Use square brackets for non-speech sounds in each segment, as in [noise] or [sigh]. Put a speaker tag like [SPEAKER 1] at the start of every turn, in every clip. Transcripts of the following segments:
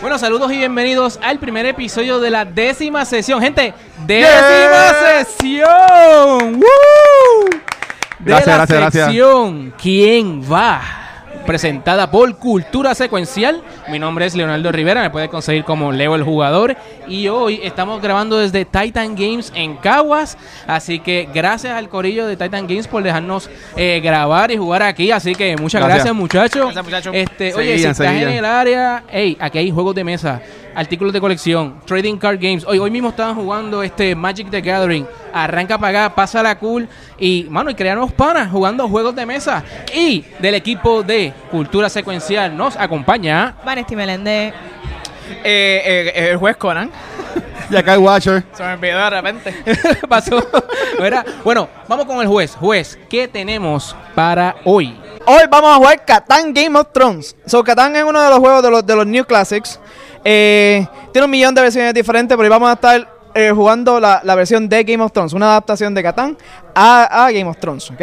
[SPEAKER 1] Bueno, saludos y bienvenidos al primer episodio de la décima sesión. Gente, décima
[SPEAKER 2] Yeah.
[SPEAKER 1] sesión. ¡Woo! De
[SPEAKER 2] Gracias,
[SPEAKER 1] la
[SPEAKER 2] gracias, gracias.
[SPEAKER 1] sección ¿Quién va? Presentada por Cultura Secuencial. Mi nombre es Leonardo Rivera, me puede conseguir como Leo el Jugador. Y hoy estamos grabando desde Titan Games en Caguas. Así que gracias al corillo de Titan Games por dejarnos eh, grabar y jugar aquí. Así que muchas gracias,
[SPEAKER 2] Gracias.
[SPEAKER 1] muchachos.
[SPEAKER 3] Gracias, muchachos.
[SPEAKER 1] Este, oye, si
[SPEAKER 2] Seguían,
[SPEAKER 1] estás en
[SPEAKER 2] seguían.
[SPEAKER 1] el área, hey, aquí hay juegos de mesa, artículos de colección, trading card games. Hoy, hoy mismo estaban jugando este Magic the Gathering. Arranca para acá, pasa la cool. Y, mano, y crearnos panas jugando juegos de mesa. Y del equipo de Cultura Secuencial nos acompaña. [laughs]
[SPEAKER 4] Vanesti Meléndez.
[SPEAKER 3] Eh, eh, eh, el juez Conan.
[SPEAKER 2] Y acá hay Watcher.
[SPEAKER 3] Se me olvidó de repente.
[SPEAKER 1] Pasó. ¿verdad? Bueno, vamos con el juez. Juez, ¿qué tenemos para hoy?
[SPEAKER 3] [laughs] Hoy vamos a jugar Catán Game of Thrones. So, Catán es uno de los juegos de los, de los New Classics. Eh, tiene un millón de versiones diferentes, pero hoy vamos a estar eh, jugando la, la versión de Game of Thrones, una adaptación de Catán a, a Game of Thrones, ¿ok?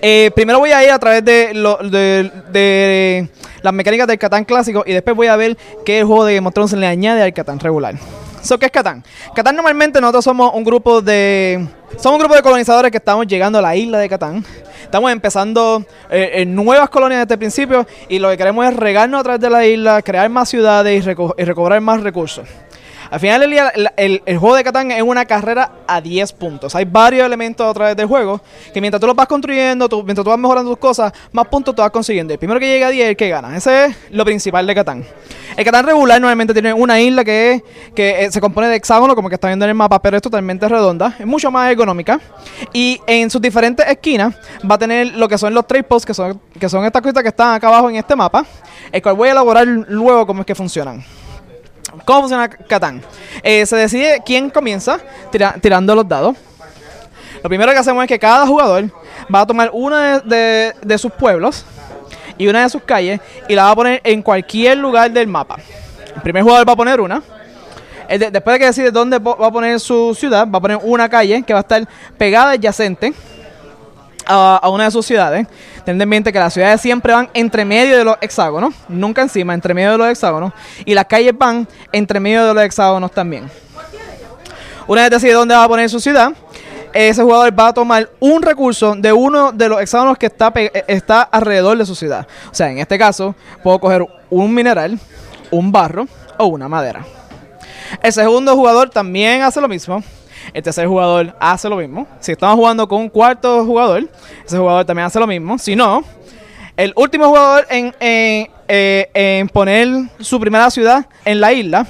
[SPEAKER 3] Eh, primero voy a ir a través de, lo- de- de las mecánicas del Catán clásico y después voy a ver qué el juego de Game of Thrones le añade al Catán regular. So, ¿Qué es Catán? Catán normalmente nosotros somos un grupo de... Somos un grupo de colonizadores que estamos llegando a la isla de Catán. Estamos empezando eh, eh, nuevas colonias desde el principio y lo que queremos es regarnos a través de la isla, crear más ciudades y, reco- y recobrar más recursos. Al final del día, el, el- el juego de Catán es una carrera a 10 puntos. Hay varios elementos a través del juego que mientras tú los vas construyendo, tú- mientras tú vas mejorando tus cosas, más puntos tú vas consiguiendo. El primero que llega a 10 es el que gana. Ese es lo principal de Catán. El Catán regular normalmente tiene una isla que, es- que eh, se compone de hexágono, como que está viendo en el mapa, pero es totalmente redonda. Es mucho más económica. Y en sus diferentes esquinas va a tener lo que son los trade posts, que son, que son estas cositas que están acá abajo en este mapa, el cual voy a elaborar luego cómo es que funcionan. ¿Cómo funciona Catán? Eh, se decide quién comienza tira- tirando los dados. Lo primero que hacemos es que cada jugador va a tomar uno de, de- de sus pueblos y una de sus calles y la va a poner en cualquier lugar del mapa. El primer jugador va a poner una. El de- después de que decide dónde po- va a poner su ciudad, va a poner una calle que va a estar pegada adyacente a, a una de sus ciudades. Ten en mente que las ciudades siempre van entre medio de los hexágonos, nunca encima, entre medio de los hexágonos, y las calles van entre medio de los hexágonos también. Una vez decide dónde va a poner su ciudad, ese jugador va a tomar un recurso de uno de los hexágonos que está, pe- eh, está alrededor de su ciudad. O sea, en este caso, puedo coger un mineral, un barro o una madera. El segundo jugador también hace lo mismo. El tercer jugador hace lo mismo. Si estamos jugando con un cuarto jugador, ese jugador también hace lo mismo. Si no, el último jugador en, en- eh, en poner su primera ciudad en la isla,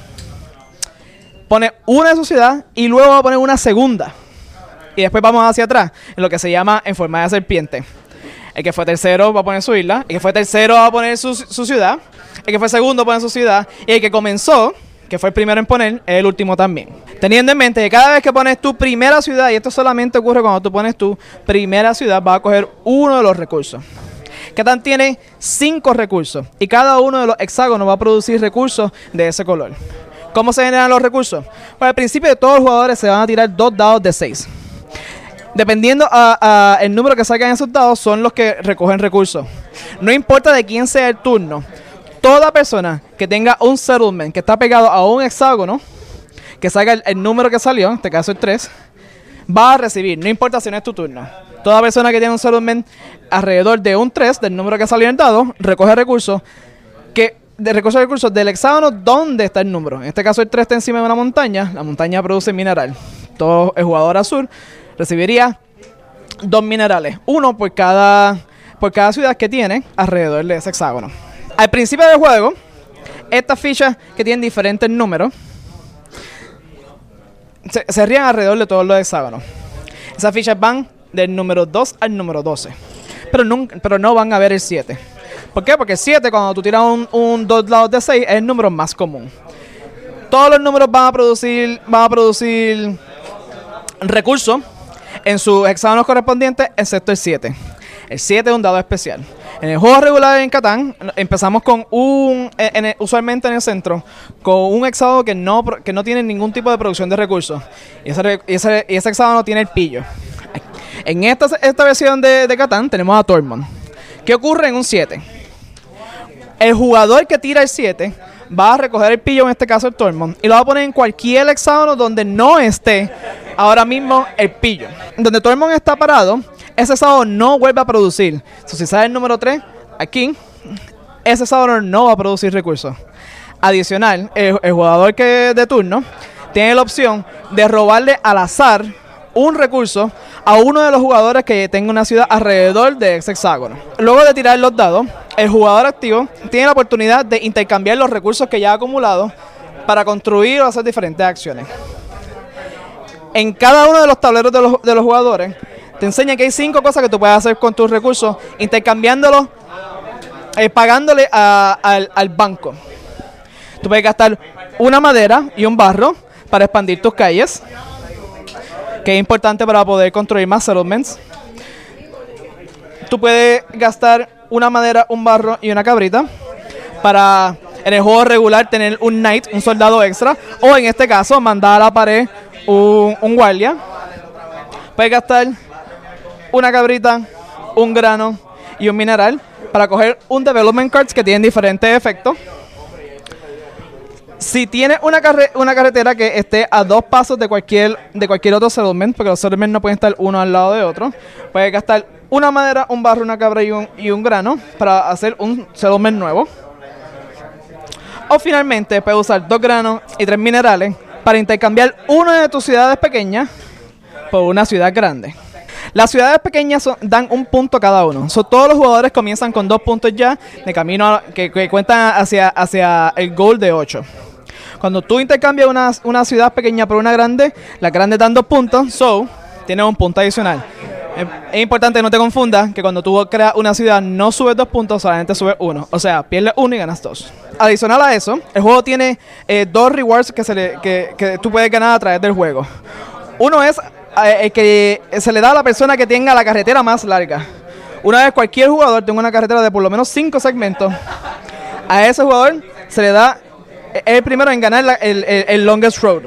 [SPEAKER 3] pone una de su ciudad y luego va a poner una segunda. Y después vamos hacia atrás, en lo que se llama en forma de serpiente. El que fue tercero va a poner su isla. El que fue tercero va a poner su, su ciudad. El que fue segundo pone su ciudad. Y el que comenzó, que fue el primero en poner, es el último también. Teniendo en mente que cada vez que pones tu primera ciudad, y esto solamente ocurre cuando tú pones tu primera ciudad, vas a coger uno de los recursos. Catán tiene cinco recursos y cada uno de los hexágonos va a producir recursos de ese color. ¿Cómo se generan los recursos? Pues al principio de todos los jugadores se van a tirar dos dados de seis. Dependiendo a, a el número que sacan esos dados, son los que recogen recursos. No importa de quién sea el turno, toda persona que tenga un settlement que está pegado a un hexágono, que saca el, el número que salió, en este caso el 3, va a recibir, no importa si no es tu turno. Toda persona que tiene un settlement alrededor de un 3, del número que salió en el dado, recoge recursos que de recursos recursos del hexágono donde está el número. En este caso el 3 está encima de una montaña, la montaña produce mineral. Todo el jugador azul recibiría dos minerales, uno por cada por cada ciudad que tiene alrededor de ese hexágono. Al principio del juego, estas fichas que tienen diferentes números se, se rían alrededor de todos los hexágonos. Esas fichas van del número 2 al número 12. Pero, nunca, pero no van a ver el 7. ¿Por qué? Porque el 7, cuando tú tiras un, un dos lados de 6, es el número más común. Todos los números van a producir, van a producir recursos en sus hexágonos correspondientes, excepto el 7. El 7 es un dado especial. En el juego regular en Catán, empezamos con un, eh, en el- usualmente en el centro, con un hexágono que no, pro- que no tiene ningún tipo de producción de recursos. Y ese, re- y ese, y ese hexágono tiene el pillo. En esta, esta versión de, de Catán tenemos a Tormund. ¿Qué ocurre en un 7? El jugador que tira el 7 va a recoger el pillo, en este caso el Tormund, y lo va a poner en cualquier hexágono donde no esté ahora mismo el pillo. Donde Tormund está parado, ese hexágono no vuelve a producir. So, si sale el número 3, aquí, ese hexágono no va a producir recursos. Adicional, el, el jugador que de turno tiene la opción de robarle al azar un recurso a uno de los jugadores que tenga una ciudad alrededor de ese hexágono. Luego de tirar los dados, el jugador activo tiene la oportunidad de intercambiar los recursos que ya ha acumulado para construir o hacer diferentes acciones. En cada uno de los tableros de los, de los jugadores te enseña que hay cinco cosas que tú puedes hacer con tus recursos intercambiándolos, eh, pagándole a- al- al banco. Tú puedes gastar una madera y un barro para expandir tus calles, que es importante para poder construir más settlements. Tú puedes gastar una madera, un barro y una cabrita para en el juego regular tener un knight, un soldado extra, o en este caso mandar a la pared un, un guardia. Puedes gastar una cabrita, un grano y un mineral para coger un development cards que tienen diferentes efectos. Si tienes una, carre- una carretera que esté a dos pasos de cualquier, de cualquier otro settlement, porque los settlements no pueden estar uno al lado de otro, puedes gastar una madera, un barro, una cabra y un, y un grano para hacer un settlement nuevo. O finalmente puedes usar dos granos y tres minerales para intercambiar una de tus ciudades pequeñas por una ciudad grande. Las ciudades pequeñas son- dan un punto cada uno. So, todos los jugadores comienzan con dos puntos ya de camino a- que, que cuentan hacia, hacia el goal de 8. Cuando tú intercambias una, una ciudad pequeña por una grande, las grandes dan dos puntos, so tienes un punto adicional. Eh, Es importante que no te confundas que cuando tú creas una ciudad no subes dos puntos, solamente subes uno. O sea, pierdes uno y ganas dos. Adicional a eso, el juego tiene eh, dos rewards que, se le- que- que tú puedes ganar a través del juego. Uno es eh, el que se le da a la persona que tenga la carretera más larga. Una vez cualquier jugador tenga una carretera de por lo menos cinco segmentos, a ese jugador se le da es el primero en ganar la- el, el- el longest road.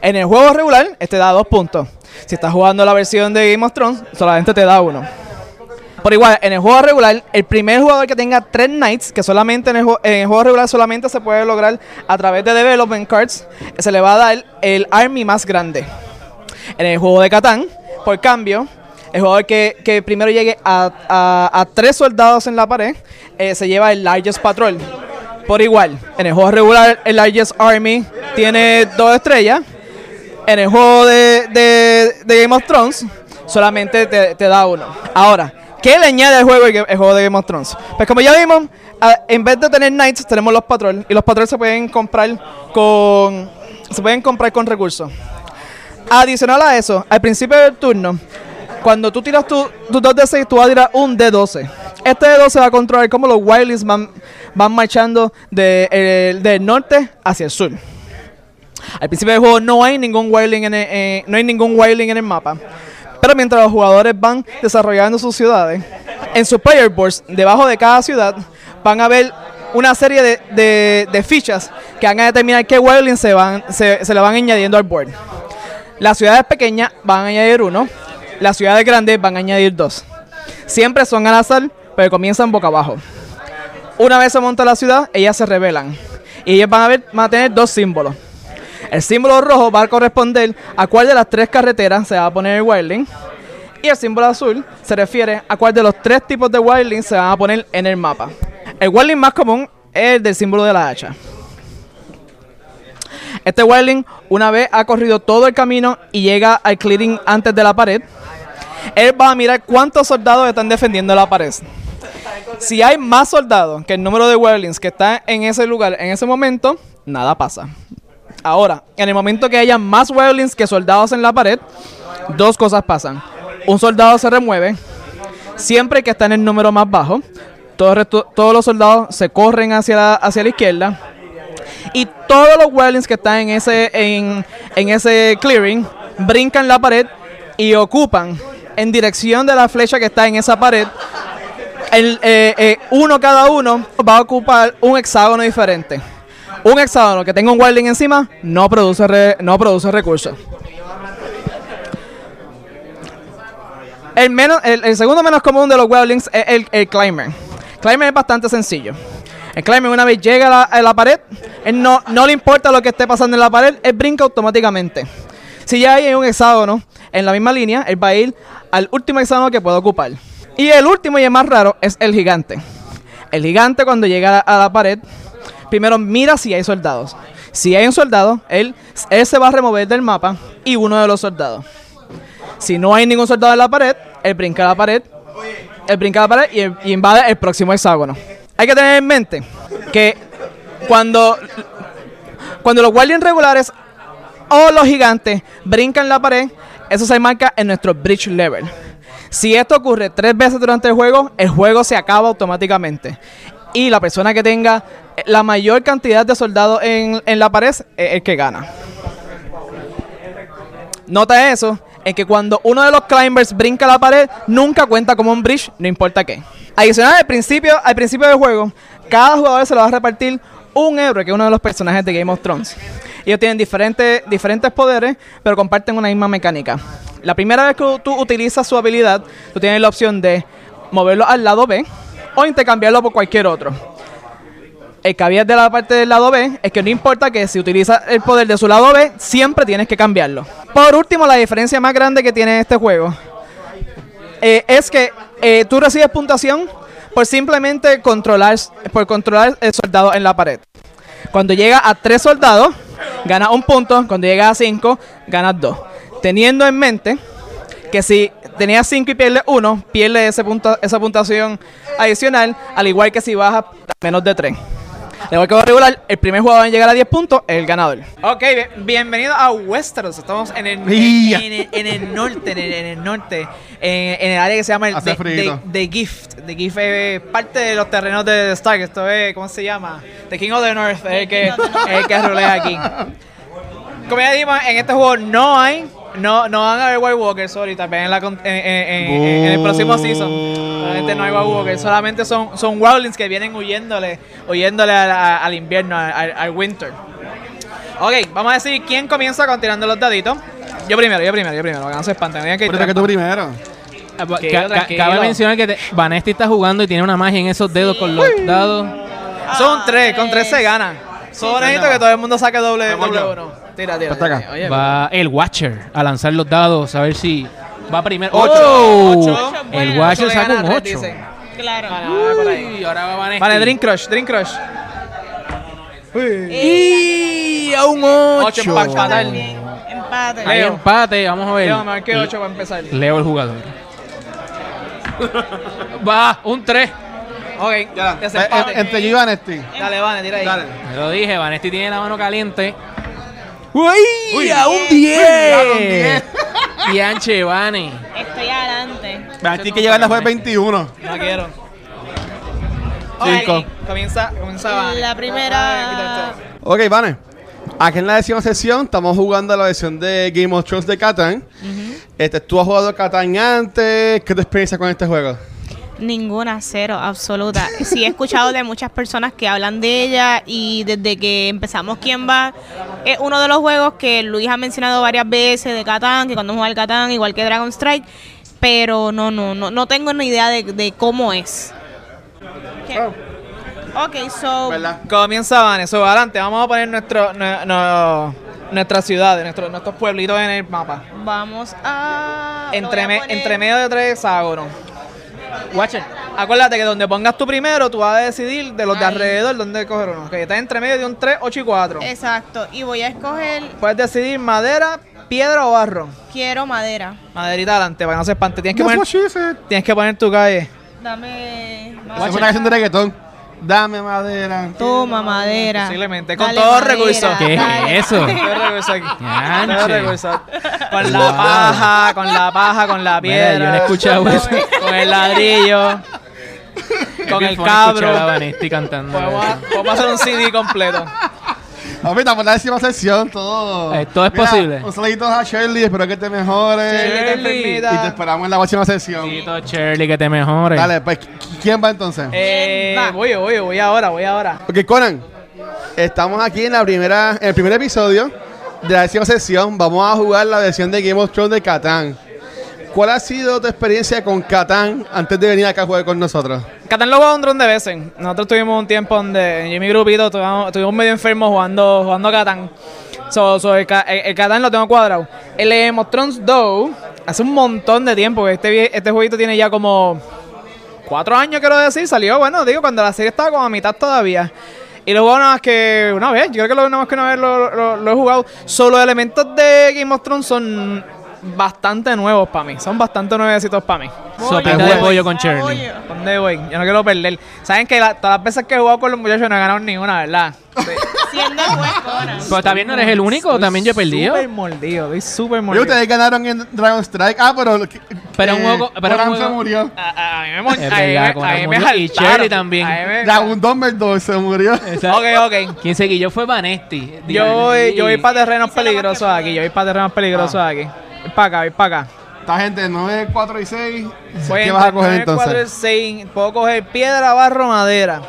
[SPEAKER 3] En el juego regular, este da dos puntos. Si estás jugando la versión de Game of Thrones, solamente te da uno. Por igual, en el juego regular, el primer jugador que tenga tres knights, que solamente en el, jue- en el juego regular solamente se puede lograr a través de development cards, se le va a dar el army más grande. En el juego de Catán, por cambio, el jugador que, que primero llegue a, a- a tres soldados en la pared eh, se lleva el largest patrol. Por igual, en el juego regular, el largest army tiene dos estrellas. En el juego de, de- de Game of Thrones, solamente te, te da uno. Ahora, ¿qué le añade al juego el, el juego de Game of Thrones? Pues como ya vimos, a- en vez de tener knights, tenemos los patrol. Y los patrol se pueden comprar con. Se pueden comprar con recursos. Adicional a eso, al principio del turno, cuando tú tiras tu, tu 2 de 6, tú vas a tirar un D12. Este D12 va a controlar cómo los Wildlings van, van marchando de, el- del norte hacia el sur. Al principio del juego no hay ningún wildling en el, eh, no hay ningún wildling en el mapa. Pero mientras los jugadores van desarrollando sus ciudades, en sus player boards, debajo de cada ciudad, van a ver una serie de, de- de fichas que van a determinar qué wildling se, van, se, se le van añadiendo al board. Las ciudades pequeñas van a añadir uno, las ciudades grandes van a añadir dos. Siempre son al azar, pero comienzan boca abajo. Una vez se monta la ciudad, ellas se revelan. Y ellas van a, ver, van a tener dos símbolos. El símbolo rojo va a corresponder a cuál de las tres carreteras se va a poner el wildling. Y el símbolo azul se refiere a cuál de los tres tipos de wildling se van a poner en el mapa. El wildling más común es el del símbolo de la hacha. Este wildling, una vez ha corrido todo el camino y llega al clearing antes de la pared, él va a mirar cuántos soldados están defendiendo la pared. Si hay más soldados que el número de wildlings que están en ese lugar en ese momento, nada pasa. Ahora, en el momento que haya más wildlings que soldados en la pared, dos cosas pasan. Un soldado se remueve, siempre que está en el número más bajo. Todo el resto- todos los soldados se corren hacia la, hacia la izquierda. Y todos los wildlings que están en ese, en, en ese clearing brincan la pared y ocupan en dirección de la flecha que está en esa pared. El, eh, eh, uno cada uno va a ocupar un hexágono diferente. Un hexágono que tenga un wildling encima no produce, re- no produce recursos. El, menos, el, el segundo menos común de los wildlings es el, el climber. Climber es bastante sencillo.
[SPEAKER 5] El Clayman una vez llega a la, a la pared, él no, no le importa lo que esté pasando en la pared, él brinca automáticamente. Si ya hay un hexágono en la misma línea, él va a ir al último hexágono que pueda ocupar. Y el último y el más raro es el gigante. El gigante cuando llega a la, a la pared, primero mira si hay soldados. Si hay un soldado, él, él se va a remover del mapa y uno de los soldados. Si no hay ningún soldado en la pared, él brinca la pared, él brinca la pared y, y invade el próximo hexágono. Hay que tener en mente que cuando, cuando los guardias regulares o los gigantes brincan la pared, eso se marca en nuestro bridge level. Si esto ocurre tres veces durante el juego, el juego se acaba automáticamente. Y la persona que tenga la mayor cantidad de soldados en, en la pared es el que gana. Nota eso, en que cuando uno de los climbers brinca la pared, nunca cuenta como un bridge, no importa qué. Adicional, al principio, al principio del juego, cada jugador se lo va a repartir un héroe, que es uno de los personajes de Game of Thrones. Ellos tienen diferentes, diferentes poderes, pero comparten una misma mecánica. La primera vez que tú utilizas su habilidad, tú tienes la opción de moverlo al lado B o intercambiarlo por cualquier otro el caveat de la parte del lado B es que no importa que si utilizas el poder de su lado B, siempre tienes que cambiarlo. Por último, la diferencia más grande que tiene este juego eh, es que eh, tú recibes puntuación por simplemente controlar, por controlar el soldado en la pared. Cuando llega a tres soldados, ganas un punto. Cuando llega a cinco, ganas dos. Teniendo en mente que si tenías 5 y pierdes 1, pierdes ese punto, esa puntuación adicional, al igual que si bajas a menos de 3. De igual que va regular, el primer jugador en llegar a 10 puntos es el ganador.
[SPEAKER 3] Ok, bien- bienvenido a Westeros. Estamos en el,
[SPEAKER 2] Ya.
[SPEAKER 3] en, el, en el norte, en el, en el norte, en, en el área que se llama el
[SPEAKER 2] Hace
[SPEAKER 3] The,
[SPEAKER 2] frío.
[SPEAKER 3] The- The Gift. The Gift es parte de los terrenos de Stark. Esto es, ¿cómo se llama? The King of the North es el que, es el que rolea aquí. Como ya dijimos, en este juego no hay, no, no van a haber White Walkers ahorita, pero en, la con- en- en- en- en- en el próximo season. Realmente no hay White Walkers, solamente son, son Wildlings que vienen huyéndole, huyéndole al, a- al invierno, al- al- al winter. Ok, vamos a decir quién comienza con tirando los daditos. Yo primero, yo primero, yo primero, que no se espanten. digan que hay
[SPEAKER 2] Espérate que
[SPEAKER 3] trampa.
[SPEAKER 2] tú primero. Eh,
[SPEAKER 1] Ah, pa-
[SPEAKER 3] Qué
[SPEAKER 1] ca- ca-
[SPEAKER 3] tranquilo.
[SPEAKER 1] cabe mencionar que te- Vanesti está jugando y tiene una magia en esos dedos con los dados.
[SPEAKER 3] Son tres, con tres se gana. Solo necesito que todo el mundo saque doble,
[SPEAKER 2] Vamos
[SPEAKER 3] doble
[SPEAKER 2] yo.
[SPEAKER 3] uno. Tira, tira.
[SPEAKER 2] Hasta acá.
[SPEAKER 3] tira. Oye,
[SPEAKER 1] Va el Watcher a lanzar los dados a ver si va primero.
[SPEAKER 2] Ocho.
[SPEAKER 1] ¡Oh!
[SPEAKER 3] Ocho.
[SPEAKER 1] El
[SPEAKER 3] Ocho
[SPEAKER 1] Watcher
[SPEAKER 3] le
[SPEAKER 1] saca
[SPEAKER 3] gana
[SPEAKER 1] un
[SPEAKER 3] a
[SPEAKER 1] 8.
[SPEAKER 3] tres, dicen. Ah,
[SPEAKER 6] Claro.
[SPEAKER 1] Ah, Uy, ahora va Vanesti.
[SPEAKER 3] Vale, Dream Crush, Dream Crush.
[SPEAKER 1] Y a un 8.
[SPEAKER 3] Ocho para empatar.
[SPEAKER 6] También. Empate.
[SPEAKER 1] Hay
[SPEAKER 3] Leo.
[SPEAKER 1] empate, vamos a ver.
[SPEAKER 3] Leo, mejor que ocho para empezar.
[SPEAKER 1] Leo el jugador. [laughs] va, un 3.
[SPEAKER 3] Ok,
[SPEAKER 2] Eh, eh,
[SPEAKER 3] desempate.
[SPEAKER 2] Entre yo y Vanesti.
[SPEAKER 3] Dale, vale, tira ahí.
[SPEAKER 2] Dale.
[SPEAKER 1] Me lo dije, Vanesti tiene la mano caliente.
[SPEAKER 2] ¡Uy! ¡A un
[SPEAKER 1] Eh.
[SPEAKER 2] 10!
[SPEAKER 1] [laughs] Y Anche Vane.
[SPEAKER 6] Estoy adelante.
[SPEAKER 2] Vanesti que llegar a la juez 21.
[SPEAKER 3] No quiero.
[SPEAKER 2] Cinco.
[SPEAKER 3] Ok, Comienza, comienza. Vane.
[SPEAKER 6] La primera.
[SPEAKER 3] Vale,
[SPEAKER 2] Ok, Vane. Aquí en la décima sesión estamos jugando la versión de Game of Thrones de Catán. este, ¿Tú has jugado Catán antes? ¿Qué te experiencia con este juego?
[SPEAKER 6] Ninguna, cero, absoluta. Sí, he escuchado de muchas personas que hablan de ella y desde que empezamos ¿Quién va? Es uno de los juegos que Luis ha mencionado varias veces de Catán, que cuando juega el Catán, igual que Dragon Strike, pero no, no, no, no tengo ni idea de, de cómo es. ¿Qué? Ok, so...
[SPEAKER 2] ¿Verdad?
[SPEAKER 3] Comienza Van, eso adelante. Vamos a poner nuestro, nue- no- nuestras ciudades, nuestro- nuestros pueblitos en el mapa.
[SPEAKER 6] Vamos a... lo
[SPEAKER 3] Entre,
[SPEAKER 6] voy a
[SPEAKER 3] me-
[SPEAKER 6] poner-
[SPEAKER 3] entre medio de tres hexágonos. Watcher. Acuérdate que donde pongas tú primero, tú vas a decidir de los de
[SPEAKER 6] Ahí.
[SPEAKER 3] alrededor dónde coger uno. Que está entre medio de un 3, 8 y 4.
[SPEAKER 6] Exacto, y voy a escoger...
[SPEAKER 3] Puedes decidir madera, piedra o barro.
[SPEAKER 6] Quiero madera.
[SPEAKER 3] Maderita adelante, para que no se espante. Tienes que,
[SPEAKER 2] That's
[SPEAKER 3] poner,
[SPEAKER 2] what she said.
[SPEAKER 3] tienes que poner
[SPEAKER 1] [laughs]
[SPEAKER 3] tu calle.
[SPEAKER 6] Dame...
[SPEAKER 2] Esa Es una canción de reggaetón. Dame madera.
[SPEAKER 6] Toma madera.
[SPEAKER 3] Posiblemente, con todos los recursos.
[SPEAKER 1] ¿Qué
[SPEAKER 6] dale.
[SPEAKER 1] es eso?
[SPEAKER 3] Te voy a regresar aquí.
[SPEAKER 1] Yanche.
[SPEAKER 3] Te voy a regresar. Con la
[SPEAKER 1] Wow.
[SPEAKER 3] paja, con la paja, con la
[SPEAKER 1] Mira,
[SPEAKER 3] piedra.
[SPEAKER 1] yo no he escuchado eso.
[SPEAKER 3] Con el ladrillo. con el
[SPEAKER 1] cabro.
[SPEAKER 3] cabro.
[SPEAKER 1] Vanesti cantando.
[SPEAKER 3] Podemos ha- podemos hacer un CD completo.
[SPEAKER 2] Ahorita por la décima sesión, todo.
[SPEAKER 1] Eh, todo es posible.
[SPEAKER 2] Un saludito a Shirley, espero que te mejores.
[SPEAKER 3] Shirley, te
[SPEAKER 2] Y
[SPEAKER 3] enfermita.
[SPEAKER 2] te esperamos en la próxima sesión.
[SPEAKER 1] Tito Shirley, que te mejores.
[SPEAKER 2] Dale, pues, ¿qu- ¿quién va entonces?
[SPEAKER 3] Eh,
[SPEAKER 6] Va.
[SPEAKER 3] voy, voy, voy ahora, voy ahora.
[SPEAKER 2] Ok, Conan, estamos aquí en la primera, en el primer episodio de la décima sesión. Vamos a jugar la versión de Game of Thrones de Catán. ¿Cuál ha sido tu experiencia con Catán antes de venir acá a jugar con nosotros?
[SPEAKER 3] Catán lo jugaba un dron de veces. Nosotros tuvimos un tiempo donde yo y mi grupito tuvimos, tuvimos medio enfermos jugando, jugando a Catán. So, so, el, Ca- el- el Catán lo tengo cuadrado. El eh, Mostrons 2 hace un montón de tiempo. que Este, vie- este jueguito tiene ya como cuatro años, quiero decir. Salió, bueno, digo, cuando la serie estaba como a mitad todavía. Y lo bueno es que una vez, yo creo que lo bueno es que una vez lo, lo- lo he jugado. Solo elementos de Game of Thrones son bastante nuevos para mí. Son bastante nuevecitos para mí.
[SPEAKER 1] Sopita de pollo con cherry.
[SPEAKER 3] ¿Dónde voy? Yo no quiero perder. Saben que la- todas las veces que he jugado con los muchachos no he ganado ni una, ¿verdad?
[SPEAKER 1] [laughs]
[SPEAKER 6] Siendo juez,
[SPEAKER 1] Pero Pues, también no eres el único, también yo he perdido.
[SPEAKER 3] Súper mordido, estoy súper
[SPEAKER 2] Oye,
[SPEAKER 3] mordido.
[SPEAKER 2] ustedes ganaron en Dragon Strike. Ah, pero.
[SPEAKER 1] Pero un juego- pero un
[SPEAKER 2] Coram
[SPEAKER 1] juego-
[SPEAKER 2] se murió.
[SPEAKER 3] A, a- a mí me mor-
[SPEAKER 1] Es
[SPEAKER 3] a mí me-
[SPEAKER 1] verdad, con
[SPEAKER 3] a mí
[SPEAKER 1] el
[SPEAKER 3] me
[SPEAKER 1] muño- y
[SPEAKER 3] jaltaron.
[SPEAKER 1] Cherry también.
[SPEAKER 3] A mí me-
[SPEAKER 2] Dragon Dumbledore se murió.
[SPEAKER 1] Esa-
[SPEAKER 3] Ok, ok.
[SPEAKER 1] Quien se guilló fue Vanesti.
[SPEAKER 3] Yo voy, yo voy para terrenos
[SPEAKER 6] Dice lo más que
[SPEAKER 3] peligrosos
[SPEAKER 6] pueda.
[SPEAKER 3] aquí. Yo voy para terrenos peligrosos
[SPEAKER 1] Ah.
[SPEAKER 3] aquí. Voy para acá, voy para acá.
[SPEAKER 2] Esta gente, 9, 4 y 6.
[SPEAKER 3] Voy
[SPEAKER 1] Pues
[SPEAKER 2] ¿Qué vas a coger
[SPEAKER 3] entre nueve, cuatro y
[SPEAKER 2] entonces?
[SPEAKER 3] seis. Puedo coger piedra, barro, madera.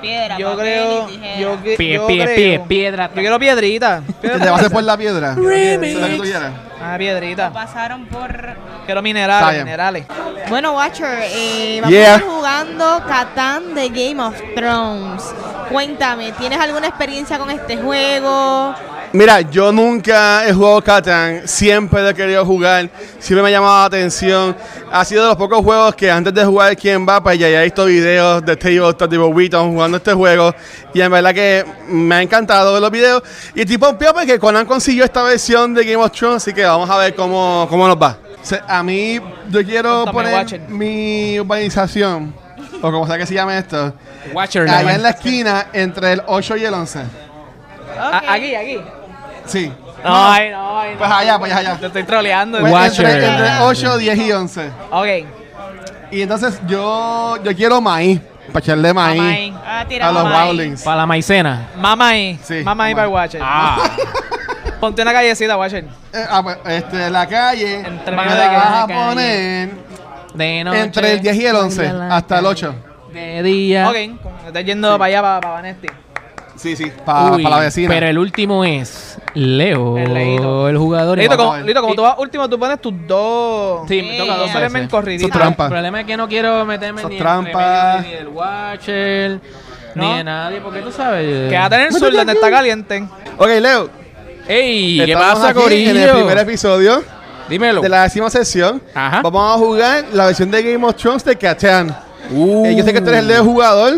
[SPEAKER 6] Piedra,
[SPEAKER 3] Yo
[SPEAKER 6] papel y
[SPEAKER 3] creo.
[SPEAKER 6] tijera.
[SPEAKER 3] Yo, que-
[SPEAKER 1] Pie,
[SPEAKER 3] yo
[SPEAKER 1] pie,
[SPEAKER 3] creo-
[SPEAKER 1] pie, piedra.
[SPEAKER 3] Yo quiero piedrita.
[SPEAKER 2] [laughs] ¿Te vas a hacer por la piedra? ¿Se la que tú quieras?
[SPEAKER 3] Ah, piedrita.
[SPEAKER 6] Pasaron por...
[SPEAKER 3] Quiero
[SPEAKER 2] Está
[SPEAKER 3] minerales,
[SPEAKER 2] bien.
[SPEAKER 3] minerales.
[SPEAKER 6] Bueno, Watcher, eh, vamos
[SPEAKER 2] Yeah.
[SPEAKER 6] a estar jugando Catán de Game of Thrones. Cuéntame, ¿tienes alguna experiencia con este juego?
[SPEAKER 2] Mira, yo nunca he jugado Catán, siempre lo he querido jugar, siempre me ha llamado la atención. Ha sido de los pocos juegos que antes de jugar quien va, pues ya ya he visto videos de Tabletop, tipo Wheaton jugando este juego. Y en verdad que me ha encantado ver los videos. Y tipo, peor porque Conan consiguió esta versión de Game of Thrones, así que vamos a ver cómo, cómo nos va. O sea, a mí, yo quiero
[SPEAKER 3] Cuéntame,
[SPEAKER 2] poner
[SPEAKER 3] Watcher.
[SPEAKER 2] mi urbanización, o como sea que se llame esto,
[SPEAKER 1] Watcher. nada
[SPEAKER 2] allá
[SPEAKER 1] más.
[SPEAKER 2] en la esquina entre el 8 y el 11.
[SPEAKER 3] A-
[SPEAKER 6] Ok.
[SPEAKER 3] Aquí, aquí.
[SPEAKER 2] Sí.
[SPEAKER 3] No, ay, no, ay, no.
[SPEAKER 2] Pues allá, pues allá.
[SPEAKER 3] Te estoy troleando.
[SPEAKER 1] Pues- Watcher.
[SPEAKER 2] Entre, entre
[SPEAKER 3] Ah.
[SPEAKER 2] 8, 10 y 11.
[SPEAKER 3] Ok.
[SPEAKER 2] Y entonces yo, yo quiero maíz. Para echarle maíz.
[SPEAKER 3] maíz.
[SPEAKER 6] Ah,
[SPEAKER 2] A los
[SPEAKER 6] maíz.
[SPEAKER 2] Wowlings.
[SPEAKER 1] Para la maicena.
[SPEAKER 3] Mamá ahí.
[SPEAKER 2] Sí,
[SPEAKER 3] Mamá ahí
[SPEAKER 2] mamá. Ah.
[SPEAKER 3] para Watcher. Ah. Ponte una callecita, Watcher.
[SPEAKER 2] Eh, ah, pues, este, la calle.
[SPEAKER 3] Entre
[SPEAKER 2] me
[SPEAKER 3] medio
[SPEAKER 2] la
[SPEAKER 3] de que
[SPEAKER 2] vas
[SPEAKER 3] la
[SPEAKER 2] a
[SPEAKER 3] calle.
[SPEAKER 2] poner
[SPEAKER 1] [laughs] De noche,
[SPEAKER 2] entre el 10 y el 11.
[SPEAKER 1] baila la
[SPEAKER 2] Hasta el
[SPEAKER 1] calle.
[SPEAKER 2] 8.
[SPEAKER 1] De día.
[SPEAKER 3] Ok, como te estás yendo para allá, para, para Vanesti.
[SPEAKER 2] Sí, sí. Para
[SPEAKER 1] Uy,
[SPEAKER 2] Ah, la vecina.
[SPEAKER 1] Pero el último es Leo,
[SPEAKER 3] El Leito.
[SPEAKER 1] el, jugador.
[SPEAKER 3] Lito,
[SPEAKER 2] vamos
[SPEAKER 3] como,
[SPEAKER 2] a ver.
[SPEAKER 3] Lito, como
[SPEAKER 1] Y-
[SPEAKER 3] tú vas último, tú pones tus dos.
[SPEAKER 1] Sí, me toca dos
[SPEAKER 6] Eh, eso
[SPEAKER 3] Dos elementos
[SPEAKER 1] veces.
[SPEAKER 3] corriditos.
[SPEAKER 2] Eso es trampa.
[SPEAKER 1] El problema es que no quiero meterme
[SPEAKER 2] Sos
[SPEAKER 1] ni
[SPEAKER 2] trampa.
[SPEAKER 1] en medio, ni del Watcher, ni
[SPEAKER 3] No.
[SPEAKER 1] de nadie, porque tú sabes.
[SPEAKER 3] Quédate en el sur donde está caliente.
[SPEAKER 2] Ok, Leo.
[SPEAKER 1] ¡Ey! ¿Qué
[SPEAKER 2] estamos
[SPEAKER 1] pasa,
[SPEAKER 2] aquí En el
[SPEAKER 1] Corillo?
[SPEAKER 2] primer episodio
[SPEAKER 1] Dímelo.
[SPEAKER 2] de la décima sesión.
[SPEAKER 1] Ajá.
[SPEAKER 2] Vamos a jugar la versión de Game of Thrones de Catán. Eh, yo sé que tú eres
[SPEAKER 1] Uh.
[SPEAKER 2] el de jugador.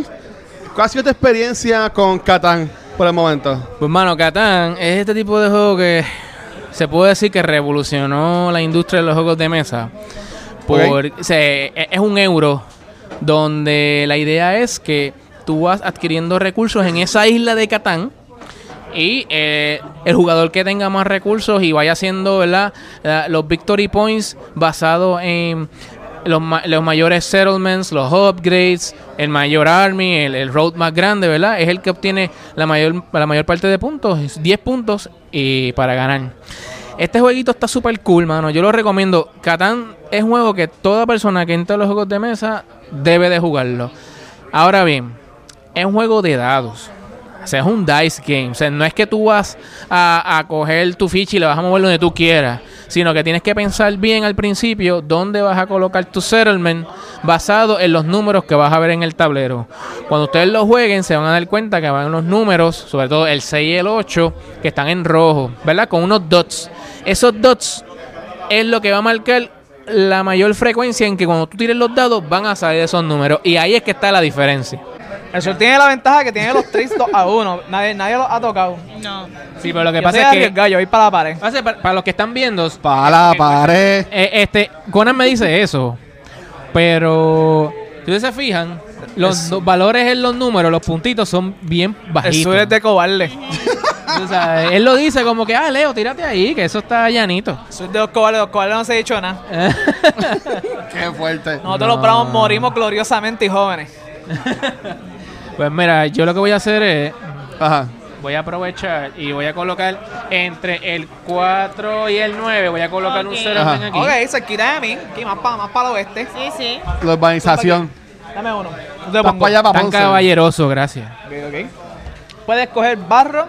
[SPEAKER 2] ¿Cuál ha sido tu experiencia con Catán por el momento?
[SPEAKER 1] Pues, mano, Catán es este tipo de juego que se puede decir que revolucionó la industria de los juegos de mesa. Por, se- e- es un euro donde la idea es que tú vas adquiriendo recursos en esa isla de Catán. Y eh, el jugador que tenga más recursos y vaya haciendo ¿verdad? La- los victory points basados en los, ma- los mayores settlements, los upgrades, el mayor army, el, el road más grande, ¿verdad? Es el que obtiene la mayor, la mayor parte de puntos, es 10 puntos y para ganar. Este jueguito está súper cool, mano. Yo lo recomiendo. Catán es un juego que toda persona que entra a los juegos de mesa debe de jugarlo. Ahora bien, es un juego de dados. O sea, es un dice game. O sea, no es que tú vas a, a coger tu ficha y la vas a mover donde tú quieras. Sino que tienes que pensar bien al principio dónde vas a colocar tu settlement basado en los números que vas a ver en el tablero. Cuando ustedes lo jueguen se van a dar cuenta que van los números, sobre todo el 6 y el 8, que están en rojo, ¿verdad? Con unos dots. Esos dots es lo que va a marcar la mayor frecuencia en que cuando tú tires los dados van a salir esos números. Y ahí es que está la diferencia.
[SPEAKER 3] El sur tiene la ventaja que tiene los tris 2 a 1. Nadie, nadie los ha tocado.
[SPEAKER 6] No.
[SPEAKER 1] Sí, pero lo que
[SPEAKER 3] Yo soy
[SPEAKER 1] pasa es que...
[SPEAKER 3] arriesgado, yo voy para la pared.
[SPEAKER 1] pasa- Para, para los que están viendo,
[SPEAKER 2] Para la pared.
[SPEAKER 1] eh, este, Conan me dice eso, pero si ustedes se fijan, los do- valores en los números, los puntitos son bien
[SPEAKER 3] El sur es
[SPEAKER 1] bajitos.
[SPEAKER 3] de cobarde.
[SPEAKER 1] O sea, él lo dice como que, ah, Leo, tírate ahí, que eso está llanito. [laughs]
[SPEAKER 3] El sur de los cobardes. Los cobardes no se ha dicho nada.
[SPEAKER 2] Qué fuerte.
[SPEAKER 3] Nosotros los bravos morimos gloriosamente y jóvenes.
[SPEAKER 1] Pues mira, yo lo que voy a hacer es,
[SPEAKER 2] Ajá.
[SPEAKER 1] voy a aprovechar y voy a colocar entre el 4 y el 9, voy a colocar
[SPEAKER 6] Ok.
[SPEAKER 1] un 0
[SPEAKER 2] Ajá.
[SPEAKER 1] aquí.
[SPEAKER 3] Ok, cerquita de mí. Aquí más para, más para el oeste.
[SPEAKER 6] Sí, sí.
[SPEAKER 2] La urbanización.
[SPEAKER 3] Dame uno. Yo te
[SPEAKER 2] Vas
[SPEAKER 3] pongo.
[SPEAKER 2] para allá, para
[SPEAKER 1] Tan
[SPEAKER 2] Ponce.
[SPEAKER 1] caballeroso, gracias.
[SPEAKER 3] Ok, ok. Puedes coger barro,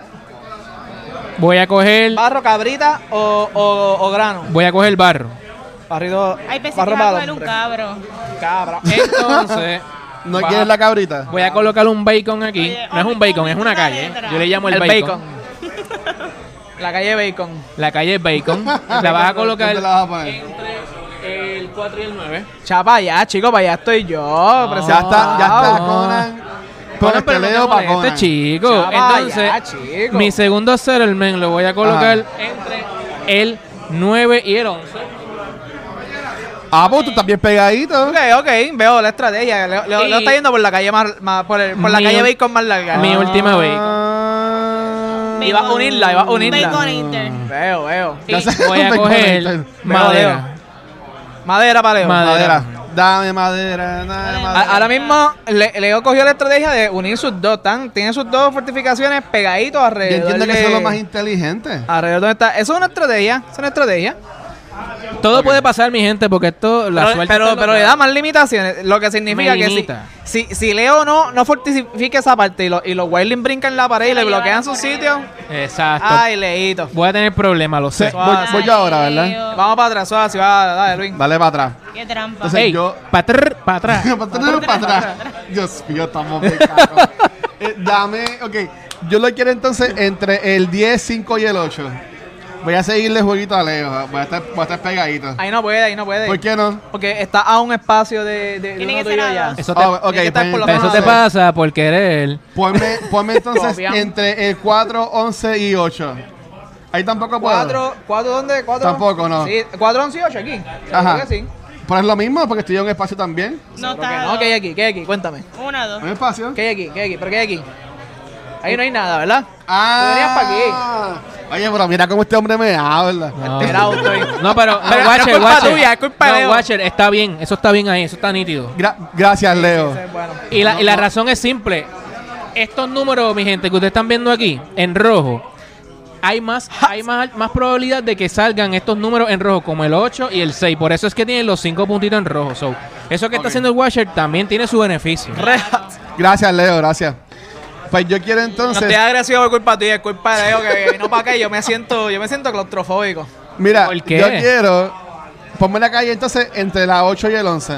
[SPEAKER 1] Voy a coger,
[SPEAKER 3] barro, cabrita o, o, o grano.
[SPEAKER 1] voy a coger barro.
[SPEAKER 3] Barrido.
[SPEAKER 6] Ay, pensé
[SPEAKER 3] barro
[SPEAKER 6] que iba a
[SPEAKER 3] malo.
[SPEAKER 6] coger un cabro.
[SPEAKER 3] Cabra.
[SPEAKER 1] [laughs] Entonces.
[SPEAKER 2] ¿No
[SPEAKER 1] va-
[SPEAKER 2] quieres la cabrita?
[SPEAKER 1] Voy a colocar un bacon aquí.
[SPEAKER 6] Oye,
[SPEAKER 1] no es un bacon, es una calle.
[SPEAKER 6] letra.
[SPEAKER 1] Yo le llamo el,
[SPEAKER 3] El
[SPEAKER 1] bacon.
[SPEAKER 3] bacon. [laughs] La calle Bacon.
[SPEAKER 1] La calle es
[SPEAKER 3] [laughs]
[SPEAKER 1] bacon. la vas a colocar
[SPEAKER 2] ¿Dónde la vas a poner?
[SPEAKER 1] entre el 4 y el 9.
[SPEAKER 3] Chapa, ya, chicos, para allá estoy yo.
[SPEAKER 2] Ya
[SPEAKER 3] presentado.
[SPEAKER 2] está, ya está,
[SPEAKER 1] No.
[SPEAKER 2] Conan.
[SPEAKER 1] Bueno,
[SPEAKER 2] Conan, te
[SPEAKER 1] pero no te
[SPEAKER 2] leo para
[SPEAKER 1] molestes,
[SPEAKER 2] Conan.
[SPEAKER 1] chico.
[SPEAKER 3] Chava,
[SPEAKER 1] Entonces,
[SPEAKER 3] ya, chico.
[SPEAKER 1] mi segundo settlement lo voy a colocar entre el 9 y el 11.
[SPEAKER 2] Ah, pues tú estás bien pegadito.
[SPEAKER 3] Ok, ok, veo la estrategia. Leo, Leo-
[SPEAKER 1] Y-
[SPEAKER 3] Leo está yendo por la calle más, más- por, el- por la
[SPEAKER 1] Mi-
[SPEAKER 3] calle Bacon más larga.
[SPEAKER 1] Mi última bacon.
[SPEAKER 2] Ah.
[SPEAKER 6] Bacon-
[SPEAKER 3] Iba a unirla, iba a unirla.
[SPEAKER 6] Baconator.
[SPEAKER 3] Veo, veo.
[SPEAKER 1] Y
[SPEAKER 2] Ya sé, [laughs]
[SPEAKER 1] voy a
[SPEAKER 2] bacon,
[SPEAKER 1] coger
[SPEAKER 2] entonces.
[SPEAKER 1] madera.
[SPEAKER 3] Madera para Leo.
[SPEAKER 1] Madera.
[SPEAKER 2] Madera. Dame madera, dame
[SPEAKER 6] Dale.
[SPEAKER 2] madera.
[SPEAKER 3] A- Ahora mismo Le- Leo cogió la estrategia de unir sus dos. Tan, tiene sus dos fortificaciones pegaditos
[SPEAKER 2] Yo
[SPEAKER 3] alrededor.
[SPEAKER 2] entiendo que
[SPEAKER 3] de-
[SPEAKER 2] son los más inteligentes.
[SPEAKER 3] Alrededor donde está. Eso es una estrategia. Eso es una estrategia.
[SPEAKER 1] Todo puede pasar, mi gente, porque esto la
[SPEAKER 3] pero
[SPEAKER 1] suerte
[SPEAKER 3] pero,
[SPEAKER 1] está en
[SPEAKER 3] pero
[SPEAKER 1] los
[SPEAKER 3] le da
[SPEAKER 1] dados.
[SPEAKER 3] más limitaciones. Lo que significa
[SPEAKER 1] Me
[SPEAKER 3] que si,
[SPEAKER 1] limita.
[SPEAKER 3] si, si Leo no, no fortifica esa parte y, lo- y los Wildling brincan la pared y le
[SPEAKER 6] lo
[SPEAKER 3] bloquean
[SPEAKER 6] llevaron
[SPEAKER 3] su
[SPEAKER 6] corriendo.
[SPEAKER 3] sitio.
[SPEAKER 1] Exacto.
[SPEAKER 3] Ay, Leito.
[SPEAKER 1] Voy a tener problemas, lo sé.
[SPEAKER 2] Sí. Voy- voy yo ahora, ¿verdad?
[SPEAKER 6] Leo,
[SPEAKER 3] Vamos para atrás, suave, si va, dale, Luis.
[SPEAKER 2] Dale para atrás.
[SPEAKER 6] Qué trampa.
[SPEAKER 2] Entonces,
[SPEAKER 1] Ey,
[SPEAKER 2] yo-
[SPEAKER 1] para atrás.
[SPEAKER 2] [laughs] para tenerlo para atrás. Dios mío, estamos bien
[SPEAKER 3] [laughs]
[SPEAKER 2] cacos. Eh, Dame, ok. Yo lo quiero entonces entre el 10, 5 y el 8. Voy a seguirle jueguito a Leo. Voy a estar, voy a estar pegadito.
[SPEAKER 3] Ahí no puede, ahí no puede.
[SPEAKER 2] ¿Por qué no?
[SPEAKER 3] Porque está a un espacio de, de, de
[SPEAKER 6] Tiene
[SPEAKER 3] uno
[SPEAKER 6] que
[SPEAKER 3] tuyo
[SPEAKER 6] ser a
[SPEAKER 3] allá.
[SPEAKER 6] dos.
[SPEAKER 1] Eso te,
[SPEAKER 2] Ah, ok,
[SPEAKER 3] Tiene que estar
[SPEAKER 2] pues,
[SPEAKER 3] por lo
[SPEAKER 1] pero eso
[SPEAKER 3] menos
[SPEAKER 1] te
[SPEAKER 3] a
[SPEAKER 1] [laughs]
[SPEAKER 3] dos.
[SPEAKER 1] pasa por querer.
[SPEAKER 2] Ponme, ponme entonces
[SPEAKER 3] Copiamos.
[SPEAKER 2] entre el 4, 11 y 8. Ahí tampoco Ah, puedo.
[SPEAKER 3] ¿Cuatro? ¿Cuatro dónde? ¿Cuatro?
[SPEAKER 2] Tampoco, no.
[SPEAKER 3] Sí, ¿Cuatro, once y ocho aquí?
[SPEAKER 2] Ajá.
[SPEAKER 3] Creo que sí.
[SPEAKER 2] Pero es lo mismo porque estoy en un espacio también.
[SPEAKER 3] Creo
[SPEAKER 6] No
[SPEAKER 3] que
[SPEAKER 6] está.
[SPEAKER 3] no, ¿qué hay aquí? ¿Qué hay aquí? Cuéntame.
[SPEAKER 6] Una, dos.
[SPEAKER 2] Un espacio.
[SPEAKER 3] Ah. ¿Qué hay aquí? ¿Qué hay aquí? ¿Pero qué hay aquí? Ahí no hay nada, ¿verdad?
[SPEAKER 2] Ah, Oye, pero mira cómo este hombre me habla.
[SPEAKER 1] No,
[SPEAKER 3] Alterado estoy.
[SPEAKER 1] Ah, No, pero,
[SPEAKER 3] Pero
[SPEAKER 1] no, Watcher,
[SPEAKER 3] es culpa
[SPEAKER 1] Watcher.
[SPEAKER 3] tuya, es culpa de
[SPEAKER 1] no,
[SPEAKER 3] Leo.
[SPEAKER 1] Watcher, está bien, eso está bien ahí, eso está nítido.
[SPEAKER 2] Gra- gracias, Leo.
[SPEAKER 3] Sí, Bueno.
[SPEAKER 1] Y la, y la razón es simple. Estos números, mi gente, que ustedes están viendo aquí, en rojo, hay más, hay más, más probabilidad de que salgan estos números en rojo, como el 8 y el 6. Por eso es que tienen los 5 puntitos en rojo. So, eso que
[SPEAKER 2] Ok.
[SPEAKER 1] está haciendo el Watcher también tiene su beneficio.
[SPEAKER 2] Gracias, Leo, gracias. Pues yo quiero
[SPEAKER 3] No
[SPEAKER 2] entonces.
[SPEAKER 3] te agresivo por culpa tuya, es culpa de Leo que vino para acá y yo me siento, yo me siento claustrofóbico.
[SPEAKER 2] Mira,
[SPEAKER 1] ¿Por qué?
[SPEAKER 2] yo quiero. Ponme la calle entonces entre la 8 y el 11.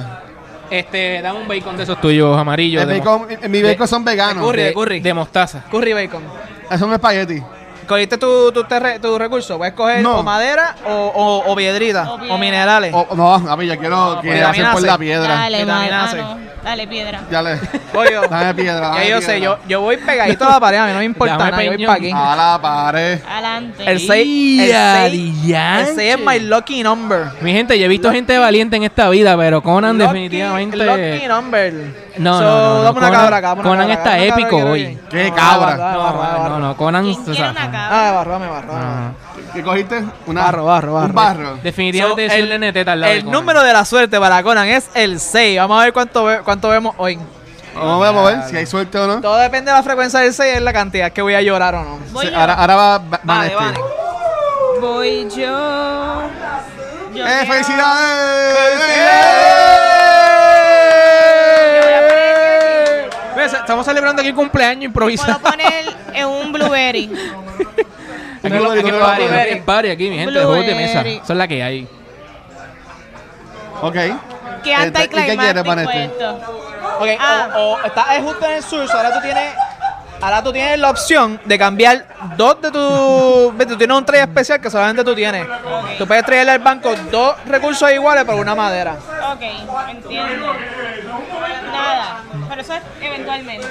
[SPEAKER 1] Este, dame un bacon de esos tuyos amarillos.
[SPEAKER 2] El
[SPEAKER 1] de
[SPEAKER 2] bacon- mi- mi bacon son veganos. Eh,
[SPEAKER 1] mo-
[SPEAKER 3] Curry,
[SPEAKER 1] de-
[SPEAKER 3] curry.
[SPEAKER 1] de mostaza.
[SPEAKER 3] Curry bacon.
[SPEAKER 2] Es un espagueti.
[SPEAKER 3] ¿Cogiste tu, tu, terre- tu recurso? Puedes coger
[SPEAKER 2] No.
[SPEAKER 3] o madera o, o, o piedrita
[SPEAKER 6] O
[SPEAKER 3] o,
[SPEAKER 6] piedra.
[SPEAKER 3] minerales.
[SPEAKER 2] O- no, a ver, yo quiero que
[SPEAKER 3] Eh. pues,
[SPEAKER 2] hacen por
[SPEAKER 3] vitamina
[SPEAKER 2] la
[SPEAKER 3] C.
[SPEAKER 2] piedra.
[SPEAKER 6] Dale, madre.
[SPEAKER 3] Vitamina
[SPEAKER 6] Ah,
[SPEAKER 3] C.
[SPEAKER 6] no. Dale, piedra.
[SPEAKER 2] Ya le.
[SPEAKER 3] Voy yo.
[SPEAKER 2] Dame piedra.
[SPEAKER 3] Ya
[SPEAKER 2] dame
[SPEAKER 3] yo
[SPEAKER 2] piedra.
[SPEAKER 3] sé, yo, yo voy pegadito a la pared, a mí no me importa
[SPEAKER 1] Dame
[SPEAKER 3] nada, yo voy
[SPEAKER 1] peñón.
[SPEAKER 3] para aquí.
[SPEAKER 2] A la pared.
[SPEAKER 6] Adelante.
[SPEAKER 3] El 6
[SPEAKER 1] Ya,
[SPEAKER 3] el
[SPEAKER 1] dianche.
[SPEAKER 3] 6 es my lucky number.
[SPEAKER 1] Mi gente, yo he visto gente valiente en esta vida, pero Conan
[SPEAKER 3] Lucky-
[SPEAKER 1] definitivamente...
[SPEAKER 3] Lucky number.
[SPEAKER 1] No, no, no,
[SPEAKER 3] So,
[SPEAKER 1] no,
[SPEAKER 3] Dame una
[SPEAKER 1] Conan-
[SPEAKER 3] cabra acá. dame una
[SPEAKER 1] Conan
[SPEAKER 3] cabra
[SPEAKER 1] está
[SPEAKER 3] acá, dame una
[SPEAKER 1] épico
[SPEAKER 3] cabra
[SPEAKER 1] hoy.
[SPEAKER 3] aquí.
[SPEAKER 2] Qué
[SPEAKER 3] No,
[SPEAKER 2] cabra.
[SPEAKER 3] barra, barra,
[SPEAKER 1] No,
[SPEAKER 3] barra, barra.
[SPEAKER 1] no, no, Conan...
[SPEAKER 6] ¿Quién
[SPEAKER 1] se
[SPEAKER 6] quiere
[SPEAKER 1] zafa.
[SPEAKER 6] una cabra?
[SPEAKER 3] Ah, barro, me barro.
[SPEAKER 1] Ah.
[SPEAKER 2] ¿Qué cogiste? Una,
[SPEAKER 3] Barro, barro, barro.
[SPEAKER 2] Un barro.
[SPEAKER 1] Definitivamente
[SPEAKER 3] So,
[SPEAKER 1] es el NT al lado de
[SPEAKER 3] el
[SPEAKER 1] Conan.
[SPEAKER 3] número de la suerte para Conan es el 6. Vamos a ver cuánto, ve- cuánto vemos hoy.
[SPEAKER 2] Vamos a ver si hay suerte o no.
[SPEAKER 3] Todo depende de la frecuencia del 6 es la cantidad que voy a llorar o no.
[SPEAKER 6] Voy
[SPEAKER 2] Sí,
[SPEAKER 6] yo.
[SPEAKER 2] ahora, ahora va, va Vanesti.
[SPEAKER 3] Vale, vale.
[SPEAKER 6] Voy yo. Yo
[SPEAKER 2] ¡Eh,
[SPEAKER 6] quiero-
[SPEAKER 2] felicidades! ¡Eh!
[SPEAKER 1] Ves, Estamos celebrando aquí el cumpleaños improvisado.
[SPEAKER 6] Puedo poner eh, un blueberry.
[SPEAKER 1] Aquí lo- aquí
[SPEAKER 2] Blueberry,
[SPEAKER 1] lo- aquí
[SPEAKER 2] blueberry.
[SPEAKER 1] es party aquí, mi gente. Juegos de mesa.
[SPEAKER 6] Blueberry.
[SPEAKER 1] Son las que hay.
[SPEAKER 2] Ok.
[SPEAKER 3] Este,
[SPEAKER 6] Que
[SPEAKER 2] Esta- ¿y qué quieres,
[SPEAKER 6] anticlimático
[SPEAKER 2] Vanessa?
[SPEAKER 6] esto.
[SPEAKER 3] Ok,
[SPEAKER 6] Ah.
[SPEAKER 3] o, o estás eh, justo en el sur, so ahora tú tienes. Ahora tú tienes la opción de cambiar dos de tus. Tú tienes un trade especial que solamente tú tienes. Tú puedes traerle al banco dos recursos iguales por una madera.
[SPEAKER 6] Ok, entiendo. Nada, pero eso es eventualmente.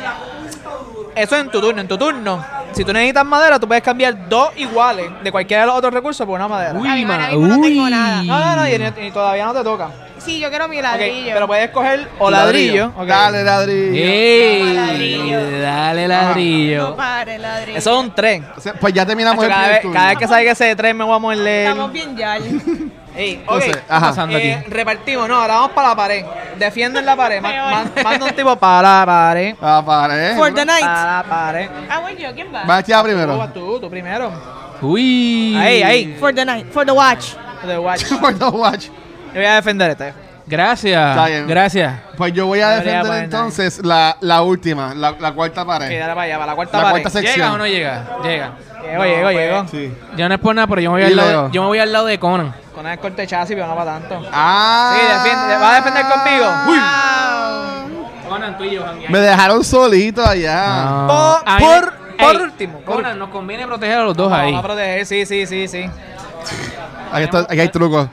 [SPEAKER 3] Eso en tu turno. En tu turno, si tú necesitas madera, tú puedes cambiar dos iguales de cualquiera de los otros recursos por una madera.
[SPEAKER 6] Está bien,
[SPEAKER 1] ma-
[SPEAKER 6] ahora mismo no tengo nada.
[SPEAKER 3] No, no, no, y, ni- y todavía no te toca. Ok,
[SPEAKER 6] Sí, yo quiero mi ladrillo.
[SPEAKER 3] pero pues, puedes coger o ladrillo. ok.
[SPEAKER 2] Dale, ladrillo.
[SPEAKER 1] ¡Ey!
[SPEAKER 6] Ladrillo.
[SPEAKER 1] Dale
[SPEAKER 6] No
[SPEAKER 1] ladrillo.
[SPEAKER 6] pare, ladrillo.
[SPEAKER 3] Eso es un tren.
[SPEAKER 2] O sea, Pues ya terminamos el
[SPEAKER 3] Cada
[SPEAKER 2] primer
[SPEAKER 3] vez,
[SPEAKER 2] turno.
[SPEAKER 3] cada vez que salga ese tren me voy a morder.
[SPEAKER 6] Estamos bien
[SPEAKER 3] [laughs]
[SPEAKER 6] ya.
[SPEAKER 3] Ey, ok.
[SPEAKER 2] Entonces,
[SPEAKER 1] ¿Qué está
[SPEAKER 2] ajá.
[SPEAKER 1] pasando
[SPEAKER 3] Eh,
[SPEAKER 1] aquí?
[SPEAKER 3] repartimos, no, ahora vamos para la pared. Defienden la
[SPEAKER 1] [laughs]
[SPEAKER 3] pared. Ma-
[SPEAKER 6] Peor.
[SPEAKER 3] man- manda un tipo para la pared.
[SPEAKER 2] La pared.
[SPEAKER 6] For the night.
[SPEAKER 3] Para la pared.
[SPEAKER 6] Ah, voy yo, ¿quién va?
[SPEAKER 2] Bastia
[SPEAKER 3] Tú
[SPEAKER 2] primero.
[SPEAKER 3] vas tú, tú primero.
[SPEAKER 1] ¡Uy!
[SPEAKER 3] Ahí, ahí.
[SPEAKER 6] For the night, for the watch.
[SPEAKER 3] The watch.
[SPEAKER 2] [laughs] For the watch.
[SPEAKER 3] Yo voy a defender este.
[SPEAKER 2] Está
[SPEAKER 1] Gracias.
[SPEAKER 2] bien.
[SPEAKER 1] Gracias.
[SPEAKER 2] Pues yo voy a
[SPEAKER 3] Debería
[SPEAKER 2] defender
[SPEAKER 3] poner-
[SPEAKER 2] entonces la, la última, la, la cuarta
[SPEAKER 3] Ok,
[SPEAKER 2] pared.
[SPEAKER 3] dale para allá, para la cuarta
[SPEAKER 2] La
[SPEAKER 3] pared.
[SPEAKER 2] cuarta sección.
[SPEAKER 1] ¿Llega o no llega? Llega.
[SPEAKER 3] Llego, llego, llego.
[SPEAKER 2] Sí.
[SPEAKER 1] Ya no es por nada, pero yo me voy
[SPEAKER 2] Y
[SPEAKER 1] al lado,
[SPEAKER 2] luego.
[SPEAKER 1] yo me voy al lado de Conan.
[SPEAKER 3] Con el corte de chasis, pero no para tanto.
[SPEAKER 2] Ah.
[SPEAKER 3] Sí, defiende, ¿vas a defender conmigo?
[SPEAKER 1] Conan, tú y yo,
[SPEAKER 2] Me dejaron solito allá.
[SPEAKER 1] Ah.
[SPEAKER 3] Por- por- por último, por
[SPEAKER 1] Conan, nos conviene proteger a los dos ahí.
[SPEAKER 3] Vamos a proteger, sí, sí, sí, sí.
[SPEAKER 2] Aquí, está- aquí hay trucos.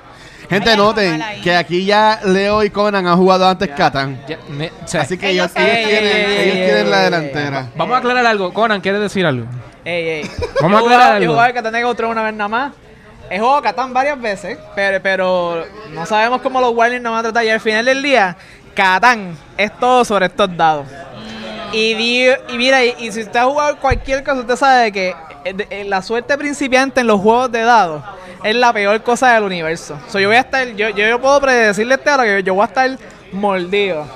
[SPEAKER 2] Gente,
[SPEAKER 6] Hay algo
[SPEAKER 2] noten
[SPEAKER 6] mal ahí.
[SPEAKER 2] que aquí ya Leo y Conan han jugado antes Catán.
[SPEAKER 1] Ya, me- o sea,
[SPEAKER 2] Así que ellos,
[SPEAKER 6] Ellos
[SPEAKER 2] ellos
[SPEAKER 6] saben.
[SPEAKER 2] tienen,
[SPEAKER 3] Ey, ey,
[SPEAKER 2] ellos
[SPEAKER 3] ey,
[SPEAKER 2] tienen
[SPEAKER 3] ey,
[SPEAKER 2] la
[SPEAKER 3] ey,
[SPEAKER 2] delantera.
[SPEAKER 1] Vamos a aclarar algo. Conan, ¿quieres decir algo?
[SPEAKER 3] Ey, ey.
[SPEAKER 1] Vamos a aclarar
[SPEAKER 3] Yo jugaba-
[SPEAKER 1] algo.
[SPEAKER 3] Yo jugaba el Catán Game of Thrones una vez nada más. He jugado Catán varias veces, pero, pero no sabemos cómo los Warriors nos van a tratar. Y al final del día, Catán es todo sobre estos dados. Y, di- y mira, y, y si usted ha jugado cualquier cosa, usted sabe que eh, de- eh, la suerte principiante en los juegos de dados es la peor cosa del universo. So, yo voy a estar, yo, yo, yo puedo predecirle este ahora que yo, yo voy a estar mordido.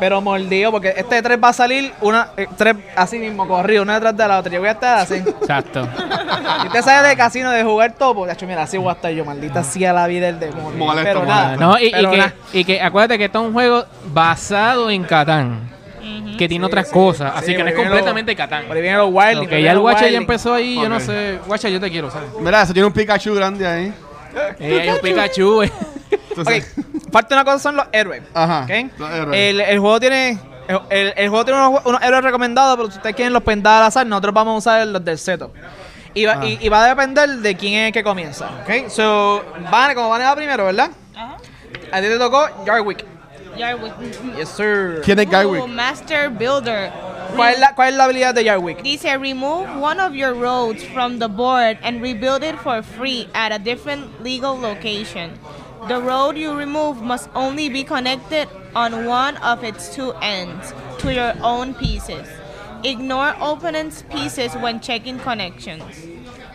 [SPEAKER 3] Pero mordido, porque este de tres va a salir una, eh, tres así mismo, corrido, una detrás de la otra. Yo voy a estar así.
[SPEAKER 1] Exacto.
[SPEAKER 3] Si usted sale de casino de jugar topo, de hecho, mira, así voy a estar yo, maldita sea la vida del demonio.
[SPEAKER 2] Molesto,
[SPEAKER 3] pero nada,
[SPEAKER 2] molesto.
[SPEAKER 1] No, y, y
[SPEAKER 3] pero
[SPEAKER 1] que,
[SPEAKER 3] nada.
[SPEAKER 1] y que acuérdate que esto es un juego basado en Catán. Que tiene otras cosas. Así
[SPEAKER 3] Sí,
[SPEAKER 1] que no es
[SPEAKER 3] porque viene
[SPEAKER 1] completamente
[SPEAKER 3] los-
[SPEAKER 1] Catán.
[SPEAKER 3] Porque vienen los Wildlings.
[SPEAKER 1] Ok, ya el Guacha ya empezó ahí, yo no
[SPEAKER 2] Ok.
[SPEAKER 1] sé. Guacha, yo te quiero,
[SPEAKER 3] [laughs]
[SPEAKER 1] ¿sabes?
[SPEAKER 2] Mira, eso tiene un Pikachu grande ahí.
[SPEAKER 1] Eh, hay un Pikachu, güey.
[SPEAKER 2] Entonces-
[SPEAKER 3] Ok, falta una cosa, son los héroes.
[SPEAKER 2] Ajá,
[SPEAKER 3] ¿ok?
[SPEAKER 2] los héroes.
[SPEAKER 3] El, el juego tiene. El, el- el juego tiene unos, unos héroes recomendados, pero si ustedes quieren los pendar al azar, nosotros vamos a usar los del seto. Y
[SPEAKER 2] Ah.
[SPEAKER 3] va, y, y va a depender de quién es el que comienza. ¿ok? So, Vane, como Vane va primero, ¿verdad?
[SPEAKER 6] Ajá.
[SPEAKER 3] A ti te tocó Jarwick.
[SPEAKER 6] Yarwick.
[SPEAKER 3] Yes, sir.
[SPEAKER 2] ¿Quién es
[SPEAKER 6] Uh,
[SPEAKER 2] Garwick?
[SPEAKER 6] Master Builder.
[SPEAKER 3] ¿Cuál es la, cuál es la habilidad de Jarwick?
[SPEAKER 6] Dice, remove one of your roads from the board and rebuild it for free at a different legal location. The road you remove must only be connected on one of its two ends to your own pieces. Ignore opponent's pieces when checking connections.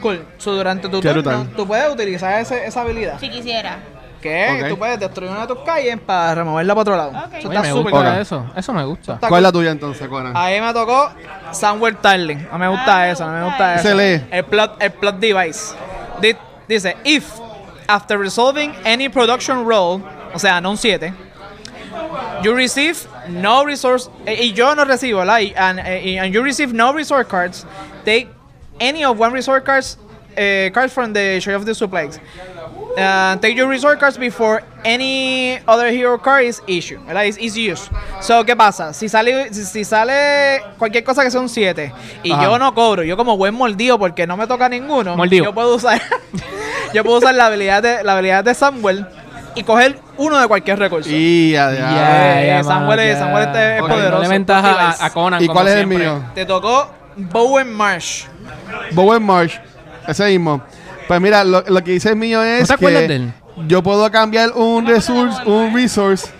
[SPEAKER 3] Cool. So, durante tu
[SPEAKER 2] Qué
[SPEAKER 3] turno,
[SPEAKER 2] brutal.
[SPEAKER 3] tú puedes utilizar ese- esa habilidad.
[SPEAKER 6] Si quisiera.
[SPEAKER 3] ¿Qué?
[SPEAKER 2] Ok.
[SPEAKER 3] Tú puedes destruir una de tus calles para removerla para otro lado.
[SPEAKER 6] Ok.
[SPEAKER 3] Eso
[SPEAKER 1] Oye,
[SPEAKER 3] está
[SPEAKER 1] me
[SPEAKER 3] súper
[SPEAKER 1] gusta
[SPEAKER 3] cool.
[SPEAKER 2] Ok.
[SPEAKER 1] eso. Eso me gusta.
[SPEAKER 2] ¿Cuál es la tuya entonces, Conan?
[SPEAKER 3] A mí me tocó Somewhere Darling. No me gusta
[SPEAKER 6] Ah, me
[SPEAKER 3] eso, no me
[SPEAKER 6] gusta
[SPEAKER 3] gusta eso.
[SPEAKER 2] eso. Se lee.
[SPEAKER 3] El plot, el plot device. Di- dice, if after resolving any production role, o sea, no un 7, you receive no resource, eh, y yo no recibo, ¿verdad? Y- and, eh, y- and you receive no resource cards, take any of one resource cards, eh, cards from the share of the supplies. Uh, take your resort cards before any other hero card is issued, ¿verdad? Is, is used. So, ¿qué pasa? Si sale, si, si sale cualquier cosa que sea un 7 y
[SPEAKER 2] Ajá.
[SPEAKER 3] yo no cobro, yo como buen mordido porque no me toca ninguno,
[SPEAKER 1] Mordido.
[SPEAKER 3] yo puedo usar [laughs] yo puedo usar la habilidad de la habilidad de Samuel y coger uno de cualquier recurso.
[SPEAKER 2] Y ya, ya.
[SPEAKER 3] Ya, Eh, Samuel es- Samuel este es
[SPEAKER 1] Ok,
[SPEAKER 3] poderoso,
[SPEAKER 1] dale ventaja
[SPEAKER 3] Levi's.
[SPEAKER 1] a, a Conan.
[SPEAKER 2] ¿Y
[SPEAKER 1] como
[SPEAKER 2] cuál es el
[SPEAKER 1] siempre.
[SPEAKER 2] mío?
[SPEAKER 3] Te tocó Bowen Marsh.
[SPEAKER 2] Bowen Marsh, ese mismo. Pues mira, lo, lo que dice el mío es
[SPEAKER 1] te
[SPEAKER 2] que
[SPEAKER 1] acuerdas de él?
[SPEAKER 2] yo puedo cambiar un resource, un resource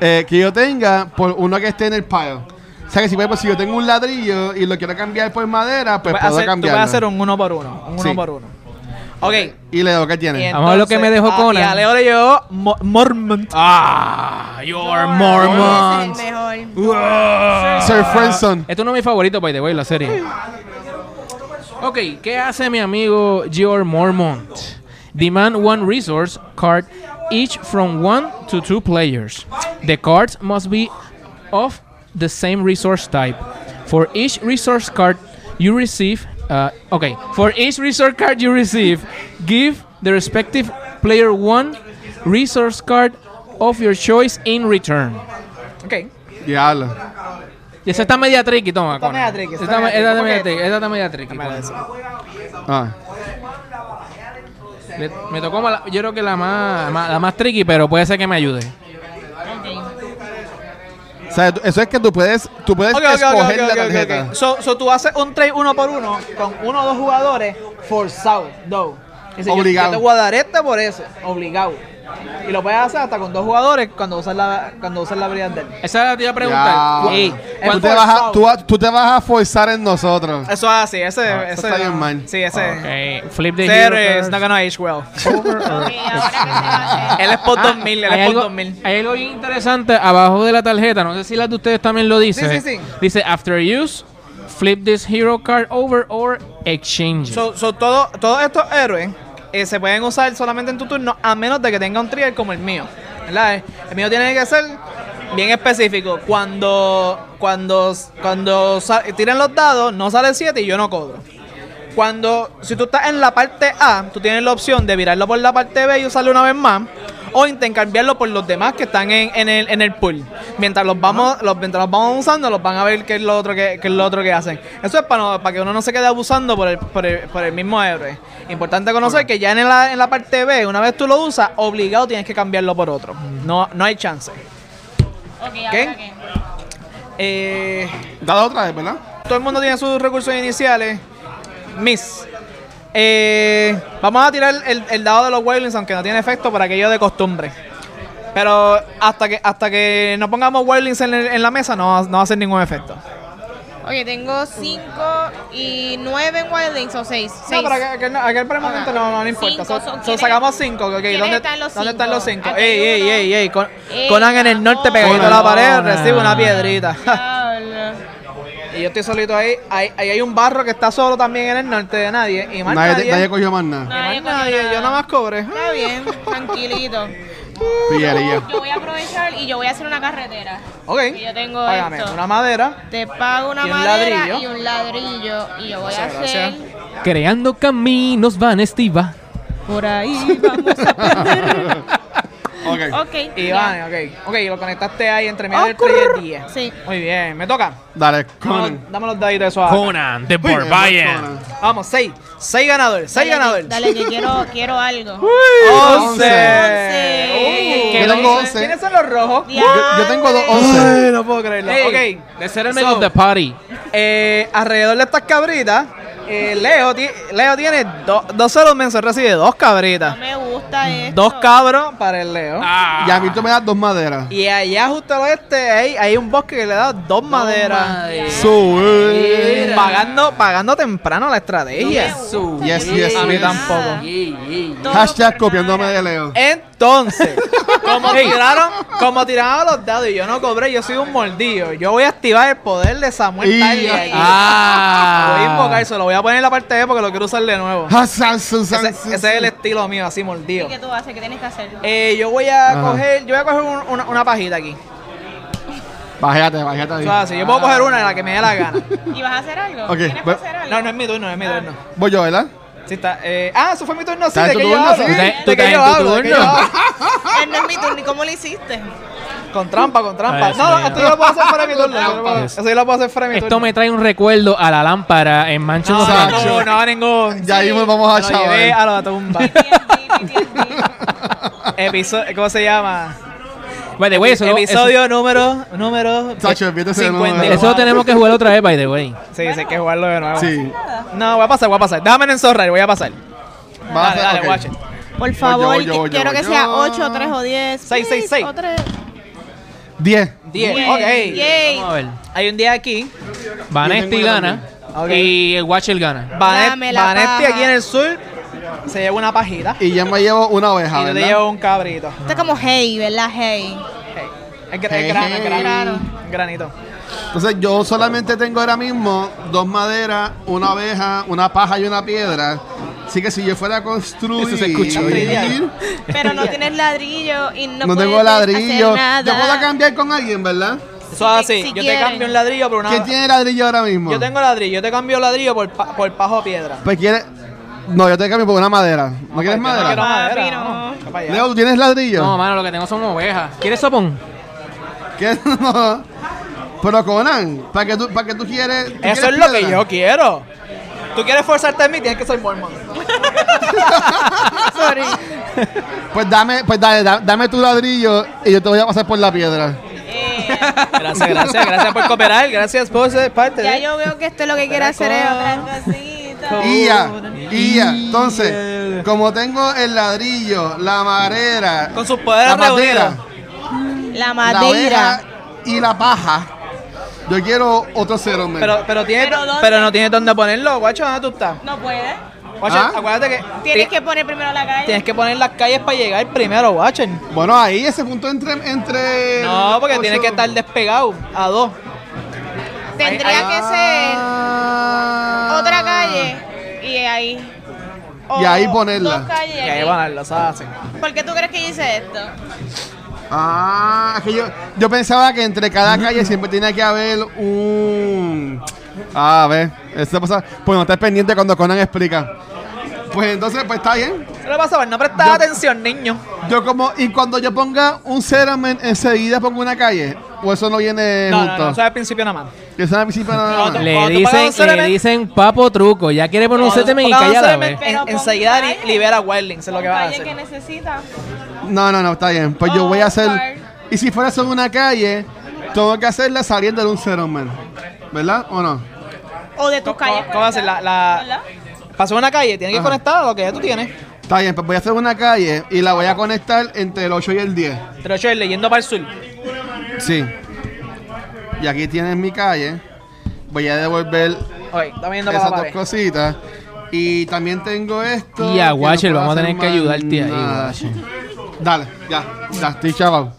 [SPEAKER 2] eh, que yo tenga por uno que esté en el pile. O sea que si, por ejemplo, si yo tengo un ladrillo y lo quiero cambiar por madera, pues puedo
[SPEAKER 3] Puedes hacer- tú puedes
[SPEAKER 2] cambiarlo.
[SPEAKER 3] hacer un uno por uno, un
[SPEAKER 2] Sí.
[SPEAKER 3] uno por uno. Ok.
[SPEAKER 2] Y Leo, ¿qué
[SPEAKER 3] y
[SPEAKER 2] tiene?
[SPEAKER 1] Vamos a ver lo que me dejó
[SPEAKER 3] entonces,
[SPEAKER 1] Conan.
[SPEAKER 3] ah, Y a Leo le llegó Mo- Mormont.
[SPEAKER 1] Ah, you're Mormon.
[SPEAKER 6] Ese es el mejor.
[SPEAKER 2] Sir Friendson.
[SPEAKER 1] Este es uno de mis favoritos, by the way, la serie. Ok, ¿qué hace mi amigo George Mormont? Demand one resource card each from one to two players. The cards must be of the same resource type. For each resource card you receive, uh, okay, for each resource card you receive, give the respective player one resource card of your choice in return.
[SPEAKER 3] Ok.
[SPEAKER 2] Diablo.
[SPEAKER 1] Y esa está media tricky, toma.
[SPEAKER 3] Está
[SPEAKER 1] Conan.
[SPEAKER 3] media tricky,
[SPEAKER 1] Esa
[SPEAKER 3] está
[SPEAKER 1] está me-
[SPEAKER 3] media
[SPEAKER 1] esa está
[SPEAKER 3] tricky,
[SPEAKER 1] media
[SPEAKER 3] porque-
[SPEAKER 1] tricky. Esa está media tricky. Conan.
[SPEAKER 2] Ah.
[SPEAKER 1] Le- me tocó, mala- yo creo que la más, ma- la más tricky, pero puede ser que me ayude.
[SPEAKER 2] O sea, tú- eso es que tú puedes, tú puedes
[SPEAKER 3] Ok, ok, ok,
[SPEAKER 2] escoger
[SPEAKER 3] ok,
[SPEAKER 2] la
[SPEAKER 3] ok, ok,
[SPEAKER 2] tarjeta.
[SPEAKER 3] ok. So, so tú haces un trade uno por uno con uno o dos jugadores forzado, dos.
[SPEAKER 2] Obligado.
[SPEAKER 3] Yo, te voy a dar este por ese, obligado. Y lo puedes hacer hasta con dos jugadores cuando usas la, cuando usas la habilidad de él.
[SPEAKER 1] Esa te iba a
[SPEAKER 2] Ya.
[SPEAKER 1] preguntar. Ey,
[SPEAKER 3] Es
[SPEAKER 2] tú,
[SPEAKER 1] ¿cuánto-
[SPEAKER 2] te vas a,
[SPEAKER 3] forzado.
[SPEAKER 2] tú, vas- tú te vas a forzar en nosotros.
[SPEAKER 3] Eso es así, ese. ese
[SPEAKER 2] Ah, eso está bien
[SPEAKER 3] no.
[SPEAKER 2] mal.
[SPEAKER 3] Sí, ese.
[SPEAKER 1] Ok, Flip the
[SPEAKER 3] Ese
[SPEAKER 1] hero
[SPEAKER 3] héroe is
[SPEAKER 1] first.
[SPEAKER 3] not gonna age well.
[SPEAKER 1] [laughs]
[SPEAKER 6] Ok, ahora que se va [laughs] a hacer.
[SPEAKER 3] [laughs] él es por 2000, él
[SPEAKER 1] Ah, hay,
[SPEAKER 3] es por
[SPEAKER 1] algo,
[SPEAKER 3] 2000.
[SPEAKER 1] hay algo bien interesante abajo de la tarjeta. No sé si la de ustedes también lo dice.
[SPEAKER 3] Sí, sí, sí.
[SPEAKER 1] Dice, after use, flip this hero card over or exchange. it".
[SPEAKER 3] So, so todo- todos estos héroes eh, se pueden usar solamente en tu turno a menos de que tenga un trigger como el mío. ¿verdad? El- El mío tiene que ser bien específico. Cuando, cuando, cuando sa- tiran los dados, no sale 7 y yo no cobro. Cuando, si tú estás en la parte A, tú tienes la opción de virarlo por la parte B y usarlo una vez más, o intercambiarlo por los demás que están en, en el, en el pool. Mientras los vamos, los, mientras los vamos usando, los van a ver qué es lo otro que, qué es lo otro que hacen. Eso es para, no- para que uno no se quede abusando por el, por el, por el mismo héroe. Importante conocer que ya en la, en la parte B, una vez tú lo usas, obligado tienes que cambiarlo por otro. No, no hay chance.
[SPEAKER 6] Ok,
[SPEAKER 3] ahora qué. Eh,
[SPEAKER 2] Dale otra vez, ¿verdad?
[SPEAKER 3] todo el mundo tiene sus recursos iniciales. Miss. Eh, vamos a tirar el, el dado de los Wailings, aunque no tiene efecto para aquello de costumbre. Pero hasta que hasta que no pongamos Wailings en, el- en la mesa, no, va- no va a hacer ningún efecto.
[SPEAKER 6] Ok, tengo 5 y 9 en Wild Links o 6.
[SPEAKER 3] No, pero aquel, aquel no- aquel por el momento no, no le importa. So-
[SPEAKER 6] Cinco, son-
[SPEAKER 3] so
[SPEAKER 6] ¿quiénes-
[SPEAKER 3] sacamos 5.
[SPEAKER 6] quiénes
[SPEAKER 3] ¿Dónde,
[SPEAKER 6] están los
[SPEAKER 3] ¿Dónde están
[SPEAKER 6] cinco?
[SPEAKER 3] los 5?
[SPEAKER 6] Aquí hay
[SPEAKER 3] Ey, ey,
[SPEAKER 6] uno.
[SPEAKER 3] ey, ey. Con,
[SPEAKER 6] Ey,
[SPEAKER 3] Conan en el norte
[SPEAKER 6] Conan.
[SPEAKER 3] pegadito a la pared
[SPEAKER 1] Conan.
[SPEAKER 3] recibe una piedrita. [laughs]
[SPEAKER 6] Diablo.
[SPEAKER 3] y yo estoy solito ahí. Ahí, ahí hay un barro que está solo también en el norte de nadie. Y más
[SPEAKER 2] Nadie,
[SPEAKER 3] nadie.
[SPEAKER 2] nadie cogió más nada.
[SPEAKER 3] Que no hay
[SPEAKER 6] Nadie cogió
[SPEAKER 3] nadie,
[SPEAKER 6] nada.
[SPEAKER 3] yo nada más cobré.
[SPEAKER 6] Está bien, tranquilito.
[SPEAKER 3] [laughs]
[SPEAKER 2] Pillería.
[SPEAKER 6] Yo voy a aprovechar y yo voy a hacer una carretera.
[SPEAKER 3] Ok.
[SPEAKER 6] Que yo tengo
[SPEAKER 3] Págame
[SPEAKER 6] esto.
[SPEAKER 3] una madera.
[SPEAKER 6] Te pago una
[SPEAKER 3] Y un
[SPEAKER 6] madera
[SPEAKER 3] ladrillo.
[SPEAKER 6] y un ladrillo y yo voy a
[SPEAKER 3] Muchas gracias.
[SPEAKER 6] hacer
[SPEAKER 1] Creando caminos van Estiva.
[SPEAKER 6] por ahí vamos a
[SPEAKER 2] [laughs]
[SPEAKER 6] perder.
[SPEAKER 2] Ok.
[SPEAKER 6] ok.
[SPEAKER 3] Y
[SPEAKER 6] ya.
[SPEAKER 3] van, ok. Ok, lo conectaste ahí entre medio
[SPEAKER 6] Oh,
[SPEAKER 3] del 3 y
[SPEAKER 6] crrr.
[SPEAKER 3] el 10.
[SPEAKER 6] Sí.
[SPEAKER 3] Muy bien, me toca.
[SPEAKER 2] Dale,
[SPEAKER 3] Dame,
[SPEAKER 2] Conan.
[SPEAKER 3] dame los daditos de eso.
[SPEAKER 1] Conan de
[SPEAKER 2] Uy,
[SPEAKER 1] Borbayen.
[SPEAKER 2] Conan.
[SPEAKER 3] Vamos, 6. 6 ganadores, 6
[SPEAKER 6] Dale,
[SPEAKER 3] ganadores.
[SPEAKER 6] que- Dale, que quiero, quiero
[SPEAKER 2] [laughs]
[SPEAKER 6] algo.
[SPEAKER 3] 11.
[SPEAKER 6] Once.
[SPEAKER 2] Yo tengo once.
[SPEAKER 3] ¿Quiénes son los rojos?
[SPEAKER 2] Yo, yo tengo dos once.
[SPEAKER 3] Ay, no puedo creerlo.
[SPEAKER 1] Hey,
[SPEAKER 3] ok.
[SPEAKER 1] The settlement
[SPEAKER 3] So,
[SPEAKER 1] of the party.
[SPEAKER 3] eh, alrededor de estas cabritas, eh, Leo, ti- Leo tiene do- dos settlements, él recibe dos
[SPEAKER 6] No
[SPEAKER 3] cabritas.
[SPEAKER 6] me gusta esto.
[SPEAKER 3] Dos cabros para el Leo.
[SPEAKER 2] Y a mí tú me das dos maderas.
[SPEAKER 3] Y allá justo al oeste hay, hay un bosque que le da dos, maderas.
[SPEAKER 2] So, eh.
[SPEAKER 3] Pagando, pagando temprano la
[SPEAKER 6] No me
[SPEAKER 3] estrategia.
[SPEAKER 6] gusta,
[SPEAKER 2] Yes,
[SPEAKER 6] yo no
[SPEAKER 2] yes,
[SPEAKER 6] quiero
[SPEAKER 2] A mí yes.
[SPEAKER 3] tampoco.
[SPEAKER 6] Todo
[SPEAKER 2] Hashtag
[SPEAKER 6] por
[SPEAKER 2] copiándome
[SPEAKER 6] nada.
[SPEAKER 2] de Leo.
[SPEAKER 3] Eh,
[SPEAKER 6] [laughs]
[SPEAKER 3] Entonces, como tiraron, como tiraron los dados y yo no cobré, yo soy un mordido. Yo voy a activar el poder de Samuel
[SPEAKER 2] Y-
[SPEAKER 3] Tarly aquí.
[SPEAKER 1] Ah.
[SPEAKER 3] Voy a invocar, se lo voy a poner en la parte B porque lo quiero usar de nuevo.
[SPEAKER 2] Ah, san, san, san,
[SPEAKER 3] Ese,
[SPEAKER 2] san,
[SPEAKER 3] ese es el estilo mío, así mordido.
[SPEAKER 6] ¿Qué tú haces? ¿Qué tienes que hacer?
[SPEAKER 3] Eh, yo voy a
[SPEAKER 2] Ajá.
[SPEAKER 3] coger, yo voy a coger un- una, una pajita aquí.
[SPEAKER 2] Bájate, bájate
[SPEAKER 3] O
[SPEAKER 2] ahí.
[SPEAKER 3] sea, si yo puedo coger una, la que me dé la gana.
[SPEAKER 6] ¿Y vas a hacer algo?
[SPEAKER 2] Ok,
[SPEAKER 6] ¿Tienes que
[SPEAKER 2] pues-
[SPEAKER 6] hacer algo?
[SPEAKER 3] No, no es mi
[SPEAKER 6] [laughs]
[SPEAKER 3] turno, es mi turno.
[SPEAKER 2] Voy yo, ¿verdad?
[SPEAKER 3] Sí está, eh, ah, eso fue mi turno, sí,
[SPEAKER 2] ¿Está en
[SPEAKER 3] de
[SPEAKER 2] tu
[SPEAKER 3] que yo
[SPEAKER 2] turno,
[SPEAKER 3] hablo.
[SPEAKER 2] sí?
[SPEAKER 1] ¿Tú
[SPEAKER 3] De
[SPEAKER 1] estás- tú
[SPEAKER 3] que yo
[SPEAKER 1] estás en tu
[SPEAKER 3] hablo, de que yo
[SPEAKER 1] turno?
[SPEAKER 3] hablo.
[SPEAKER 6] Eh, no es mi turno. ¿Y cómo lo
[SPEAKER 2] [laughs]
[SPEAKER 6] hiciste?
[SPEAKER 3] Con trampa, con trampa.
[SPEAKER 1] Ay,
[SPEAKER 3] No,
[SPEAKER 1] sí.
[SPEAKER 3] esto yo lo puedo hacer fuera de mi turno. yo lo puedo-
[SPEAKER 1] Yes.
[SPEAKER 3] Eso yo lo puedo hacer fuera de mi turno.
[SPEAKER 1] Esto me trae un recuerdo a la lámpara en Mansion
[SPEAKER 3] No,
[SPEAKER 1] of
[SPEAKER 2] Sacho.
[SPEAKER 1] Madness.
[SPEAKER 3] no, no, ningún.
[SPEAKER 2] Ya ahí vamos a
[SPEAKER 3] Me lo llevé
[SPEAKER 2] chaval.
[SPEAKER 3] a
[SPEAKER 2] [laughs]
[SPEAKER 3] la tumba. Episodio, ¿cómo se llama?
[SPEAKER 1] By the way, eso,
[SPEAKER 3] Episodio número, número.
[SPEAKER 2] Sacho, olvídese de nuevo.
[SPEAKER 3] 54.
[SPEAKER 1] eso, eso tenemos que jugar otra vez, by the way.
[SPEAKER 3] Sí, sí, hay que jugarlo de nuevo.
[SPEAKER 2] [laughs] Sí.
[SPEAKER 3] No, voy a pasar, voy a pasar. Déjame en enzorrar, voy a pasar.
[SPEAKER 2] Vas
[SPEAKER 3] dale,
[SPEAKER 2] a-
[SPEAKER 3] dale,
[SPEAKER 2] ok.
[SPEAKER 3] watch it.
[SPEAKER 6] Por favor,
[SPEAKER 2] yo,
[SPEAKER 6] que-
[SPEAKER 2] yo,
[SPEAKER 6] quiero que
[SPEAKER 2] yo.
[SPEAKER 6] sea 8, 3 o 10.
[SPEAKER 3] Seis, seis, seis.
[SPEAKER 6] O 3.
[SPEAKER 2] Diez.
[SPEAKER 3] 10. Ok.
[SPEAKER 6] Yay.
[SPEAKER 1] Vamos a ver.
[SPEAKER 3] Hay un día aquí.
[SPEAKER 1] Vanesti gana
[SPEAKER 3] Ok.
[SPEAKER 1] y el Watcher gana.
[SPEAKER 6] Dame
[SPEAKER 3] Vanet-
[SPEAKER 6] la
[SPEAKER 3] Vanetti
[SPEAKER 6] paja.
[SPEAKER 3] aquí en el sur se lleva una pajita.
[SPEAKER 2] Y ya me llevo una oveja,
[SPEAKER 3] Y yo le
[SPEAKER 2] ¿verdad?
[SPEAKER 3] llevo un cabrito.
[SPEAKER 6] Esto es como hey, ¿verdad? Hey.
[SPEAKER 3] Hey, Es gra-
[SPEAKER 2] Hey,
[SPEAKER 3] es grano, es
[SPEAKER 2] hey.
[SPEAKER 3] grano. Granito.
[SPEAKER 2] Entonces yo solamente tengo ahora mismo dos maderas, una oveja, una paja y una piedra. Así que si yo fuera a construir,
[SPEAKER 1] Eso se escucha.
[SPEAKER 2] oye,
[SPEAKER 6] Pero no tienes ladrillo y no,
[SPEAKER 2] no tengo
[SPEAKER 6] puedes
[SPEAKER 2] ladrillo.
[SPEAKER 6] hacer nada.
[SPEAKER 2] Yo puedo cambiar con alguien, ¿verdad?
[SPEAKER 3] Eso es
[SPEAKER 6] Si-
[SPEAKER 3] así.
[SPEAKER 6] si
[SPEAKER 3] yo te
[SPEAKER 6] quieren.
[SPEAKER 3] cambio un ladrillo por una.
[SPEAKER 2] ¿Quién tiene ladrillo ahora mismo?
[SPEAKER 3] Yo tengo ladrillo, yo te cambio ladrillo por, pa- por pajo piedra.
[SPEAKER 2] Pues quiere. No, yo te cambio por una madera. ¿No quieres
[SPEAKER 3] Yo
[SPEAKER 2] madera?
[SPEAKER 3] quiero madera,
[SPEAKER 6] Papi, no.
[SPEAKER 3] no, para allá.
[SPEAKER 2] Leo, ¿tú tienes ladrillo?
[SPEAKER 1] No, mano, lo que tengo son ovejas. ¿Quieres sopón?
[SPEAKER 2] ¿Qué? [laughs] No. Pero Conan, ¿para qué tú, para qué tú quieres? tú
[SPEAKER 3] Eso
[SPEAKER 2] quieres
[SPEAKER 3] es lo que
[SPEAKER 2] piedra?
[SPEAKER 3] yo quiero. Tú quieres forzarte en mí, tienes que ser
[SPEAKER 6] [laughs]
[SPEAKER 3] mormon.
[SPEAKER 6] Sorry.
[SPEAKER 2] Pues dame, pues dale, da- dame tu ladrillo y yo te voy a pasar por la piedra.
[SPEAKER 6] Eh,
[SPEAKER 3] Gracias, gracias, gracias por cooperar, gracias por ser parte
[SPEAKER 6] Ya
[SPEAKER 3] de.
[SPEAKER 6] yo veo que esto lo que quiere hacer es otra cosita.
[SPEAKER 2] Y ya, y ya. Entonces, como tengo el ladrillo, la madera,
[SPEAKER 3] Con sus poderes
[SPEAKER 2] la madera,
[SPEAKER 3] reunidos.
[SPEAKER 6] La
[SPEAKER 2] la oveja
[SPEAKER 6] madera.
[SPEAKER 2] y la paja, yo quiero otro cero men.
[SPEAKER 3] Pero, pero, tiene,
[SPEAKER 6] Pero
[SPEAKER 3] pero,
[SPEAKER 6] ¿dónde?
[SPEAKER 3] no tienes dónde ponerlo, guacho, ¿dónde tú estás?
[SPEAKER 6] No puedes.
[SPEAKER 3] Guacho,
[SPEAKER 2] ¿Ah?
[SPEAKER 3] acuérdate que
[SPEAKER 6] Tienes
[SPEAKER 3] ti-
[SPEAKER 6] que poner primero la calle.
[SPEAKER 3] tienes que poner las calles para llegar primero, guacho.
[SPEAKER 2] Bueno, ahí ese punto entre entre
[SPEAKER 3] No, porque
[SPEAKER 2] ocho-
[SPEAKER 3] tienes que estar despegado a dos.
[SPEAKER 6] Tendría que ser
[SPEAKER 2] Ah.
[SPEAKER 6] otra calle y ahí.
[SPEAKER 2] Y ahí
[SPEAKER 6] O
[SPEAKER 2] ponerla.
[SPEAKER 6] Dos calles.
[SPEAKER 3] Y ahí van las hacen.
[SPEAKER 6] ¿Por qué tú crees que yo hice esto?
[SPEAKER 2] Ah, es que yo, yo pensaba que entre cada calle siempre tenía que haber un. Ah, a ver, eso pasa. Pues no estás pendiente cuando Conan explica. Pues entonces, pues está bien.
[SPEAKER 3] Se lo pasaba, no prestaba atención, niño.
[SPEAKER 2] Yo como, y cuando yo ponga un ceramen, enseguida pongo una calle. O eso no viene
[SPEAKER 3] No,
[SPEAKER 2] junto.
[SPEAKER 3] no, no, eso es al principio nada más.
[SPEAKER 2] Eso es al principio nada
[SPEAKER 3] No,
[SPEAKER 2] más.
[SPEAKER 3] no.
[SPEAKER 1] Le
[SPEAKER 3] Cuando tú pagas un
[SPEAKER 1] dicen, le
[SPEAKER 3] CRM,
[SPEAKER 1] dicen papo truco. Ya quiere poner un
[SPEAKER 3] Cuando
[SPEAKER 1] CTM y
[SPEAKER 3] pongas un
[SPEAKER 1] callada.
[SPEAKER 3] CRM,
[SPEAKER 1] güey.
[SPEAKER 6] Pero
[SPEAKER 3] en-
[SPEAKER 6] pon
[SPEAKER 3] Enseguida
[SPEAKER 6] calle.
[SPEAKER 3] li- libera Wildlings, es lo que vas a
[SPEAKER 6] Calle que
[SPEAKER 3] hacer.
[SPEAKER 6] necesita.
[SPEAKER 2] No, no, no, está bien. Pues yo voy a hacer.
[SPEAKER 6] Oscar.
[SPEAKER 2] Y si fuera sobre una calle, tengo que hacerla saliendo de un ceramen. ¿Verdad? ¿O no?
[SPEAKER 6] O de tus calles. pues,
[SPEAKER 3] ¿Cómo hacer la, la...
[SPEAKER 6] ¿Verdad?
[SPEAKER 3] Pasó una calle, tienes que ir
[SPEAKER 2] Ajá.
[SPEAKER 3] conectada a lo que ya tú tienes.
[SPEAKER 2] Está bien, pues voy a hacer una calle y la voy a conectar entre el 8 y el 10.
[SPEAKER 3] Pero yo leyendo para el sur.
[SPEAKER 2] Sí. Y aquí tienes mi calle. Voy a devolver
[SPEAKER 3] Ok, estamos yendo para
[SPEAKER 2] esas
[SPEAKER 3] la
[SPEAKER 2] dos
[SPEAKER 3] pared.
[SPEAKER 2] cositas. Y también tengo esto.
[SPEAKER 1] Y a
[SPEAKER 2] que
[SPEAKER 1] Watcher,
[SPEAKER 2] puedo
[SPEAKER 1] vamos a
[SPEAKER 2] hacer
[SPEAKER 1] tener que
[SPEAKER 2] más
[SPEAKER 1] ayudarte ahí,
[SPEAKER 2] nada.
[SPEAKER 1] Watcher.
[SPEAKER 2] Dale, ya, ya, estoy chavado.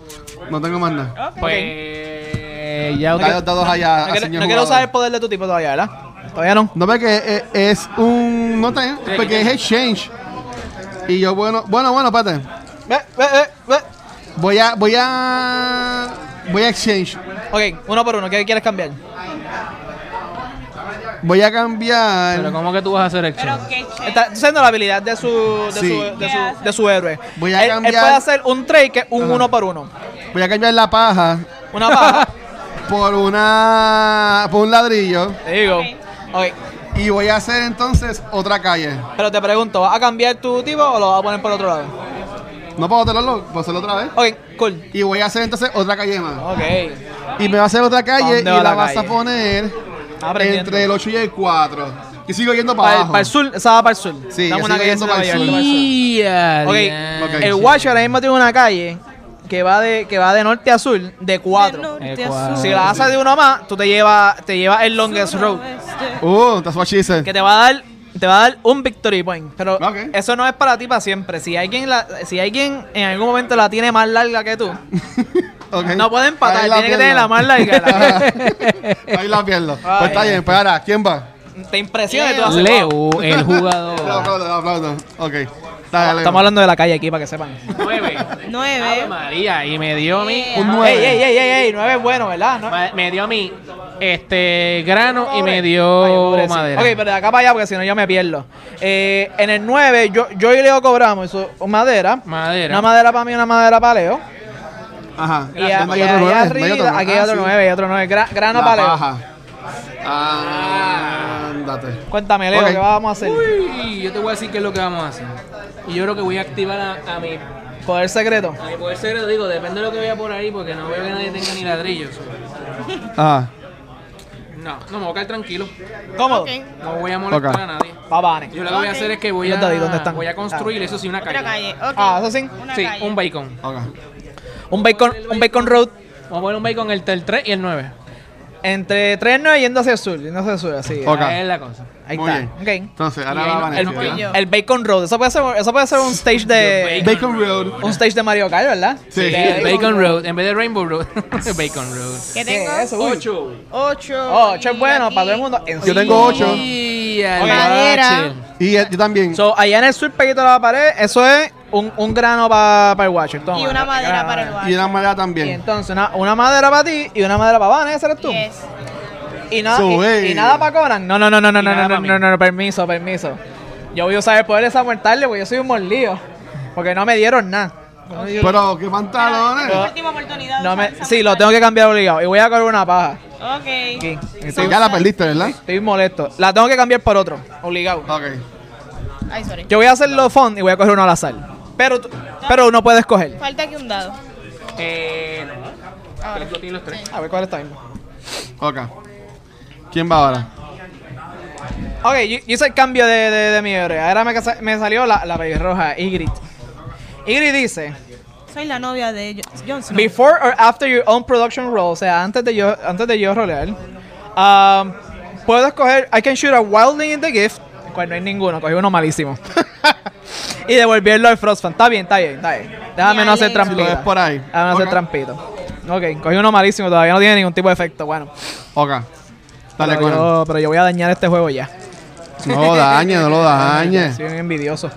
[SPEAKER 2] No tengo más nada.
[SPEAKER 1] Pues ya
[SPEAKER 2] Dale los
[SPEAKER 1] usted-
[SPEAKER 2] dados allá.
[SPEAKER 3] No
[SPEAKER 2] al
[SPEAKER 3] quiero,
[SPEAKER 2] señor
[SPEAKER 3] no quiero
[SPEAKER 2] jugador.
[SPEAKER 3] usar el poder de tu tipo todavía, ¿verdad? Todavía no.
[SPEAKER 2] No, porque es, es un. No está bien, porque es exchange. Y yo, bueno, bueno, bueno, espérate.
[SPEAKER 3] Ve, ve, ve, ve.
[SPEAKER 2] Voy a. Voy a. Voy a exchange.
[SPEAKER 3] Ok, uno por uno, ¿qué quieres cambiar?
[SPEAKER 2] Voy a
[SPEAKER 1] Pero
[SPEAKER 2] cambiar.
[SPEAKER 1] cómo que tú vas a hacer el show?
[SPEAKER 6] Pero qué chévere.
[SPEAKER 3] Está usando la habilidad de su, de
[SPEAKER 2] Sí.
[SPEAKER 3] su, de
[SPEAKER 6] ¿Qué
[SPEAKER 3] su,
[SPEAKER 6] hace?
[SPEAKER 3] de su héroe.
[SPEAKER 2] Voy a
[SPEAKER 3] él, él
[SPEAKER 2] cambiar-
[SPEAKER 3] puede hacer un trade que es un
[SPEAKER 2] Ajá.
[SPEAKER 3] uno por uno.
[SPEAKER 2] Voy a cambiar la paja
[SPEAKER 3] Una paja.
[SPEAKER 2] [laughs] por una. por un ladrillo.
[SPEAKER 3] Te digo. Ok,
[SPEAKER 2] Y voy a hacer entonces otra calle.
[SPEAKER 3] pero te pregunto, ¿vas a cambiar tu tipo o lo vas a poner por otro lado?
[SPEAKER 2] No puedo hacerlo, puedo hacerlo otra vez.
[SPEAKER 3] Ok, cool.
[SPEAKER 2] Y voy a hacer entonces otra calle más.
[SPEAKER 3] Ok.
[SPEAKER 2] Y me va a hacer otra calle y
[SPEAKER 3] ¿Dónde va
[SPEAKER 2] la,
[SPEAKER 3] la
[SPEAKER 2] vas a
[SPEAKER 3] calle?
[SPEAKER 2] poner
[SPEAKER 3] Aprendiendo.
[SPEAKER 2] entre el 8 y el 4. Y sigo yendo para
[SPEAKER 3] Para el,
[SPEAKER 2] abajo.
[SPEAKER 3] para el sur, esa va para el sur.
[SPEAKER 2] Sí,
[SPEAKER 3] Dame
[SPEAKER 2] yo
[SPEAKER 3] una
[SPEAKER 2] sigo
[SPEAKER 3] calle
[SPEAKER 2] yendo para el
[SPEAKER 3] para
[SPEAKER 2] sur.
[SPEAKER 3] el sur.
[SPEAKER 1] Y a
[SPEAKER 3] Ok,
[SPEAKER 1] la-
[SPEAKER 2] ok.
[SPEAKER 3] El
[SPEAKER 2] Sí.
[SPEAKER 3] Watcher ahora mismo tiene una calle que va de, que va de norte a sur de
[SPEAKER 6] De
[SPEAKER 3] 4.
[SPEAKER 6] norte
[SPEAKER 1] Eh,
[SPEAKER 6] a
[SPEAKER 1] cuatro.
[SPEAKER 6] sur.
[SPEAKER 3] Si la haces de uno más, tú te llevas te llevas el longest
[SPEAKER 6] Sur a
[SPEAKER 3] road.
[SPEAKER 6] oeste.
[SPEAKER 2] Uh, that's what she said.
[SPEAKER 3] Que te va a dar, te va a dar un victory point. Pero
[SPEAKER 2] Ok.
[SPEAKER 3] eso no es para ti para siempre. Si alguien la, si alguien en algún momento la tiene más larga que tú,
[SPEAKER 2] Ok.
[SPEAKER 3] no puede empatar,
[SPEAKER 2] Ahí la
[SPEAKER 3] tiene que tener
[SPEAKER 2] pierdo.
[SPEAKER 3] la más larga.
[SPEAKER 2] [laughs] Ahí la
[SPEAKER 3] [laughs]
[SPEAKER 2] pierdo.
[SPEAKER 3] Ay.
[SPEAKER 2] Pues está bien, pues ahora, ¿quién va?
[SPEAKER 3] te impresiona y tú haces. wow.
[SPEAKER 1] Leo, el
[SPEAKER 3] [laughs]
[SPEAKER 2] Lo
[SPEAKER 1] jugador.
[SPEAKER 2] aplaudo, lo aplaudo. Ok. Está bien,
[SPEAKER 3] Estamos hablando de la calle aquí para que sepan.
[SPEAKER 1] Nueve. Ave
[SPEAKER 6] Nueve.
[SPEAKER 1] María, y me dio a mí.
[SPEAKER 6] Yeah.
[SPEAKER 2] Un
[SPEAKER 3] Ey,
[SPEAKER 2] nueve.
[SPEAKER 3] ey, ey, ey, ey, nueve es bueno, ¿verdad? No-
[SPEAKER 1] ma- Me dio a mí este grano y me
[SPEAKER 3] Ay,
[SPEAKER 1] dio
[SPEAKER 3] pobrecito.
[SPEAKER 1] madera.
[SPEAKER 3] Ok, pero de acá para allá, porque si no yo me pierdo. Eh, en el 9, yo, yo y Leo cobramos eso, madera.
[SPEAKER 1] Madera.
[SPEAKER 3] Una madera para mí, una madera para Leo.
[SPEAKER 2] Ajá.
[SPEAKER 3] Y, a- y allá arriba, aquí hay otro 9, hay otro 9. grano para Leo.
[SPEAKER 2] Ah, ándate.
[SPEAKER 3] Cuéntame, Leo,
[SPEAKER 2] Ok.
[SPEAKER 3] ¿qué vamos a hacer?
[SPEAKER 1] Uy, yo te voy a decir qué es lo que vamos a hacer. Y yo creo que voy a activar a, a mi,
[SPEAKER 3] Poder secreto.
[SPEAKER 1] a mi poder secreto. Digo, depende de lo que vea por ahí, porque no veo que nadie tenga ni ladrillos.
[SPEAKER 3] Ah.
[SPEAKER 2] Ajá.
[SPEAKER 1] No, no, me voy a quedar tranquilo.
[SPEAKER 3] Cómodo.
[SPEAKER 6] Ok.
[SPEAKER 1] No voy a molestar
[SPEAKER 2] Ok.
[SPEAKER 1] a nadie.
[SPEAKER 3] Pa' Vane.
[SPEAKER 1] Yo lo que voy a
[SPEAKER 6] Ok.
[SPEAKER 1] hacer es que voy a,
[SPEAKER 3] Los daddy, ¿dónde están?
[SPEAKER 1] voy a construir, eso sí, una calle.
[SPEAKER 6] Otra calle. ok.
[SPEAKER 3] Ah, eso sí.
[SPEAKER 6] Una
[SPEAKER 1] Sí,
[SPEAKER 6] calle.
[SPEAKER 1] un bacon.
[SPEAKER 2] Ok.
[SPEAKER 3] Un bacon, un bacon road
[SPEAKER 1] Vamos a poner un bacon entre el 3 y el 9.
[SPEAKER 3] entre 3 9 yendo hacia el sur, yendo hacia el sur, así. ah,
[SPEAKER 2] Ok.
[SPEAKER 1] es la cosa.
[SPEAKER 3] Ahí
[SPEAKER 2] Muy
[SPEAKER 3] está.
[SPEAKER 2] bien.
[SPEAKER 3] Ok.
[SPEAKER 2] Entonces, ahora
[SPEAKER 1] Y ahí
[SPEAKER 2] va
[SPEAKER 1] no-
[SPEAKER 2] Vanessa,
[SPEAKER 3] el,
[SPEAKER 6] fui
[SPEAKER 2] ¿verdad?
[SPEAKER 6] yo.
[SPEAKER 3] el bacon road, eso puede ser, eso
[SPEAKER 2] [laughs]
[SPEAKER 3] puede ser un stage de
[SPEAKER 2] Bacon Road.
[SPEAKER 3] un stage de Mario Kart, ¿verdad?
[SPEAKER 2] Sí.
[SPEAKER 1] El Bacon Road, en vez de Rainbow Road, [laughs] Bacon Road.
[SPEAKER 3] ¿Qué
[SPEAKER 6] ¿Qué tengo?
[SPEAKER 3] es eso? Uy.
[SPEAKER 6] Ocho.
[SPEAKER 3] Oh, che,
[SPEAKER 6] y
[SPEAKER 3] bueno,
[SPEAKER 6] aquí-
[SPEAKER 3] para todo el mundo. En
[SPEAKER 2] Yo tengo ocho.
[SPEAKER 1] Y al
[SPEAKER 6] Madera.
[SPEAKER 1] bache.
[SPEAKER 2] Y eh, yo también.
[SPEAKER 3] So, allá en el sur, peguito de la pared, eso es un, un grano para el Watcher. Toma,
[SPEAKER 6] Y una madera
[SPEAKER 3] grano,
[SPEAKER 6] para el
[SPEAKER 3] grano.
[SPEAKER 2] y
[SPEAKER 6] bar.
[SPEAKER 2] una madera
[SPEAKER 3] Y
[SPEAKER 2] también.
[SPEAKER 3] entonces, una, una madera para ti y una madera para Van, ese eres tú.
[SPEAKER 6] Yes.
[SPEAKER 3] Y, nada,
[SPEAKER 2] So,
[SPEAKER 3] y-
[SPEAKER 2] hey.
[SPEAKER 3] y nada para Conan. No, no, no, no, no,
[SPEAKER 1] Y
[SPEAKER 3] no,
[SPEAKER 1] nada pa'
[SPEAKER 3] no, no,
[SPEAKER 1] mí.
[SPEAKER 3] no, no, permiso, permiso. Yo voy a usar el poder de Samuel Tarly porque yo soy un morlío. Porque no me dieron nada. No me dieron-
[SPEAKER 2] Pero, ¿qué
[SPEAKER 6] Es la
[SPEAKER 2] pantalones?
[SPEAKER 6] última oportunidad. de
[SPEAKER 3] no
[SPEAKER 6] usar
[SPEAKER 3] me-
[SPEAKER 6] esa
[SPEAKER 3] sí, lo tengo
[SPEAKER 6] manzana.
[SPEAKER 3] que cambiar obligado. Y voy a colgar una paja. Aquí.
[SPEAKER 6] Ok.
[SPEAKER 3] Estoy,
[SPEAKER 2] Ya la perdiste, ¿verdad?
[SPEAKER 3] estoy molesto. La tengo que cambiar por otro. Obligado.
[SPEAKER 2] Ok.
[SPEAKER 6] Ay, sorry.
[SPEAKER 3] Yo voy a hacer los fondos y voy a coger uno al azar. Pero, tú- pero uno puede escoger.
[SPEAKER 6] Falta aquí un dado.
[SPEAKER 1] Eh, no.
[SPEAKER 6] Ahora.
[SPEAKER 1] Yo tengo los tres.
[SPEAKER 3] A ver cuál está mismo.
[SPEAKER 2] Ok. ¿Quién va ahora?
[SPEAKER 3] Ok, yo, yo hice el cambio de, de, de mi héroe. Ahora me, casa- me salió la, la pelirroja, Ygritte. Ygritte dice:
[SPEAKER 6] Soy la novia de Jo- Jon Snow.
[SPEAKER 3] Before or after your own production roll, o sea, antes de yo, antes de yo rolear, um, puedo escoger, I can shoot a wildling in the gift, cual no hay ninguno, cogí uno malísimo. [laughs] y devolverlo al Frostfan. Está bien, está bien, está bien. Déjame
[SPEAKER 6] Ya,
[SPEAKER 3] no hacer
[SPEAKER 6] ya, ya.
[SPEAKER 3] trampito.
[SPEAKER 2] Si lo ves por ahí.
[SPEAKER 3] Déjame Ah, no hacer
[SPEAKER 2] Ok.
[SPEAKER 3] trampito. Ok, cogí uno malísimo, todavía no tiene ningún tipo de efecto. Bueno,
[SPEAKER 2] Ok. Dale,
[SPEAKER 3] pero,
[SPEAKER 2] Conan.
[SPEAKER 3] yo, pero yo voy a dañar este juego ya.
[SPEAKER 2] No lo dañes,
[SPEAKER 3] [laughs]
[SPEAKER 2] no lo dañes.
[SPEAKER 3] Soy un envidioso.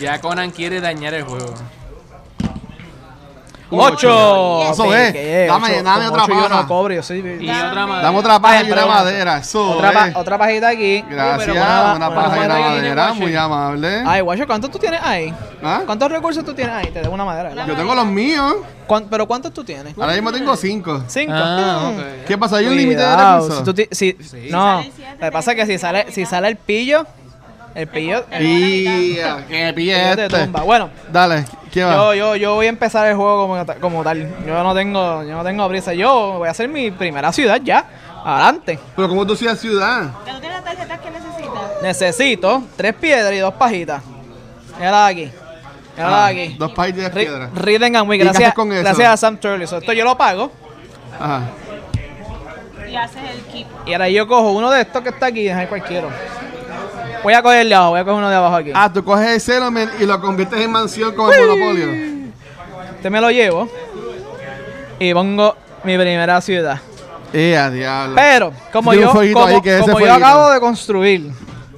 [SPEAKER 1] Ya Conan quiere dañar el juego.
[SPEAKER 2] Uh, Ocho.
[SPEAKER 6] Yes.
[SPEAKER 2] Eso
[SPEAKER 3] Oye,
[SPEAKER 2] es.
[SPEAKER 3] que, eh,
[SPEAKER 2] Dame,
[SPEAKER 3] ocho-
[SPEAKER 2] dame
[SPEAKER 3] con
[SPEAKER 2] otra
[SPEAKER 3] ocho yo no
[SPEAKER 2] paja.
[SPEAKER 3] cobro, yo soy-
[SPEAKER 1] Y otra madre.
[SPEAKER 2] Dame otra paja y
[SPEAKER 3] Ay,
[SPEAKER 2] una
[SPEAKER 3] pero-
[SPEAKER 2] madera. Eso
[SPEAKER 3] otra, pa-
[SPEAKER 2] es.
[SPEAKER 3] otra pajita aquí.
[SPEAKER 2] Gracias.
[SPEAKER 3] Pero buena-
[SPEAKER 2] una
[SPEAKER 3] buena
[SPEAKER 2] paja y una
[SPEAKER 3] madera que tiene
[SPEAKER 2] madera.
[SPEAKER 3] Guache.
[SPEAKER 2] Muy amable.
[SPEAKER 3] Ay, guacho, ¿cuántos tú tienes ahí?
[SPEAKER 2] ¿Ah?
[SPEAKER 3] ¿Cuántos recursos tú tienes ahí? Te debo una madera. ¿verdad?
[SPEAKER 2] Yo tengo los míos.
[SPEAKER 3] ¿Cuán- ¿Pero cuántos tú tienes?
[SPEAKER 2] Ahora mismo tengo cinco.
[SPEAKER 3] Cinco.
[SPEAKER 1] Ah,
[SPEAKER 3] Mm.
[SPEAKER 1] ok.
[SPEAKER 2] ¿Qué pasa? ¿Hay un límite de
[SPEAKER 3] Cuidado, Si tú
[SPEAKER 2] recursos?
[SPEAKER 3] ti- si-
[SPEAKER 6] Si
[SPEAKER 3] No,
[SPEAKER 6] sale el siete,
[SPEAKER 3] lo que pasa es que si sale, si sale el pillo, el pillo... el
[SPEAKER 2] Y ah, qué pille
[SPEAKER 3] pillo te
[SPEAKER 2] este.
[SPEAKER 3] tumba. Bueno,
[SPEAKER 2] Dale, ¿qué va?
[SPEAKER 3] yo, yo, yo voy a empezar el juego como, ta- como tal. Yo no tengo yo no tengo prisa. Yo voy a hacer mi primera ciudad ya. Adelante.
[SPEAKER 2] Pero como tú seas ciudad.
[SPEAKER 6] ¿Tú tienes las tarjetas que necesitas?
[SPEAKER 3] Necesito tres piedras y dos pajitas. Mírala aquí.
[SPEAKER 2] Ah,
[SPEAKER 3] Mírala aquí.
[SPEAKER 2] Dos países de
[SPEAKER 3] Ri-
[SPEAKER 2] piedra.
[SPEAKER 3] Ridden and Wig,
[SPEAKER 2] ¿Y qué haces
[SPEAKER 3] gracias,
[SPEAKER 2] con eso?
[SPEAKER 3] gracias a Sam Turley. So, esto yo lo pago
[SPEAKER 2] Ajá.
[SPEAKER 6] Y haces el keep.
[SPEAKER 3] y ahora yo cojo uno de estos que está aquí, dejar cualquiera. Voy a coger el de abajo, voy a coger uno de abajo aquí.
[SPEAKER 2] Ah, tú coges el settlement y lo conviertes en mansión con el monopolio.
[SPEAKER 3] Este me lo llevo y pongo mi primera ciudad.
[SPEAKER 2] Eh, a diablo.
[SPEAKER 3] Pero, como
[SPEAKER 2] Tiene un
[SPEAKER 3] yo,
[SPEAKER 2] fueguito
[SPEAKER 3] como,
[SPEAKER 2] ahí que ese
[SPEAKER 3] como yo
[SPEAKER 2] fueguito.
[SPEAKER 3] acabo de construir,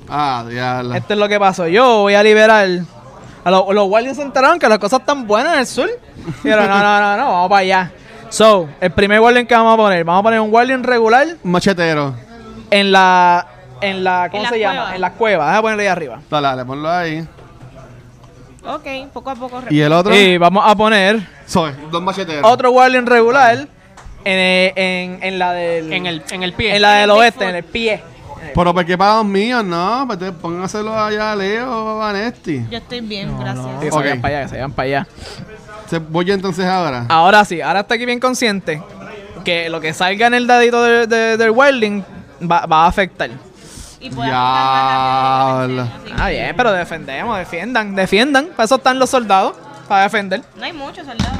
[SPEAKER 2] Ah, diablo.
[SPEAKER 3] esto es lo que pasó. Yo voy a liberar. A los, los guardias se enteraron que las cosas están buenas en el sur. Pero no, no, no, no, vamos para allá. So, el primer guardián que vamos a poner, vamos a poner un guardián regular
[SPEAKER 2] Un Machetero.
[SPEAKER 3] en la. En la ¿Cómo
[SPEAKER 6] En
[SPEAKER 3] se
[SPEAKER 6] las
[SPEAKER 3] llama?
[SPEAKER 6] cuevas.
[SPEAKER 3] En las cuevas. Déjame ponerlo ahí arriba.
[SPEAKER 2] Dale, dale, ponlo ahí.
[SPEAKER 6] Ok, poco a poco.
[SPEAKER 2] ¿Y el otro?
[SPEAKER 3] Y vamos a poner
[SPEAKER 2] Soy, dos macheteros.
[SPEAKER 3] Eh, otro guardián regular en, en, en la del.
[SPEAKER 1] En el, en el pie.
[SPEAKER 3] en la del
[SPEAKER 6] En el
[SPEAKER 3] oeste,
[SPEAKER 6] Bigfoot.
[SPEAKER 3] en el pie.
[SPEAKER 2] Pero ¿por qué para los míos? No, pues te- pónganselo allá a Leo o a Vanesti.
[SPEAKER 6] Yo estoy bien, gracias.
[SPEAKER 3] Que se
[SPEAKER 2] Ah, Ok.
[SPEAKER 3] vayan para allá, que se vayan para allá.
[SPEAKER 2] Se- Voy yo entonces ahora.
[SPEAKER 3] Ahora sí, ahora está aquí bien consciente que lo que salga en el dadito de- de- del welding va, va a afectar.
[SPEAKER 6] Y puedes apuntar más rápido,
[SPEAKER 2] Diablo.
[SPEAKER 6] así.
[SPEAKER 3] Ah, bien, pero defendemos, defiendan, defiendan. Para eso están los soldados, para defender.
[SPEAKER 6] No hay Este, muchos soldados.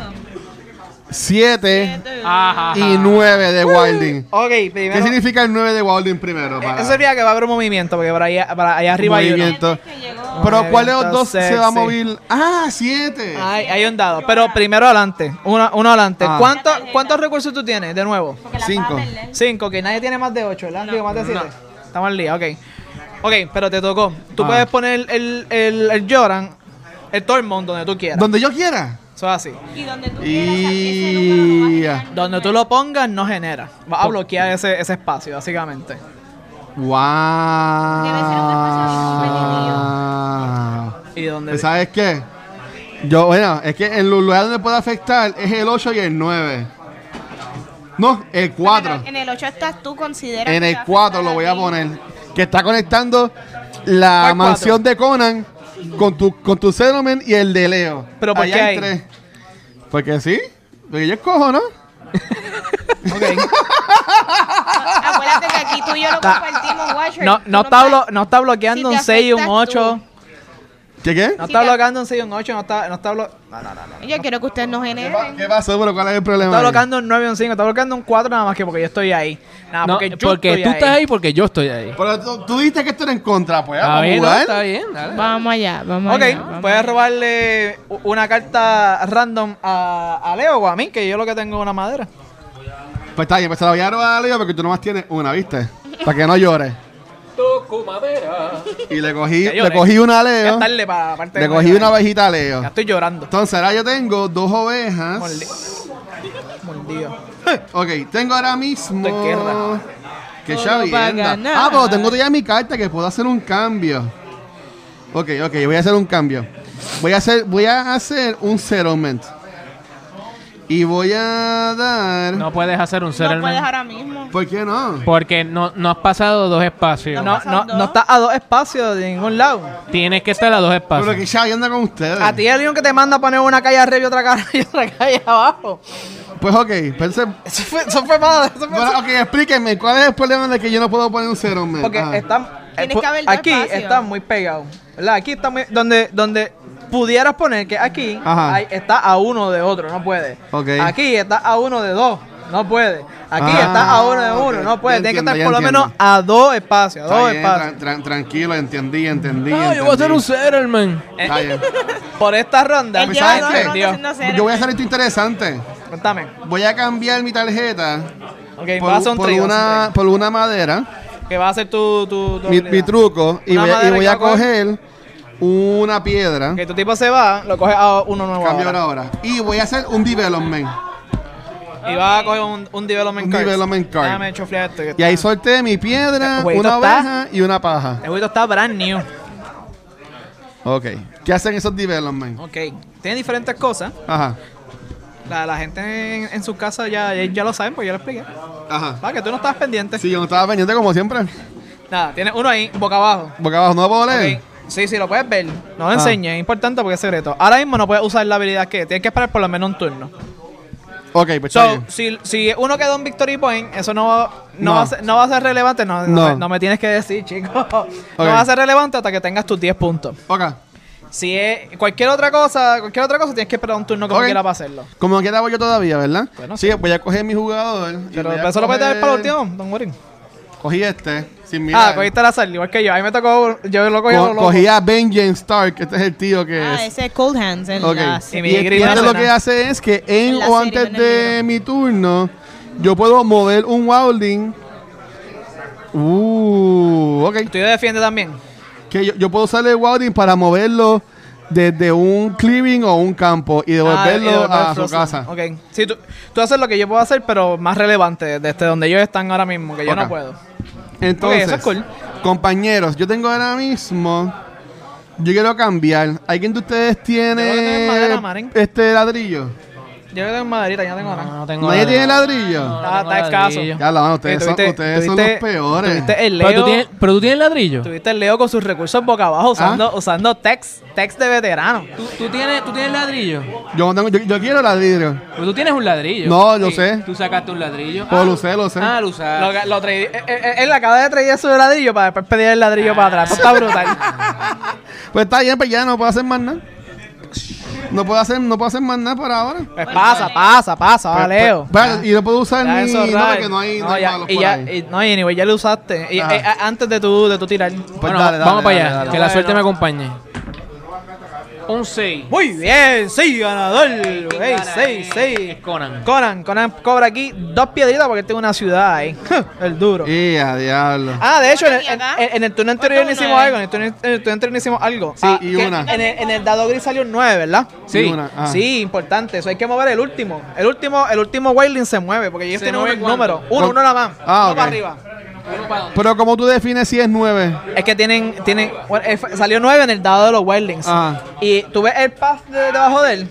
[SPEAKER 2] Siete
[SPEAKER 1] Ajá.
[SPEAKER 2] y nueve de Wilding.
[SPEAKER 3] Ok,
[SPEAKER 2] ¿Qué
[SPEAKER 3] primero.
[SPEAKER 2] significa el nueve de Wilding primero? Para...
[SPEAKER 3] Eh, Eso sería que va a haber un movimiento, porque para allá, para allá arriba hay uno.
[SPEAKER 2] Movimiento.
[SPEAKER 6] Que llegó.
[SPEAKER 2] Pero ¿cuál de los dos
[SPEAKER 3] Movimiento
[SPEAKER 2] se va a
[SPEAKER 3] sexy.
[SPEAKER 2] mover? Ah, siete.
[SPEAKER 3] Hay, hay un dado, pero primero adelante, uno, uno adelante.
[SPEAKER 2] Ah.
[SPEAKER 3] ¿Cuánto- ¿Cuántos recursos tú tienes de nuevo?
[SPEAKER 6] Porque la Este
[SPEAKER 2] Cinco.
[SPEAKER 6] vas a perder.
[SPEAKER 3] Cinco, que nadie tiene más de ocho, ¿verdad? Digo, más de siete. Estamos al día, ok. Ok, pero te tocó. Tú
[SPEAKER 2] Ah.
[SPEAKER 3] puedes poner el, el, el, el Joran, el Tormund, donde tú quieras.
[SPEAKER 2] Donde yo quiera.
[SPEAKER 3] Eso es así.
[SPEAKER 6] Y donde tú
[SPEAKER 2] Y-
[SPEAKER 6] quieras, ese número
[SPEAKER 3] Donde tú lo pongas, no genera. Va a bloquear ese, ese espacio, básicamente.
[SPEAKER 2] Wow.
[SPEAKER 6] Debe ser un espacio
[SPEAKER 3] Y donde.
[SPEAKER 2] Pues, ¿Sabes qué? Yo, bueno, es que el lugar donde puede afectar es el 8 y el 9. No, el 4.
[SPEAKER 6] En el 8 estás tú, considera.
[SPEAKER 2] En
[SPEAKER 6] que
[SPEAKER 2] el
[SPEAKER 6] te va
[SPEAKER 2] 4 lo
[SPEAKER 6] afectar
[SPEAKER 2] voy a
[SPEAKER 6] ti.
[SPEAKER 2] poner. Que está conectando la
[SPEAKER 3] ¿Cuál
[SPEAKER 2] mansión de Conan con tu, con tu settlement y el de Leo.
[SPEAKER 3] ¿Pero por
[SPEAKER 2] Allá
[SPEAKER 3] qué
[SPEAKER 2] hay
[SPEAKER 3] ahí?
[SPEAKER 2] tres. Porque sí, porque yo escojo, ¿no?
[SPEAKER 3] Ok.
[SPEAKER 6] Acuérdate que aquí tú y yo
[SPEAKER 3] [laughs]
[SPEAKER 6] lo
[SPEAKER 3] Ta-
[SPEAKER 6] compartimos, Watcher.
[SPEAKER 3] No,
[SPEAKER 6] Tú
[SPEAKER 3] no, está,
[SPEAKER 6] puedes-
[SPEAKER 3] blo- no está bloqueando
[SPEAKER 6] Si te
[SPEAKER 3] un 6 y un
[SPEAKER 6] afectas
[SPEAKER 3] 8.
[SPEAKER 2] ¿Qué qué?
[SPEAKER 3] No
[SPEAKER 6] Si
[SPEAKER 3] está
[SPEAKER 6] te-
[SPEAKER 3] bloqueando un 6 y un 8. No está, no está, blo- no, no, no, no.
[SPEAKER 6] Yo quiero que ustedes nos generen.
[SPEAKER 2] ¿Qué pasó? ¿Pero cuál es el
[SPEAKER 3] No
[SPEAKER 2] problema?
[SPEAKER 3] está
[SPEAKER 2] ahí?
[SPEAKER 3] bloqueando un 9 y un 5. Está bloqueando un 4 nada más que porque yo estoy ahí. Nada,
[SPEAKER 1] No,
[SPEAKER 3] Ah, porque
[SPEAKER 1] porque
[SPEAKER 3] yo estoy
[SPEAKER 1] tú estás
[SPEAKER 3] ahí.
[SPEAKER 1] ahí, porque yo estoy ahí.
[SPEAKER 2] Pero tú, tú dijiste que esto era en contra, pues.
[SPEAKER 1] Está
[SPEAKER 2] Vamos a
[SPEAKER 1] bien, no,
[SPEAKER 2] jugar.
[SPEAKER 1] está bien, dale.
[SPEAKER 6] Vamos allá, vamos
[SPEAKER 3] Ok,
[SPEAKER 6] allá. vamos
[SPEAKER 3] puedes
[SPEAKER 6] allá.
[SPEAKER 3] robarle u- una carta random a, a Leo o a mí, que yo lo que tengo es una madera.
[SPEAKER 2] Pues está bien, pues se la voy a robar a Leo porque tú nomás tienes una, ¿viste? Para que no llores. Y le cogí,
[SPEAKER 3] Ya
[SPEAKER 2] le
[SPEAKER 3] lloré.
[SPEAKER 2] cogí una a
[SPEAKER 3] Ya es
[SPEAKER 2] Leo.
[SPEAKER 3] tarde para la parte
[SPEAKER 2] Le
[SPEAKER 3] de-
[SPEAKER 2] cogí una abejita a Leo.
[SPEAKER 3] Ya estoy llorando.
[SPEAKER 2] Entonces ahora yo tengo dos ovejas.
[SPEAKER 3] Mordi- Mordido.
[SPEAKER 2] Ok, tengo ahora mismo.
[SPEAKER 3] Esto es guerra.
[SPEAKER 2] Que
[SPEAKER 6] Todo
[SPEAKER 2] ya
[SPEAKER 6] para ganar.
[SPEAKER 2] Ah, pero tengo ya mi carta que puedo hacer un cambio. Ok, ok, voy a hacer un cambio. Voy a hacer, voy a hacer un settlement. Y voy a dar.
[SPEAKER 1] No puedes hacer un
[SPEAKER 6] No puedes
[SPEAKER 1] settlement.
[SPEAKER 6] ahora mismo.
[SPEAKER 2] ¿Por qué no?
[SPEAKER 1] Porque no, no has pasado dos espacios.
[SPEAKER 3] No, no, no estás a dos espacios de ningún lado.
[SPEAKER 1] Tienes que estar a dos
[SPEAKER 2] Pero
[SPEAKER 1] espacios.
[SPEAKER 2] que Xavi anda con ustedes.
[SPEAKER 3] A ti es el león que te manda a poner una calle arriba y otra calle, [laughs] y otra calle abajo.
[SPEAKER 2] Pues ok, pensé.
[SPEAKER 3] Eso fue, eso fue malo. Eso fue
[SPEAKER 2] Bueno, ok, explíquenme, ¿cuál es el problema de que yo no puedo poner un cero, man?
[SPEAKER 3] Porque
[SPEAKER 2] Ah.
[SPEAKER 3] está, eh,
[SPEAKER 6] Tienes
[SPEAKER 3] pu-
[SPEAKER 6] que haber dos
[SPEAKER 3] aquí
[SPEAKER 6] espacios.
[SPEAKER 3] está muy pegado. ¿verdad? Aquí está muy, donde, donde pudieras poner que aquí
[SPEAKER 2] Ajá.
[SPEAKER 3] hay- está a uno de otro, no puede.
[SPEAKER 2] Ok.
[SPEAKER 3] Aquí está a uno de dos, no puede. Aquí
[SPEAKER 2] Ah,
[SPEAKER 3] está a uno de
[SPEAKER 2] ok.
[SPEAKER 3] uno, no puede.
[SPEAKER 2] Ya
[SPEAKER 3] Tiene que
[SPEAKER 2] entiendo,
[SPEAKER 3] estar
[SPEAKER 2] ya
[SPEAKER 3] por lo
[SPEAKER 2] entiendo.
[SPEAKER 3] menos a dos espacios, a
[SPEAKER 2] Está
[SPEAKER 3] dos
[SPEAKER 2] bien,
[SPEAKER 3] espacios.
[SPEAKER 2] tran- tran- tranquilo, entendí, entendí.
[SPEAKER 1] No, Ah, yo voy a hacer un
[SPEAKER 2] entendí.
[SPEAKER 1] settlement.
[SPEAKER 2] Está
[SPEAKER 3] [laughs]
[SPEAKER 2] bien.
[SPEAKER 3] Por esta ronda,
[SPEAKER 6] Él
[SPEAKER 2] Pues,
[SPEAKER 6] lleva
[SPEAKER 2] ¿sabes
[SPEAKER 6] dos
[SPEAKER 2] qué?
[SPEAKER 6] rondas
[SPEAKER 3] Dios.
[SPEAKER 6] haciendo cero.
[SPEAKER 2] Yo voy a hacer esto interesante.
[SPEAKER 3] cuéntame.
[SPEAKER 2] Voy a cambiar mi tarjeta
[SPEAKER 3] Ok,
[SPEAKER 2] por,
[SPEAKER 3] vas a un
[SPEAKER 2] por
[SPEAKER 3] trío.
[SPEAKER 2] una, por una madera,
[SPEAKER 3] Que va a ser tu, tu, tu
[SPEAKER 2] mi,
[SPEAKER 3] habilidad.
[SPEAKER 2] mi truco, y
[SPEAKER 3] Una
[SPEAKER 2] voy, a- y
[SPEAKER 3] madera
[SPEAKER 2] voy
[SPEAKER 3] que
[SPEAKER 2] a
[SPEAKER 3] va a coger.
[SPEAKER 2] coger una piedra.
[SPEAKER 3] Que tu tipo se va, lo coges a uno nuevo.
[SPEAKER 2] Cambio
[SPEAKER 3] ahora.
[SPEAKER 2] ahora. ahora. Y voy a hacer un development.
[SPEAKER 3] Y vas a coger un, un development
[SPEAKER 2] Un
[SPEAKER 3] card.
[SPEAKER 2] development card.
[SPEAKER 3] Déjame choflear esto. que
[SPEAKER 2] Y ahí
[SPEAKER 3] está-
[SPEAKER 2] solté mi piedra,
[SPEAKER 3] Jueguito
[SPEAKER 2] una
[SPEAKER 3] Ah. está.
[SPEAKER 2] oveja y una paja.
[SPEAKER 3] El juego Este está brand new.
[SPEAKER 2] Ok. ¿Qué hacen esos development?
[SPEAKER 3] Ok. Tiene diferentes cosas.
[SPEAKER 2] Ajá.
[SPEAKER 3] La, la gente en, en su casa ya, ya, ya lo saben, pues ya lo expliqué.
[SPEAKER 2] Ajá.
[SPEAKER 3] Para que tú no estabas pendiente.
[SPEAKER 2] Sí, yo no estaba pendiente como siempre.
[SPEAKER 3] Nada, tienes uno ahí, boca abajo.
[SPEAKER 2] Boca abajo, no lo puedo leer.
[SPEAKER 3] Ok. Sí, sí, lo puedes ver.
[SPEAKER 2] Ah.
[SPEAKER 3] No lo enseñes, es importante porque es secreto. Ahora mismo no puedes usar la habilidad que tienes que esperar por lo menos un turno.
[SPEAKER 2] Ok, pues está
[SPEAKER 3] So,
[SPEAKER 2] bien.
[SPEAKER 3] si, si uno quedó en Victory Point, eso no, no,
[SPEAKER 2] No.
[SPEAKER 3] Va, a ser, no va a ser relevante. No, no
[SPEAKER 2] No.
[SPEAKER 3] me- no me tienes que decir, chico. [laughs] No
[SPEAKER 2] Ok.
[SPEAKER 3] va a ser relevante hasta que tengas tus 10 puntos.
[SPEAKER 2] Ok.
[SPEAKER 3] Si es cualquier otra cosa, cualquier otra cosa, tienes que esperar un turno como
[SPEAKER 2] Ok.
[SPEAKER 3] quiera para hacerlo.
[SPEAKER 2] Como quiera voy yo todavía, ¿verdad?
[SPEAKER 3] Bueno,
[SPEAKER 2] sí, voy a coger mi jugador. y
[SPEAKER 3] Pero
[SPEAKER 2] voy a
[SPEAKER 3] eso lo puedes dejar para el
[SPEAKER 2] coger-
[SPEAKER 3] último, don't worry.
[SPEAKER 2] Cogí este, sin mirar.
[SPEAKER 3] Ah, cogiste la sal, igual que yo. Ahí me tocó, yo lo cogí a lo
[SPEAKER 2] Co-
[SPEAKER 3] loco.
[SPEAKER 2] cogí a Benjamin Stark, este es el tío que
[SPEAKER 6] Ah,
[SPEAKER 2] es.
[SPEAKER 6] ese es Cold Hands. El,
[SPEAKER 2] Ok.
[SPEAKER 6] la-
[SPEAKER 3] Y
[SPEAKER 2] Y,
[SPEAKER 3] mi
[SPEAKER 2] y
[SPEAKER 3] grita
[SPEAKER 2] este lo
[SPEAKER 3] suena.
[SPEAKER 2] que hace es que en
[SPEAKER 6] En la
[SPEAKER 2] o
[SPEAKER 6] serie,
[SPEAKER 2] antes
[SPEAKER 6] no en el
[SPEAKER 2] de
[SPEAKER 6] libro.
[SPEAKER 2] mi turno, yo puedo mover un Wilding. Uh, ok.
[SPEAKER 3] Tú defiende también.
[SPEAKER 2] Que yo, yo puedo usar el Wilding para moverlo desde un clearing o un campo y
[SPEAKER 3] Ah, y
[SPEAKER 2] devolverlo
[SPEAKER 3] devolver
[SPEAKER 2] a su
[SPEAKER 3] Frozen.
[SPEAKER 2] casa.
[SPEAKER 3] Ok. Sí, tú, tú haces lo que yo puedo hacer, pero más relevante desde donde ellos están ahora mismo, que yo
[SPEAKER 2] Ok.
[SPEAKER 3] no puedo.
[SPEAKER 2] Entonces,
[SPEAKER 3] Ok, eso es cool.
[SPEAKER 2] compañeros, yo tengo ahora mismo. Yo quiero cambiar. ¿Alguien de ustedes
[SPEAKER 3] Yo creo que
[SPEAKER 2] tiene
[SPEAKER 3] tengo madera, Maren.
[SPEAKER 2] este ladrillo?
[SPEAKER 3] Yo tengo maderita, yo no tengo nada.
[SPEAKER 1] No, no tengo
[SPEAKER 2] ¿Nadie
[SPEAKER 1] nada.
[SPEAKER 2] tiene ladrillo?
[SPEAKER 1] No, no
[SPEAKER 3] Ah,
[SPEAKER 1] tengo
[SPEAKER 3] está escaso.
[SPEAKER 1] ladrillo.
[SPEAKER 2] Ya la mano, ustedes,
[SPEAKER 3] Eh,
[SPEAKER 2] son,
[SPEAKER 3] tuviste-
[SPEAKER 2] ustedes son
[SPEAKER 3] tuviste-
[SPEAKER 2] los peores.
[SPEAKER 3] Tuviste el Leo,
[SPEAKER 1] Pero tú, tienes, pero tú tienes ladrillo.
[SPEAKER 3] tuviste el Leo con sus recursos boca
[SPEAKER 2] Ah.
[SPEAKER 3] abajo usando, usando text, text de veterano.
[SPEAKER 1] ¿Tú, tú tienes, tú tienes ladrillo.
[SPEAKER 2] Yo, no tengo- yo, yo quiero ladrillo.
[SPEAKER 1] Pero tú tienes un ladrillo.
[SPEAKER 2] No, lo sé.
[SPEAKER 1] Tú sacaste un ladrillo.
[SPEAKER 2] Pues lo usé, lo usé.
[SPEAKER 1] Ah, lo usaste.
[SPEAKER 3] Lo, que- lo traí- eh, eh, él acaba de traer su ladrillo para después pedir el ladrillo para atrás. Esto está brutal.
[SPEAKER 2] [laughs] Pues está bien, pues ya no puedo hacer más nada. No puedo hacer, no puedo hacer más nada por ahora.
[SPEAKER 3] Pues pasa, pasa, pasa, va, Leo.
[SPEAKER 2] Pues, pues, y no puedo usar
[SPEAKER 3] Ah. Ya
[SPEAKER 2] ni
[SPEAKER 3] eso es
[SPEAKER 2] no,
[SPEAKER 3] raro.
[SPEAKER 2] porque no hay, no, hay
[SPEAKER 3] ya-
[SPEAKER 2] malos
[SPEAKER 3] y
[SPEAKER 2] por
[SPEAKER 3] ya,
[SPEAKER 2] ahí.
[SPEAKER 3] y- no, y anyway, ya lo usaste. Y-
[SPEAKER 2] Ajá.
[SPEAKER 3] eh, a- antes de tu, de tu tirar.
[SPEAKER 2] Pues
[SPEAKER 1] Bueno,
[SPEAKER 2] dale, dale,
[SPEAKER 1] vamos para
[SPEAKER 2] dale,
[SPEAKER 1] allá.
[SPEAKER 2] dale.
[SPEAKER 1] Que la
[SPEAKER 3] Dale,
[SPEAKER 1] suerte me
[SPEAKER 3] dale.
[SPEAKER 1] acompañe. Un 6.
[SPEAKER 3] Muy bien, sí, ganador. Ey,
[SPEAKER 1] gana?
[SPEAKER 3] seis, seis.
[SPEAKER 1] eh. Es Conan.
[SPEAKER 3] Conan, Conan cobra aquí dos piedritas porque él tiene una ciudad ahí. [laughs] el duro.
[SPEAKER 2] Y a diablo.
[SPEAKER 3] Ah, de hecho, en el,
[SPEAKER 6] ¿Y acá?
[SPEAKER 3] en- en el turno anterior
[SPEAKER 6] ¿Cuánto
[SPEAKER 3] no hicimos
[SPEAKER 6] nueve?
[SPEAKER 1] eh.
[SPEAKER 3] algo. En el turno, en el turno anterior no hicimos algo.
[SPEAKER 2] Sí,
[SPEAKER 3] Ah,
[SPEAKER 2] y
[SPEAKER 3] que
[SPEAKER 2] una.
[SPEAKER 3] En el, en el dado gris salió un 9, ¿verdad?
[SPEAKER 2] Sí. Y una, ah.
[SPEAKER 3] Sí, importante. Eso hay que mover el último. El último, el último Wildling se mueve porque ellos
[SPEAKER 1] ¿Se
[SPEAKER 3] tienen
[SPEAKER 1] mueve
[SPEAKER 3] un
[SPEAKER 1] cuánto?
[SPEAKER 3] número. Uno,
[SPEAKER 2] Con-
[SPEAKER 3] uno nada más.
[SPEAKER 2] Ah,
[SPEAKER 3] uno
[SPEAKER 2] ok.
[SPEAKER 3] para arriba.
[SPEAKER 2] Pero como tú defines si es 9.
[SPEAKER 3] Es que tienen. tienen bueno, eh, fue- salió 9 en el dado de los Wildlings.
[SPEAKER 2] Ah.
[SPEAKER 3] Y tú ves el path de- debajo de él.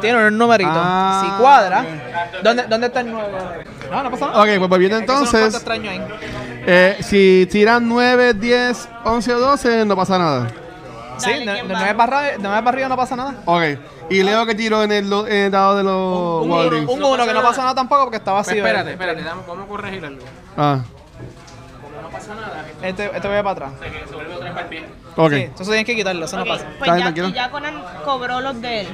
[SPEAKER 3] Tiene un numerito.
[SPEAKER 2] Ah,
[SPEAKER 3] si cuadra. ¿dónde, ¿Dónde está el 9? No, no pasa nada.
[SPEAKER 2] Ok, pues volviendo
[SPEAKER 3] Es que son unos
[SPEAKER 2] entonces.
[SPEAKER 3] cuantos extraños ahí.
[SPEAKER 2] eh, si tiran 9, 10, 11 o 12, no pasa nada.
[SPEAKER 3] Sí,
[SPEAKER 6] Dale,
[SPEAKER 3] de, de
[SPEAKER 6] ¿quién va?
[SPEAKER 3] 9 para, arri- de nueve para arriba no pasa nada.
[SPEAKER 2] Ok. Y leo que tiro en el, lo- en el dado de los
[SPEAKER 3] Un
[SPEAKER 2] Wildings.
[SPEAKER 3] 1 uno que no pasa nada tampoco porque está vacío.
[SPEAKER 1] espérate, espérate. dame- Vamos a corregir algo.
[SPEAKER 2] Ah,
[SPEAKER 3] Este, este voy para atrás.
[SPEAKER 2] ok.
[SPEAKER 3] Sí, entonces tienes que quitarlo, eso
[SPEAKER 6] Ok,
[SPEAKER 3] no pasa.
[SPEAKER 6] Pues
[SPEAKER 2] Está bien,
[SPEAKER 6] ya,
[SPEAKER 2] tranquilo.
[SPEAKER 6] y ya Conan cobró los de él.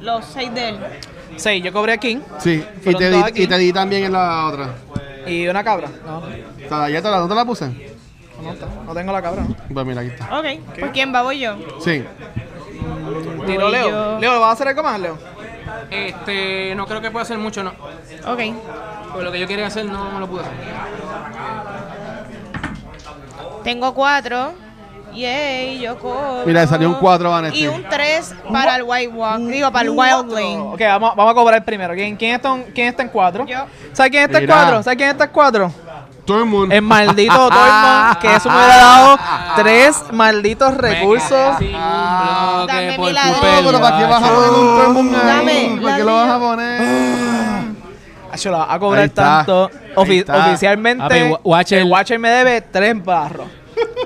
[SPEAKER 6] Los seis de él.
[SPEAKER 3] 6, yo cobré aquí
[SPEAKER 2] Sí, y
[SPEAKER 3] Fueron
[SPEAKER 2] te,
[SPEAKER 3] dos
[SPEAKER 2] di,
[SPEAKER 3] aquí.
[SPEAKER 2] y te di también en la otra.
[SPEAKER 3] y una cabra. No, no,
[SPEAKER 2] O sea, ¿Ya te la, no te la puse?
[SPEAKER 3] está, no tengo la cabra. ¿no?
[SPEAKER 2] Pues mira, aquí está.
[SPEAKER 6] Ok, pues ¿quién va? Voy yo.
[SPEAKER 2] Sí.
[SPEAKER 3] Tiro Leo.
[SPEAKER 6] yo.
[SPEAKER 3] Leo, ¿lo vas a hacer algo más, Leo?
[SPEAKER 1] Este, no creo que pueda hacer mucho, no.
[SPEAKER 6] Ok.
[SPEAKER 1] Pues lo que yo quería hacer no, no lo pude hacer.
[SPEAKER 6] Tengo cuatro. Yay, yo cobro.
[SPEAKER 2] Mira, salió un cuatro, Vanessa.
[SPEAKER 6] Y un tres para el White Walk. Digo, para el Wildling.
[SPEAKER 3] Ok, vamos, vamos a cobrar primero. ¿Quién, quién, está, en- ¿Quién está en 4?
[SPEAKER 6] Yo.
[SPEAKER 3] ¿Sabes quién está en
[SPEAKER 2] Mira.
[SPEAKER 3] 4? ¿Sabes quién está en 4?
[SPEAKER 2] Todo el mundo.
[SPEAKER 3] El maldito Tormund, que
[SPEAKER 2] [laughs]
[SPEAKER 3] eso me hubiera dado tres malditos recursos.
[SPEAKER 6] Dame mi
[SPEAKER 1] culpa del
[SPEAKER 6] ladrillo.
[SPEAKER 2] No, Ah, pero ¿para qué vas a poner un todo el mundo ahí?
[SPEAKER 6] Dame,
[SPEAKER 2] ¿Para qué
[SPEAKER 6] la
[SPEAKER 2] lo vas a
[SPEAKER 6] liga.
[SPEAKER 2] poner?
[SPEAKER 3] Yo lo va a cobrar
[SPEAKER 2] Ahí está,
[SPEAKER 3] tanto. Ofi-
[SPEAKER 2] ahí está.
[SPEAKER 1] A ver,
[SPEAKER 3] oficialmente,
[SPEAKER 1] Wa- Watcher.
[SPEAKER 3] el Watcher me debe tres barros.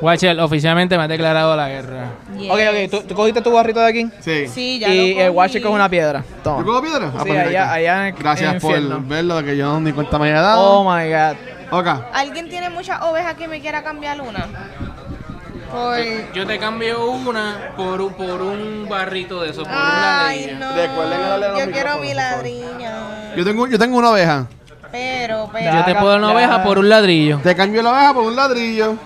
[SPEAKER 1] Watcher, oficialmente me ha declarado la guerra.
[SPEAKER 6] Yes.
[SPEAKER 3] Ok, ok, ¿Tú, tú cogiste tu barrito de aquí.
[SPEAKER 2] Sí.
[SPEAKER 6] Sí, ya
[SPEAKER 3] Y
[SPEAKER 6] lo
[SPEAKER 3] el Watcher
[SPEAKER 6] cogí.
[SPEAKER 3] coge una piedra.
[SPEAKER 2] ¿Yo
[SPEAKER 3] Toma.
[SPEAKER 2] cojo piedra? Ah,
[SPEAKER 3] Sí,
[SPEAKER 2] pues mira,
[SPEAKER 3] allá-
[SPEAKER 2] aquí.
[SPEAKER 3] allá en el- en el
[SPEAKER 2] Gracias por
[SPEAKER 3] infierno.
[SPEAKER 2] verlo, que yo ni cuenta me había dado.
[SPEAKER 3] Oh my god.
[SPEAKER 2] Ok.
[SPEAKER 6] ¿Alguien tiene muchas ovejas que me quiera cambiar una? Por...
[SPEAKER 1] Yo te cambio una por un, por un barrito de eso, por
[SPEAKER 6] Ay,
[SPEAKER 1] una
[SPEAKER 6] no.
[SPEAKER 2] Recuerden darle a los
[SPEAKER 6] Yo quiero
[SPEAKER 2] micrófonos,
[SPEAKER 6] mi
[SPEAKER 2] por favor.
[SPEAKER 6] ladriña.
[SPEAKER 2] Yo tengo, yo tengo una oveja.
[SPEAKER 6] Pero, pero.
[SPEAKER 1] Yo te puedo dar una
[SPEAKER 3] Ya.
[SPEAKER 1] oveja por un ladrillo.
[SPEAKER 2] Te cambio la oveja por un ladrillo.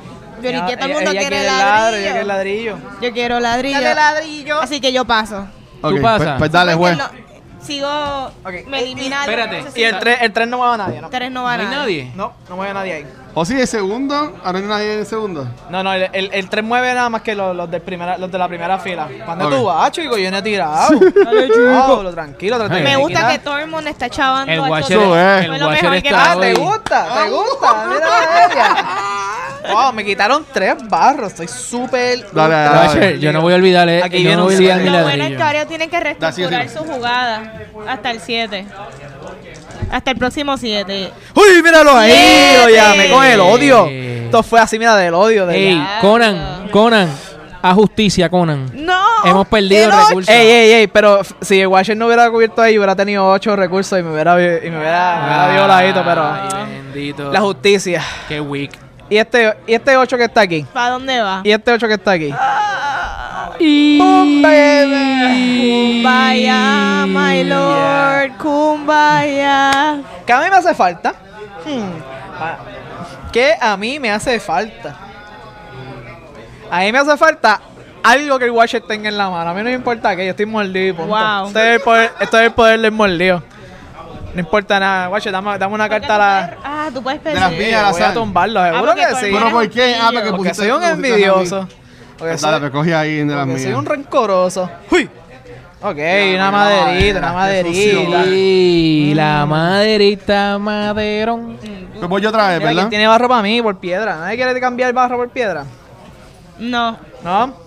[SPEAKER 6] Yo ni que todo el
[SPEAKER 3] Ella-
[SPEAKER 6] mundo
[SPEAKER 3] ella ladrillo,
[SPEAKER 6] quiere
[SPEAKER 3] ella
[SPEAKER 6] ladrillo.
[SPEAKER 3] quiere ladrillo.
[SPEAKER 6] Yo quiero ladrillo.
[SPEAKER 3] ladrillo.
[SPEAKER 6] Así que yo paso.
[SPEAKER 2] Ok,
[SPEAKER 1] pasas.
[SPEAKER 2] Pues, pues dale,
[SPEAKER 6] Porque
[SPEAKER 2] juez.
[SPEAKER 6] lo- sigo.
[SPEAKER 3] Ok. Eh,
[SPEAKER 6] Me eliminan.
[SPEAKER 1] Espérate.
[SPEAKER 3] Y el 3 el tres no mueve a nadie, ¿no?
[SPEAKER 6] Tres no
[SPEAKER 1] No
[SPEAKER 6] van
[SPEAKER 1] hay
[SPEAKER 6] a.
[SPEAKER 1] nadie.
[SPEAKER 3] No, no mueve a nadie ahí.
[SPEAKER 2] O Oh, sí, el segundo. Ahora no hay nadie en el segundo.
[SPEAKER 3] No, no, el, el, el 3 mueve nada más que los, los, del primera, los de la primera fila. Cuando
[SPEAKER 2] Ok.
[SPEAKER 3] tú vas, ah, chico, yo no
[SPEAKER 1] [laughs]
[SPEAKER 3] he tirado. Pablo, tranquilo, tranquilo.
[SPEAKER 6] Me gusta que
[SPEAKER 3] Tranquila.
[SPEAKER 6] Tormund está chavando.
[SPEAKER 1] El
[SPEAKER 6] a
[SPEAKER 1] Watcher,
[SPEAKER 6] Choco.
[SPEAKER 2] eh.
[SPEAKER 6] Fue
[SPEAKER 1] el
[SPEAKER 6] lo
[SPEAKER 1] Watcher
[SPEAKER 6] mejor que
[SPEAKER 1] está
[SPEAKER 3] Ah, ¿te
[SPEAKER 1] hoy.
[SPEAKER 3] gusta? ¿Te gusta? Mira ella. Wow, me quitaron tres barros. Estoy súper...
[SPEAKER 2] Dale,
[SPEAKER 1] El
[SPEAKER 2] dale, dale.
[SPEAKER 1] Watcher, yo no voy a olvidar, eh,
[SPEAKER 3] Aquí
[SPEAKER 1] yo
[SPEAKER 3] viene
[SPEAKER 1] no
[SPEAKER 3] un
[SPEAKER 1] voy a olvidar mi
[SPEAKER 6] Lo bueno es que
[SPEAKER 1] ladrillo.
[SPEAKER 6] ahora tienen que reestructurar
[SPEAKER 2] Da siete.
[SPEAKER 6] su jugada hasta el 7. Hasta el próximo 7.
[SPEAKER 3] ¡Uy, míralo ahí!
[SPEAKER 6] Siete.
[SPEAKER 3] Oye, me con el odio.
[SPEAKER 1] Eh.
[SPEAKER 3] Esto fue así, mira, del odio. De
[SPEAKER 1] Ey, Conan, Conan, a justicia, Conan.
[SPEAKER 6] No.
[SPEAKER 1] Hemos perdido
[SPEAKER 6] Pero-
[SPEAKER 1] recursos.
[SPEAKER 3] Ey, ey, ey, pero f- si el Watcher no hubiera cubierto ahí, hubiera tenido ocho recursos y me hubiera, vi- y me hubiera, me hubiera violadito, pero...
[SPEAKER 1] Ay, bendito.
[SPEAKER 3] La justicia.
[SPEAKER 1] Qué weak.
[SPEAKER 3] Y este, y este ocho que está aquí.
[SPEAKER 6] ¿Para dónde va?
[SPEAKER 3] Y este ocho que está aquí.
[SPEAKER 6] Kumbaya, my lord. Kumbaya.
[SPEAKER 3] Que a mí me hace falta. Hmm. Ah, Que a mí me hace falta. A mí me hace falta algo que el Watcher tenga en la mano. A mí no me importa que yo estoy mordido. y punto.
[SPEAKER 6] Wow.
[SPEAKER 3] Esto es el poder, esto es el poder del mordido. No importa nada. Watcher, dame, dame una carta a la.
[SPEAKER 6] Ah, tú puedes
[SPEAKER 2] las
[SPEAKER 6] pedir.
[SPEAKER 2] mías.
[SPEAKER 3] Yo voy a tumbarlo, seguro
[SPEAKER 6] Ah, porque
[SPEAKER 3] que
[SPEAKER 6] tú
[SPEAKER 3] sí.
[SPEAKER 6] eres
[SPEAKER 2] ¿Pero por qué? Ah, porque
[SPEAKER 6] Porque
[SPEAKER 3] Porque
[SPEAKER 2] pusiste...
[SPEAKER 3] soy un
[SPEAKER 2] pusiste a mí.
[SPEAKER 3] envidioso. Porque soy,
[SPEAKER 2] Dale, me cogí ahí de las
[SPEAKER 3] porque soy
[SPEAKER 2] mías.
[SPEAKER 3] un rencoroso. ¡Uy! Ok, una
[SPEAKER 2] mira,
[SPEAKER 3] maderita, una
[SPEAKER 2] mira, qué sucio,
[SPEAKER 3] maderita.
[SPEAKER 2] mira.
[SPEAKER 1] Y la maderita maderón.
[SPEAKER 2] Pues voy yo otra vez,
[SPEAKER 3] Mira, ¿quién
[SPEAKER 2] ¿verdad?
[SPEAKER 3] tiene barro para mí por piedra? ¿Nadie quiere cambiar barro por piedra?
[SPEAKER 6] No.
[SPEAKER 3] ¿No?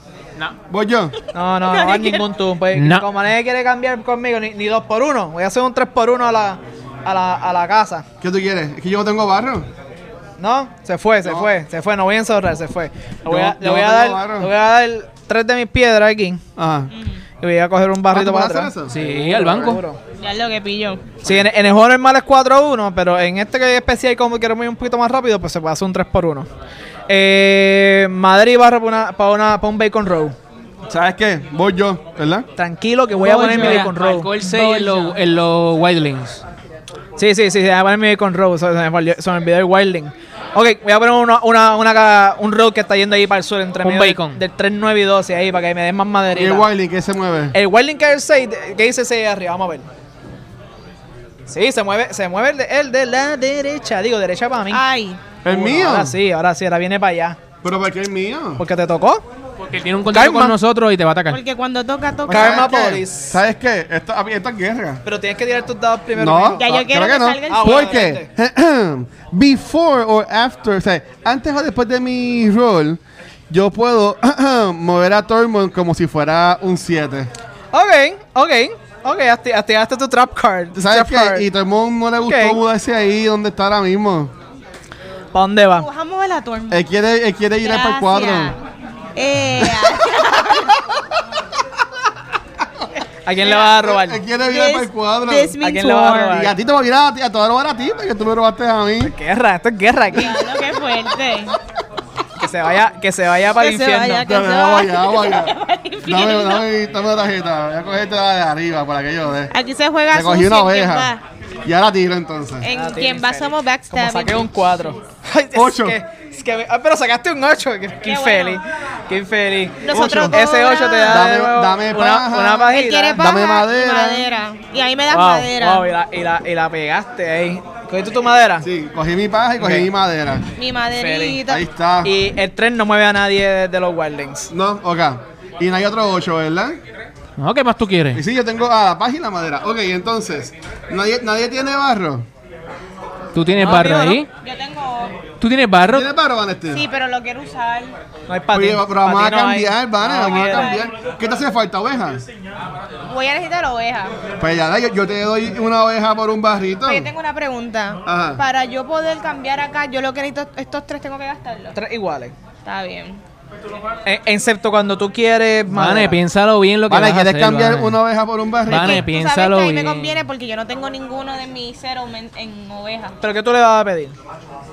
[SPEAKER 2] Voy yo.
[SPEAKER 3] No, no, no hay ningún tú. Pues,
[SPEAKER 1] No.
[SPEAKER 3] Como nadie quiere cambiar conmigo, ni, ni dos por uno. Voy a hacer un tres por uno a la, a la, a la casa.
[SPEAKER 2] ¿Qué tú quieres? ¿Es que yo no tengo barro?
[SPEAKER 3] ¿No? Se fue, se
[SPEAKER 2] No.
[SPEAKER 3] fue, se fue. No voy a ensorrar, se fue. Le voy
[SPEAKER 2] Yo-
[SPEAKER 3] a, le
[SPEAKER 2] yo
[SPEAKER 3] voy a
[SPEAKER 2] tengo
[SPEAKER 3] dar,
[SPEAKER 2] barro.
[SPEAKER 3] le voy a dar tres de mis piedras aquí.
[SPEAKER 2] Ajá.
[SPEAKER 3] Y voy a coger un
[SPEAKER 2] Ah,
[SPEAKER 3] barrito
[SPEAKER 2] ¿tú
[SPEAKER 3] para
[SPEAKER 2] puedes hacer
[SPEAKER 3] atrás.
[SPEAKER 2] eso?
[SPEAKER 1] Sí, al banco.
[SPEAKER 3] Seguro.
[SPEAKER 6] Ya es lo que pillo.
[SPEAKER 3] Sí, en, en el juego normal es 4-1, pero en este que es especial, como queremos ir un poquito más rápido, pues se puede hacer un 3x1. Eh, Madrid barra para, una, para, una, para un bacon roll.
[SPEAKER 2] ¿Sabes qué? Voy yo, ¿verdad?
[SPEAKER 3] Tranquilo, que voy a poner mi bacon roll.
[SPEAKER 1] Marcó el 6 en los- en los Wildlings.
[SPEAKER 3] Sí, sí, sí, sí, voy a poner mi con Road, se me, olvidó- se me olvidó el Wilding. Ok, voy a poner una, una, una ca- un Road que está yendo ahí para el sur, entre
[SPEAKER 1] Un
[SPEAKER 3] medio del-
[SPEAKER 1] bacon.
[SPEAKER 3] Del, 3, 9 y 12 ahí, para que me den más
[SPEAKER 2] ¿Y el
[SPEAKER 3] maderita.
[SPEAKER 2] Wilding qué se mueve?
[SPEAKER 3] El Wilding que es el 6, que dice 6 arriba, vamos a ver. Sí, se mueve, se mueve el de, el de la derecha, digo, derecha para mí.
[SPEAKER 6] Ay.
[SPEAKER 2] ¿El
[SPEAKER 3] Uno,
[SPEAKER 2] mío?
[SPEAKER 3] Ahora sí, ahora sí, ahora viene para allá.
[SPEAKER 2] ¿Pero por qué el mío?
[SPEAKER 3] Porque te tocó.
[SPEAKER 1] Porque tiene un contacto
[SPEAKER 3] Karma.
[SPEAKER 1] con nosotros y te va a atacar.
[SPEAKER 6] Porque cuando toca, toca.
[SPEAKER 2] Pues, ¿sabes
[SPEAKER 3] Karma
[SPEAKER 2] qué?
[SPEAKER 3] Police.
[SPEAKER 2] ¿Sabes qué? Esto, a mí- esto es guerra.
[SPEAKER 3] Pero tienes que tirar tus dados primero.
[SPEAKER 2] No,
[SPEAKER 3] amigo.
[SPEAKER 6] Ya yo
[SPEAKER 2] ah,
[SPEAKER 6] quiero que salga el
[SPEAKER 2] no.
[SPEAKER 6] sol.
[SPEAKER 2] Porque [clears throat] before or after, o sea, antes o después de mi rol, yo puedo [clears throat] mover a Tormund como si fuera un 7.
[SPEAKER 3] Ok, ok, ok, acti- activaste tu trap card. tu
[SPEAKER 2] ¿Sabes
[SPEAKER 3] trap card.
[SPEAKER 2] qué? Y Tormund no le gustó
[SPEAKER 3] Ok.
[SPEAKER 2] mudarse ahí donde está ahora mismo.
[SPEAKER 3] ¿Para dónde va?
[SPEAKER 6] Bajamos de la tormenta.
[SPEAKER 2] Él quiere, él quiere ir al par 4.
[SPEAKER 3] [laughs]
[SPEAKER 6] Eh,
[SPEAKER 3] ¿A quién le vas a robar?
[SPEAKER 2] Él quiere ir al par 4.
[SPEAKER 6] this
[SPEAKER 3] ¿A
[SPEAKER 6] means
[SPEAKER 3] quién le va a
[SPEAKER 6] war.
[SPEAKER 3] robar?
[SPEAKER 2] Y a ti te va a mirar, a ti- a te va a robar a ti porque tú me robaste a mí.
[SPEAKER 3] Guerra, esto es guerra aquí.
[SPEAKER 6] Diablo, qué fuerte.
[SPEAKER 3] Que se vaya, que se vaya para el
[SPEAKER 6] Que se
[SPEAKER 3] infierno.
[SPEAKER 6] vaya, que-
[SPEAKER 2] Dame, vamos allá, vamos allá.
[SPEAKER 6] infierno.
[SPEAKER 2] Dame, dame, dame la tarjeta. Voy a cogerte la de arriba para que yo dé.
[SPEAKER 6] Aquí se juega
[SPEAKER 2] Te cogí
[SPEAKER 6] sucio.
[SPEAKER 2] una
[SPEAKER 6] ¿en quién
[SPEAKER 2] oveja.
[SPEAKER 6] va?
[SPEAKER 2] Y ahora tiro entonces.
[SPEAKER 6] En
[SPEAKER 3] Ah, tío,
[SPEAKER 6] quien va
[SPEAKER 3] infeliz.
[SPEAKER 6] somos
[SPEAKER 3] Como
[SPEAKER 6] backstab.
[SPEAKER 3] saqué un 4.
[SPEAKER 2] Ocho.
[SPEAKER 3] Es que, es que me- ah, pero sacaste un 8. Qué, qué
[SPEAKER 6] Qué bueno.
[SPEAKER 3] infeliz. Qué infeliz.
[SPEAKER 6] Nosotros
[SPEAKER 3] Ocho. Ese 8 te da
[SPEAKER 2] Dame-
[SPEAKER 3] de nuevo
[SPEAKER 2] dame
[SPEAKER 3] una,
[SPEAKER 2] paja.
[SPEAKER 3] una pajita.
[SPEAKER 6] Él quiere paja
[SPEAKER 2] Dame
[SPEAKER 6] y
[SPEAKER 2] madera.
[SPEAKER 6] madera. Y ahí me das
[SPEAKER 3] Wow,
[SPEAKER 6] madera.
[SPEAKER 3] wow, y, la, y, la, y la pegaste ahí. ¿Cogiste tu madera?
[SPEAKER 2] Sí, cogí mi paja y cogí
[SPEAKER 3] Ok.
[SPEAKER 2] mi madera.
[SPEAKER 6] Mi maderita.
[SPEAKER 2] Ahí está.
[SPEAKER 3] Y el tren no mueve a nadie de, de los Wildlings.
[SPEAKER 2] No, ok. Y no hay otro 8, ¿verdad?
[SPEAKER 1] No, ¿qué más tú
[SPEAKER 2] Y
[SPEAKER 1] quieres?
[SPEAKER 2] sí, yo tengo a la paja y la madera. Ok, entonces, ¿nadie, nadie tiene barro?
[SPEAKER 1] ¿Tú tienes
[SPEAKER 2] Ah,
[SPEAKER 3] No,
[SPEAKER 1] barro
[SPEAKER 3] amigo, no.
[SPEAKER 1] ahí?
[SPEAKER 6] Yo tengo.
[SPEAKER 1] ¿Tú tienes barro?
[SPEAKER 2] ¿Tienes barro, Vanesti?
[SPEAKER 6] Sí, pero lo quiero usar.
[SPEAKER 3] No hay patín.
[SPEAKER 2] Oye, pero vamos a
[SPEAKER 3] Patín no hay.
[SPEAKER 2] cambiar, Vane,
[SPEAKER 3] No,
[SPEAKER 2] vamos a
[SPEAKER 3] quiero.
[SPEAKER 2] cambiar. ¿Qué te hace falta, oveja?
[SPEAKER 6] Voy a necesitar oveja.
[SPEAKER 2] Pues ya, da, yo, yo te doy una oveja por un barrito.
[SPEAKER 6] Pero yo tengo una pregunta.
[SPEAKER 2] Ajá.
[SPEAKER 6] Para yo poder cambiar acá, yo lo que necesito, estos tres tengo que gastarlos.
[SPEAKER 3] Tres iguales.
[SPEAKER 6] Está bien.
[SPEAKER 3] Eh, excepto cuando tú quieres
[SPEAKER 1] Vane,
[SPEAKER 3] madera.
[SPEAKER 1] piénsalo bien lo que
[SPEAKER 2] Vale,
[SPEAKER 1] vas a
[SPEAKER 2] ¿quieres
[SPEAKER 1] hacer,
[SPEAKER 2] cambiar
[SPEAKER 1] Vane.
[SPEAKER 2] una oveja por un barrito?
[SPEAKER 1] Vane,
[SPEAKER 6] Tú
[SPEAKER 1] Ah, piénsalo
[SPEAKER 6] sabes que a mí me
[SPEAKER 1] bien.
[SPEAKER 6] conviene porque yo no tengo ninguno de mis settlement en oveja.
[SPEAKER 3] ¿Pero qué tú le vas a pedir?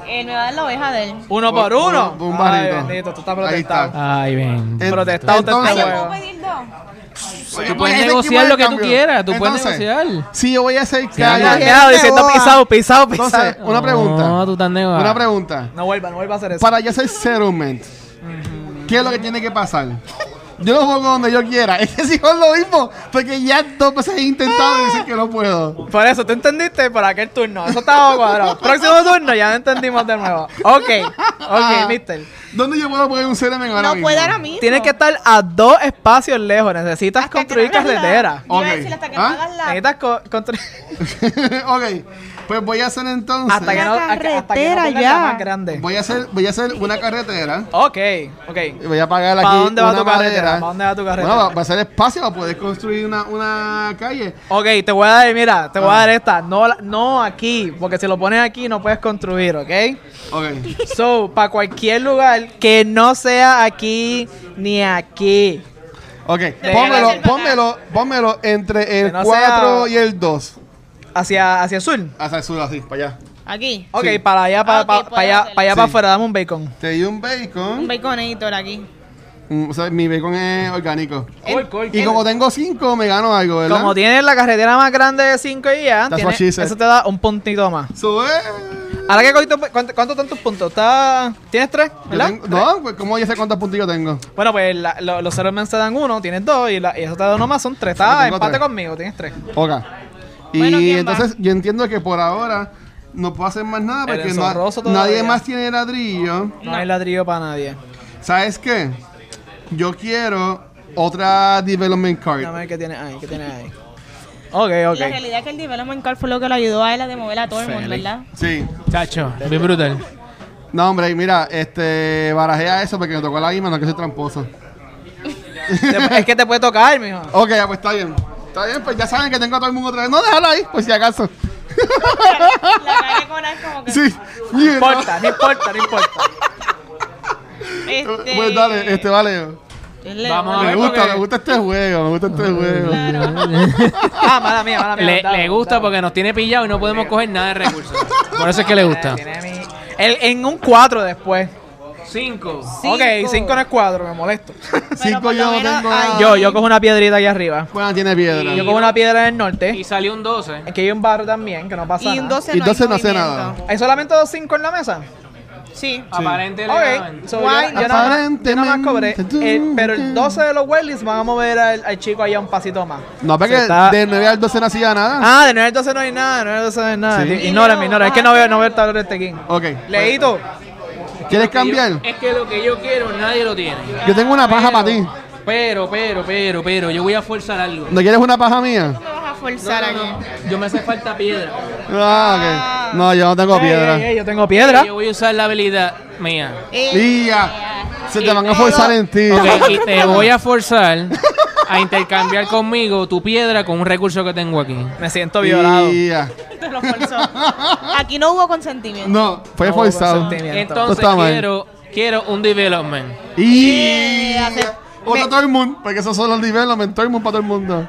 [SPEAKER 6] Él me va a dar la oveja de
[SPEAKER 2] Ah,
[SPEAKER 6] él.
[SPEAKER 3] Uno por,
[SPEAKER 2] Por-
[SPEAKER 3] uno.
[SPEAKER 2] por- por Pues, un barrito.
[SPEAKER 3] Ay, bendito, tú estás
[SPEAKER 2] Ahí
[SPEAKER 3] protestado.
[SPEAKER 2] está.
[SPEAKER 1] Ay, ven.
[SPEAKER 2] En-
[SPEAKER 3] Protestado, te
[SPEAKER 6] Ah,
[SPEAKER 2] entonces-
[SPEAKER 6] ¿yo
[SPEAKER 3] Oveja.
[SPEAKER 6] puedo pedir dos?
[SPEAKER 2] Tú
[SPEAKER 1] puedes negociar lo que tú quieras, tú puedes negociar.
[SPEAKER 2] Sí, yo voy a hacer
[SPEAKER 1] ya,
[SPEAKER 2] callo.
[SPEAKER 1] ya,
[SPEAKER 3] Quedado diciendo pisado, ah. pisado, pisado.
[SPEAKER 2] Entonces, una pregunta.
[SPEAKER 1] No, tú estás negado.
[SPEAKER 2] Una pregunta.
[SPEAKER 3] no vuelva, no vuelva a hacer eso.
[SPEAKER 2] Para yo hacer settlement, ¿qué es lo que tiene que pasar? Yo lo pongo donde yo quiera. [laughs] Es que si es lo mismo, porque ya dos veces he intentado decir que no puedo.
[SPEAKER 3] Por eso, ¿tú entendiste? Por aquel turno. Eso
[SPEAKER 2] [laughs]
[SPEAKER 3] estaba cuadrado. Próximo turno, ya lo entendimos de nuevo. Ok,
[SPEAKER 2] Ah.
[SPEAKER 3] ok, mister.
[SPEAKER 2] ¿Dónde yo puedo poner un CNM ahora
[SPEAKER 6] No
[SPEAKER 2] mismo?
[SPEAKER 6] puede ahora mismo.
[SPEAKER 3] Tienes que estar a dos espacios lejos. Necesitas
[SPEAKER 6] Hasta que
[SPEAKER 3] construir
[SPEAKER 6] no hagas la-
[SPEAKER 3] carretera.
[SPEAKER 6] Yo iba a
[SPEAKER 2] Ok.
[SPEAKER 6] decir, hasta que
[SPEAKER 2] ¿Ah?
[SPEAKER 6] no hagas la
[SPEAKER 3] Necesitas co-
[SPEAKER 6] [laughs]
[SPEAKER 3] construir.
[SPEAKER 2] [laughs] ok, pues voy a hacer entonces.
[SPEAKER 3] Hasta que
[SPEAKER 6] Una
[SPEAKER 3] no. Hasta que no
[SPEAKER 6] carretera
[SPEAKER 3] tengas
[SPEAKER 6] ya.
[SPEAKER 3] la más grande.
[SPEAKER 2] Voy a hacer, voy a hacer una carretera.
[SPEAKER 3] Ok, ok.
[SPEAKER 2] Y voy a pagar aquí.
[SPEAKER 3] ¿Para dónde va
[SPEAKER 2] una
[SPEAKER 3] tu carretera?
[SPEAKER 2] madera.
[SPEAKER 3] ¿Para dónde va tu carretera?
[SPEAKER 2] Bueno, va, va a ser espacio para poder construir una, una calle.
[SPEAKER 3] Ok, te voy a dar, mira, te voy
[SPEAKER 2] Ah.
[SPEAKER 3] a dar esta. No, la- no aquí, porque si lo pones aquí no puedes construir, ¿ok?
[SPEAKER 6] [laughs]
[SPEAKER 2] Ok.
[SPEAKER 3] So, para cualquier lugar que no sea aquí ni aquí.
[SPEAKER 2] Ok.
[SPEAKER 6] Debería
[SPEAKER 2] Pónmelo,
[SPEAKER 6] ser
[SPEAKER 2] pónmelo, pónmelo entre el
[SPEAKER 3] Que no
[SPEAKER 2] 4
[SPEAKER 3] sea-
[SPEAKER 2] y el 2.
[SPEAKER 3] Hacia, hacia el sur.
[SPEAKER 2] Hacia el sur, Ah, así, para allá.
[SPEAKER 6] Aquí.
[SPEAKER 3] Ok,
[SPEAKER 2] Sí.
[SPEAKER 3] para allá, para,
[SPEAKER 6] Ah, ok,
[SPEAKER 3] para,
[SPEAKER 6] puedo
[SPEAKER 3] allá,
[SPEAKER 6] hacerlo.
[SPEAKER 3] para allá,
[SPEAKER 2] Sí.
[SPEAKER 3] para afuera, dame un bacon.
[SPEAKER 2] Te di un
[SPEAKER 6] Un
[SPEAKER 2] bacon.
[SPEAKER 6] baconator aquí.
[SPEAKER 2] Mm, O sea, mi bacon es orgánico.
[SPEAKER 3] Cool, cool,
[SPEAKER 2] Y
[SPEAKER 3] cool.
[SPEAKER 2] como tengo 5, me gano algo, ¿verdad?
[SPEAKER 3] Como tienes la carretera más grande de 5 y ya,
[SPEAKER 2] That's
[SPEAKER 3] tienes-
[SPEAKER 2] what she said.
[SPEAKER 3] eso te da un puntito más.
[SPEAKER 2] Sube.
[SPEAKER 3] Ahora que cogiste, ¿cuánto, cuánto tantos puntos? ¿Está- ¿Tienes tres?
[SPEAKER 2] Yo
[SPEAKER 3] ¿Verdad?
[SPEAKER 2] tengo- no, pues, ¿cómo yo sé cuántos puntos yo tengo?
[SPEAKER 3] Bueno, pues la- lo- los ceros men se dan uno, tienes dos, y, la- y eso te da uno más, son tres.
[SPEAKER 2] Yo
[SPEAKER 3] Está
[SPEAKER 2] tengo
[SPEAKER 3] empate
[SPEAKER 2] tres.
[SPEAKER 3] conmigo, tienes tres.
[SPEAKER 2] Ok. Y
[SPEAKER 6] Bueno, ¿quién va?
[SPEAKER 2] entonces yo entiendo que por ahora no puedo hacer más nada
[SPEAKER 3] Eres
[SPEAKER 2] porque no-
[SPEAKER 3] zorroso
[SPEAKER 2] nadie
[SPEAKER 3] todavía.
[SPEAKER 2] más tiene ladrillo.
[SPEAKER 3] No, hay ladrillo para nadie.
[SPEAKER 2] ¿Sabes qué? Yo quiero otra development
[SPEAKER 3] Dame
[SPEAKER 2] card.
[SPEAKER 3] ver qué tienes ahí, qué tienes ahí. Ok, ok.
[SPEAKER 6] La realidad es que el development car fue lo que lo ayudó a él a demover a todo el mundo, ¿verdad?
[SPEAKER 2] [laughs] Sí.
[SPEAKER 1] Chacho, bien brutal.
[SPEAKER 2] No, hombre, mira, este barajea eso porque me tocó la misma, no que soy tramposo.
[SPEAKER 3] Te- es que te puede tocar, [laughs] mijo.
[SPEAKER 2] Ok, ya, pues está bien. Está bien, pues ya saben que tengo a todo el mundo otra vez. No, déjalo ahí, pues si acaso.
[SPEAKER 6] La cara con él como que...
[SPEAKER 2] Sí. you
[SPEAKER 3] No
[SPEAKER 2] know.
[SPEAKER 3] importa, no importa, no importa.
[SPEAKER 6] Este...
[SPEAKER 2] Pues dale, este vale.
[SPEAKER 6] él le-
[SPEAKER 1] Vamos a
[SPEAKER 2] Me
[SPEAKER 1] ver,
[SPEAKER 2] gusta,
[SPEAKER 1] porque-
[SPEAKER 2] me gusta este juego, me gusta este juego.
[SPEAKER 3] Ah, mala mía, mala mía.
[SPEAKER 1] Le,
[SPEAKER 3] dale,
[SPEAKER 1] le gusta
[SPEAKER 3] dale.
[SPEAKER 1] porque nos tiene pillado y no podemos coger nada de recursos. Por eso es que le gusta.
[SPEAKER 3] Tiene mi- El- en un 4 después.
[SPEAKER 1] Cinco.
[SPEAKER 6] Cinco.
[SPEAKER 3] Ok, 5 no es 4, me molesto.
[SPEAKER 6] Pero
[SPEAKER 2] [laughs] Cinco
[SPEAKER 6] por lo
[SPEAKER 2] yo no
[SPEAKER 6] menos
[SPEAKER 2] tengo.
[SPEAKER 6] ahí-
[SPEAKER 3] yo, yo cojo una piedrita allá arriba.
[SPEAKER 2] Bueno, tiene piedra.
[SPEAKER 3] Yo cojo una piedra en el norte.
[SPEAKER 1] Y salió un 12.
[SPEAKER 3] Aquí hay un barro también, que no pasa
[SPEAKER 6] Y un
[SPEAKER 3] nada.
[SPEAKER 6] 12
[SPEAKER 2] Y
[SPEAKER 6] no, hay
[SPEAKER 2] 12 no hace
[SPEAKER 6] movimiento.
[SPEAKER 2] nada.
[SPEAKER 3] ¿Hay solamente dos 5 en la mesa?
[SPEAKER 6] Sí.
[SPEAKER 1] Aparentemente.
[SPEAKER 3] Ok, so yo,
[SPEAKER 6] Guay.
[SPEAKER 3] yo nada más- yo nada más cobré.
[SPEAKER 2] Aparentemente tú-
[SPEAKER 3] eh, pero el 12 de los Wellies van a mover al, al chico allá un pasito más.
[SPEAKER 2] No, porque
[SPEAKER 3] Se está-
[SPEAKER 2] de 9 al 12 no hacía nada.
[SPEAKER 3] Ah, de 9 al 12 no hay nada, de 9 al 12 no hay nada.
[SPEAKER 2] Sí.
[SPEAKER 3] Ignórame, Ignórame, ignórame. Es que no veo, no veo el tablero de este King.
[SPEAKER 2] Ok.
[SPEAKER 3] Leíto,
[SPEAKER 2] ¿Quieres
[SPEAKER 1] Yo-
[SPEAKER 2] cambiar?
[SPEAKER 1] es que lo que yo quiero nadie lo tiene.
[SPEAKER 2] Yo tengo una paja para ti.
[SPEAKER 1] Pero, pero, pero, pero, yo voy a forzar algo.
[SPEAKER 2] ¿No quieres una paja mía?
[SPEAKER 6] me vas a forzar
[SPEAKER 1] No, no,
[SPEAKER 6] aquí.
[SPEAKER 1] no. Yo me hace falta piedra.
[SPEAKER 2] Ah, ok. No, yo no tengo
[SPEAKER 3] Ey,
[SPEAKER 2] piedra.
[SPEAKER 3] ey, ey, yo tengo piedra.
[SPEAKER 1] Yo voy a usar la habilidad mía.
[SPEAKER 2] Día. Se te
[SPEAKER 6] Eh,
[SPEAKER 2] van a forzar en ti.
[SPEAKER 6] [laughs]
[SPEAKER 1] Ok, y te voy a forzar a intercambiar conmigo tu piedra con un recurso que tengo aquí.
[SPEAKER 3] Me siento violado.
[SPEAKER 2] Día.
[SPEAKER 6] [laughs] Te lo forzó.
[SPEAKER 2] [laughs]
[SPEAKER 6] Aquí no hubo consentimiento.
[SPEAKER 2] No, fue
[SPEAKER 3] No,
[SPEAKER 2] forzado.
[SPEAKER 3] consentimiento.
[SPEAKER 1] Entonces
[SPEAKER 2] Está mal.
[SPEAKER 1] quiero, quiero un development.
[SPEAKER 2] Y
[SPEAKER 6] hace-
[SPEAKER 2] otro todo el mundo, porque esos son los development, todo el mundo para todo el mundo.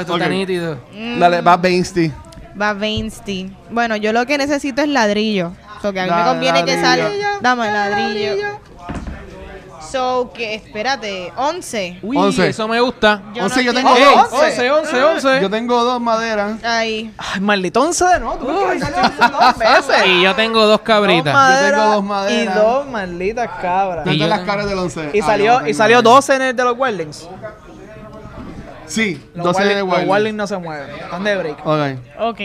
[SPEAKER 1] Esto está
[SPEAKER 2] Ok.
[SPEAKER 1] nítido.
[SPEAKER 2] Dale, va Bainsty.
[SPEAKER 6] Va Vainsty. Bueno, yo lo que necesito es ladrillo. So que a mí
[SPEAKER 2] Dale,
[SPEAKER 6] me conviene que salga.
[SPEAKER 2] ladrillo.
[SPEAKER 6] Dame ladrillo. So que, espérate, 11.
[SPEAKER 1] Uy,
[SPEAKER 2] Once.
[SPEAKER 1] eso me gusta.
[SPEAKER 6] Yo
[SPEAKER 2] Once,
[SPEAKER 6] no
[SPEAKER 2] yo
[SPEAKER 3] Oh,
[SPEAKER 6] quiero-
[SPEAKER 2] tengo dos.
[SPEAKER 3] 11, 11, 11.
[SPEAKER 2] Yo tengo dos maderas.
[SPEAKER 6] Ahí.
[SPEAKER 3] Ay, maldito 11 de nuevo. Tuve
[SPEAKER 2] [laughs]
[SPEAKER 3] que sacarlo dos veces.
[SPEAKER 1] Y yo tengo dos cabritas.
[SPEAKER 2] Yo tengo dos
[SPEAKER 3] madera Y
[SPEAKER 2] maderas.
[SPEAKER 3] dos malditas cabras.
[SPEAKER 2] No
[SPEAKER 1] Y yo
[SPEAKER 2] están las
[SPEAKER 1] tengo-
[SPEAKER 2] caras del Ah, 11.
[SPEAKER 3] Y salió, y salió 12 en el de los Wildlings.
[SPEAKER 2] Sí,
[SPEAKER 3] Los
[SPEAKER 2] 12 de
[SPEAKER 3] Wildlings- los
[SPEAKER 2] Wilding.
[SPEAKER 3] Wildlings no se mueven. Están de break.
[SPEAKER 2] Ok.
[SPEAKER 6] Ok.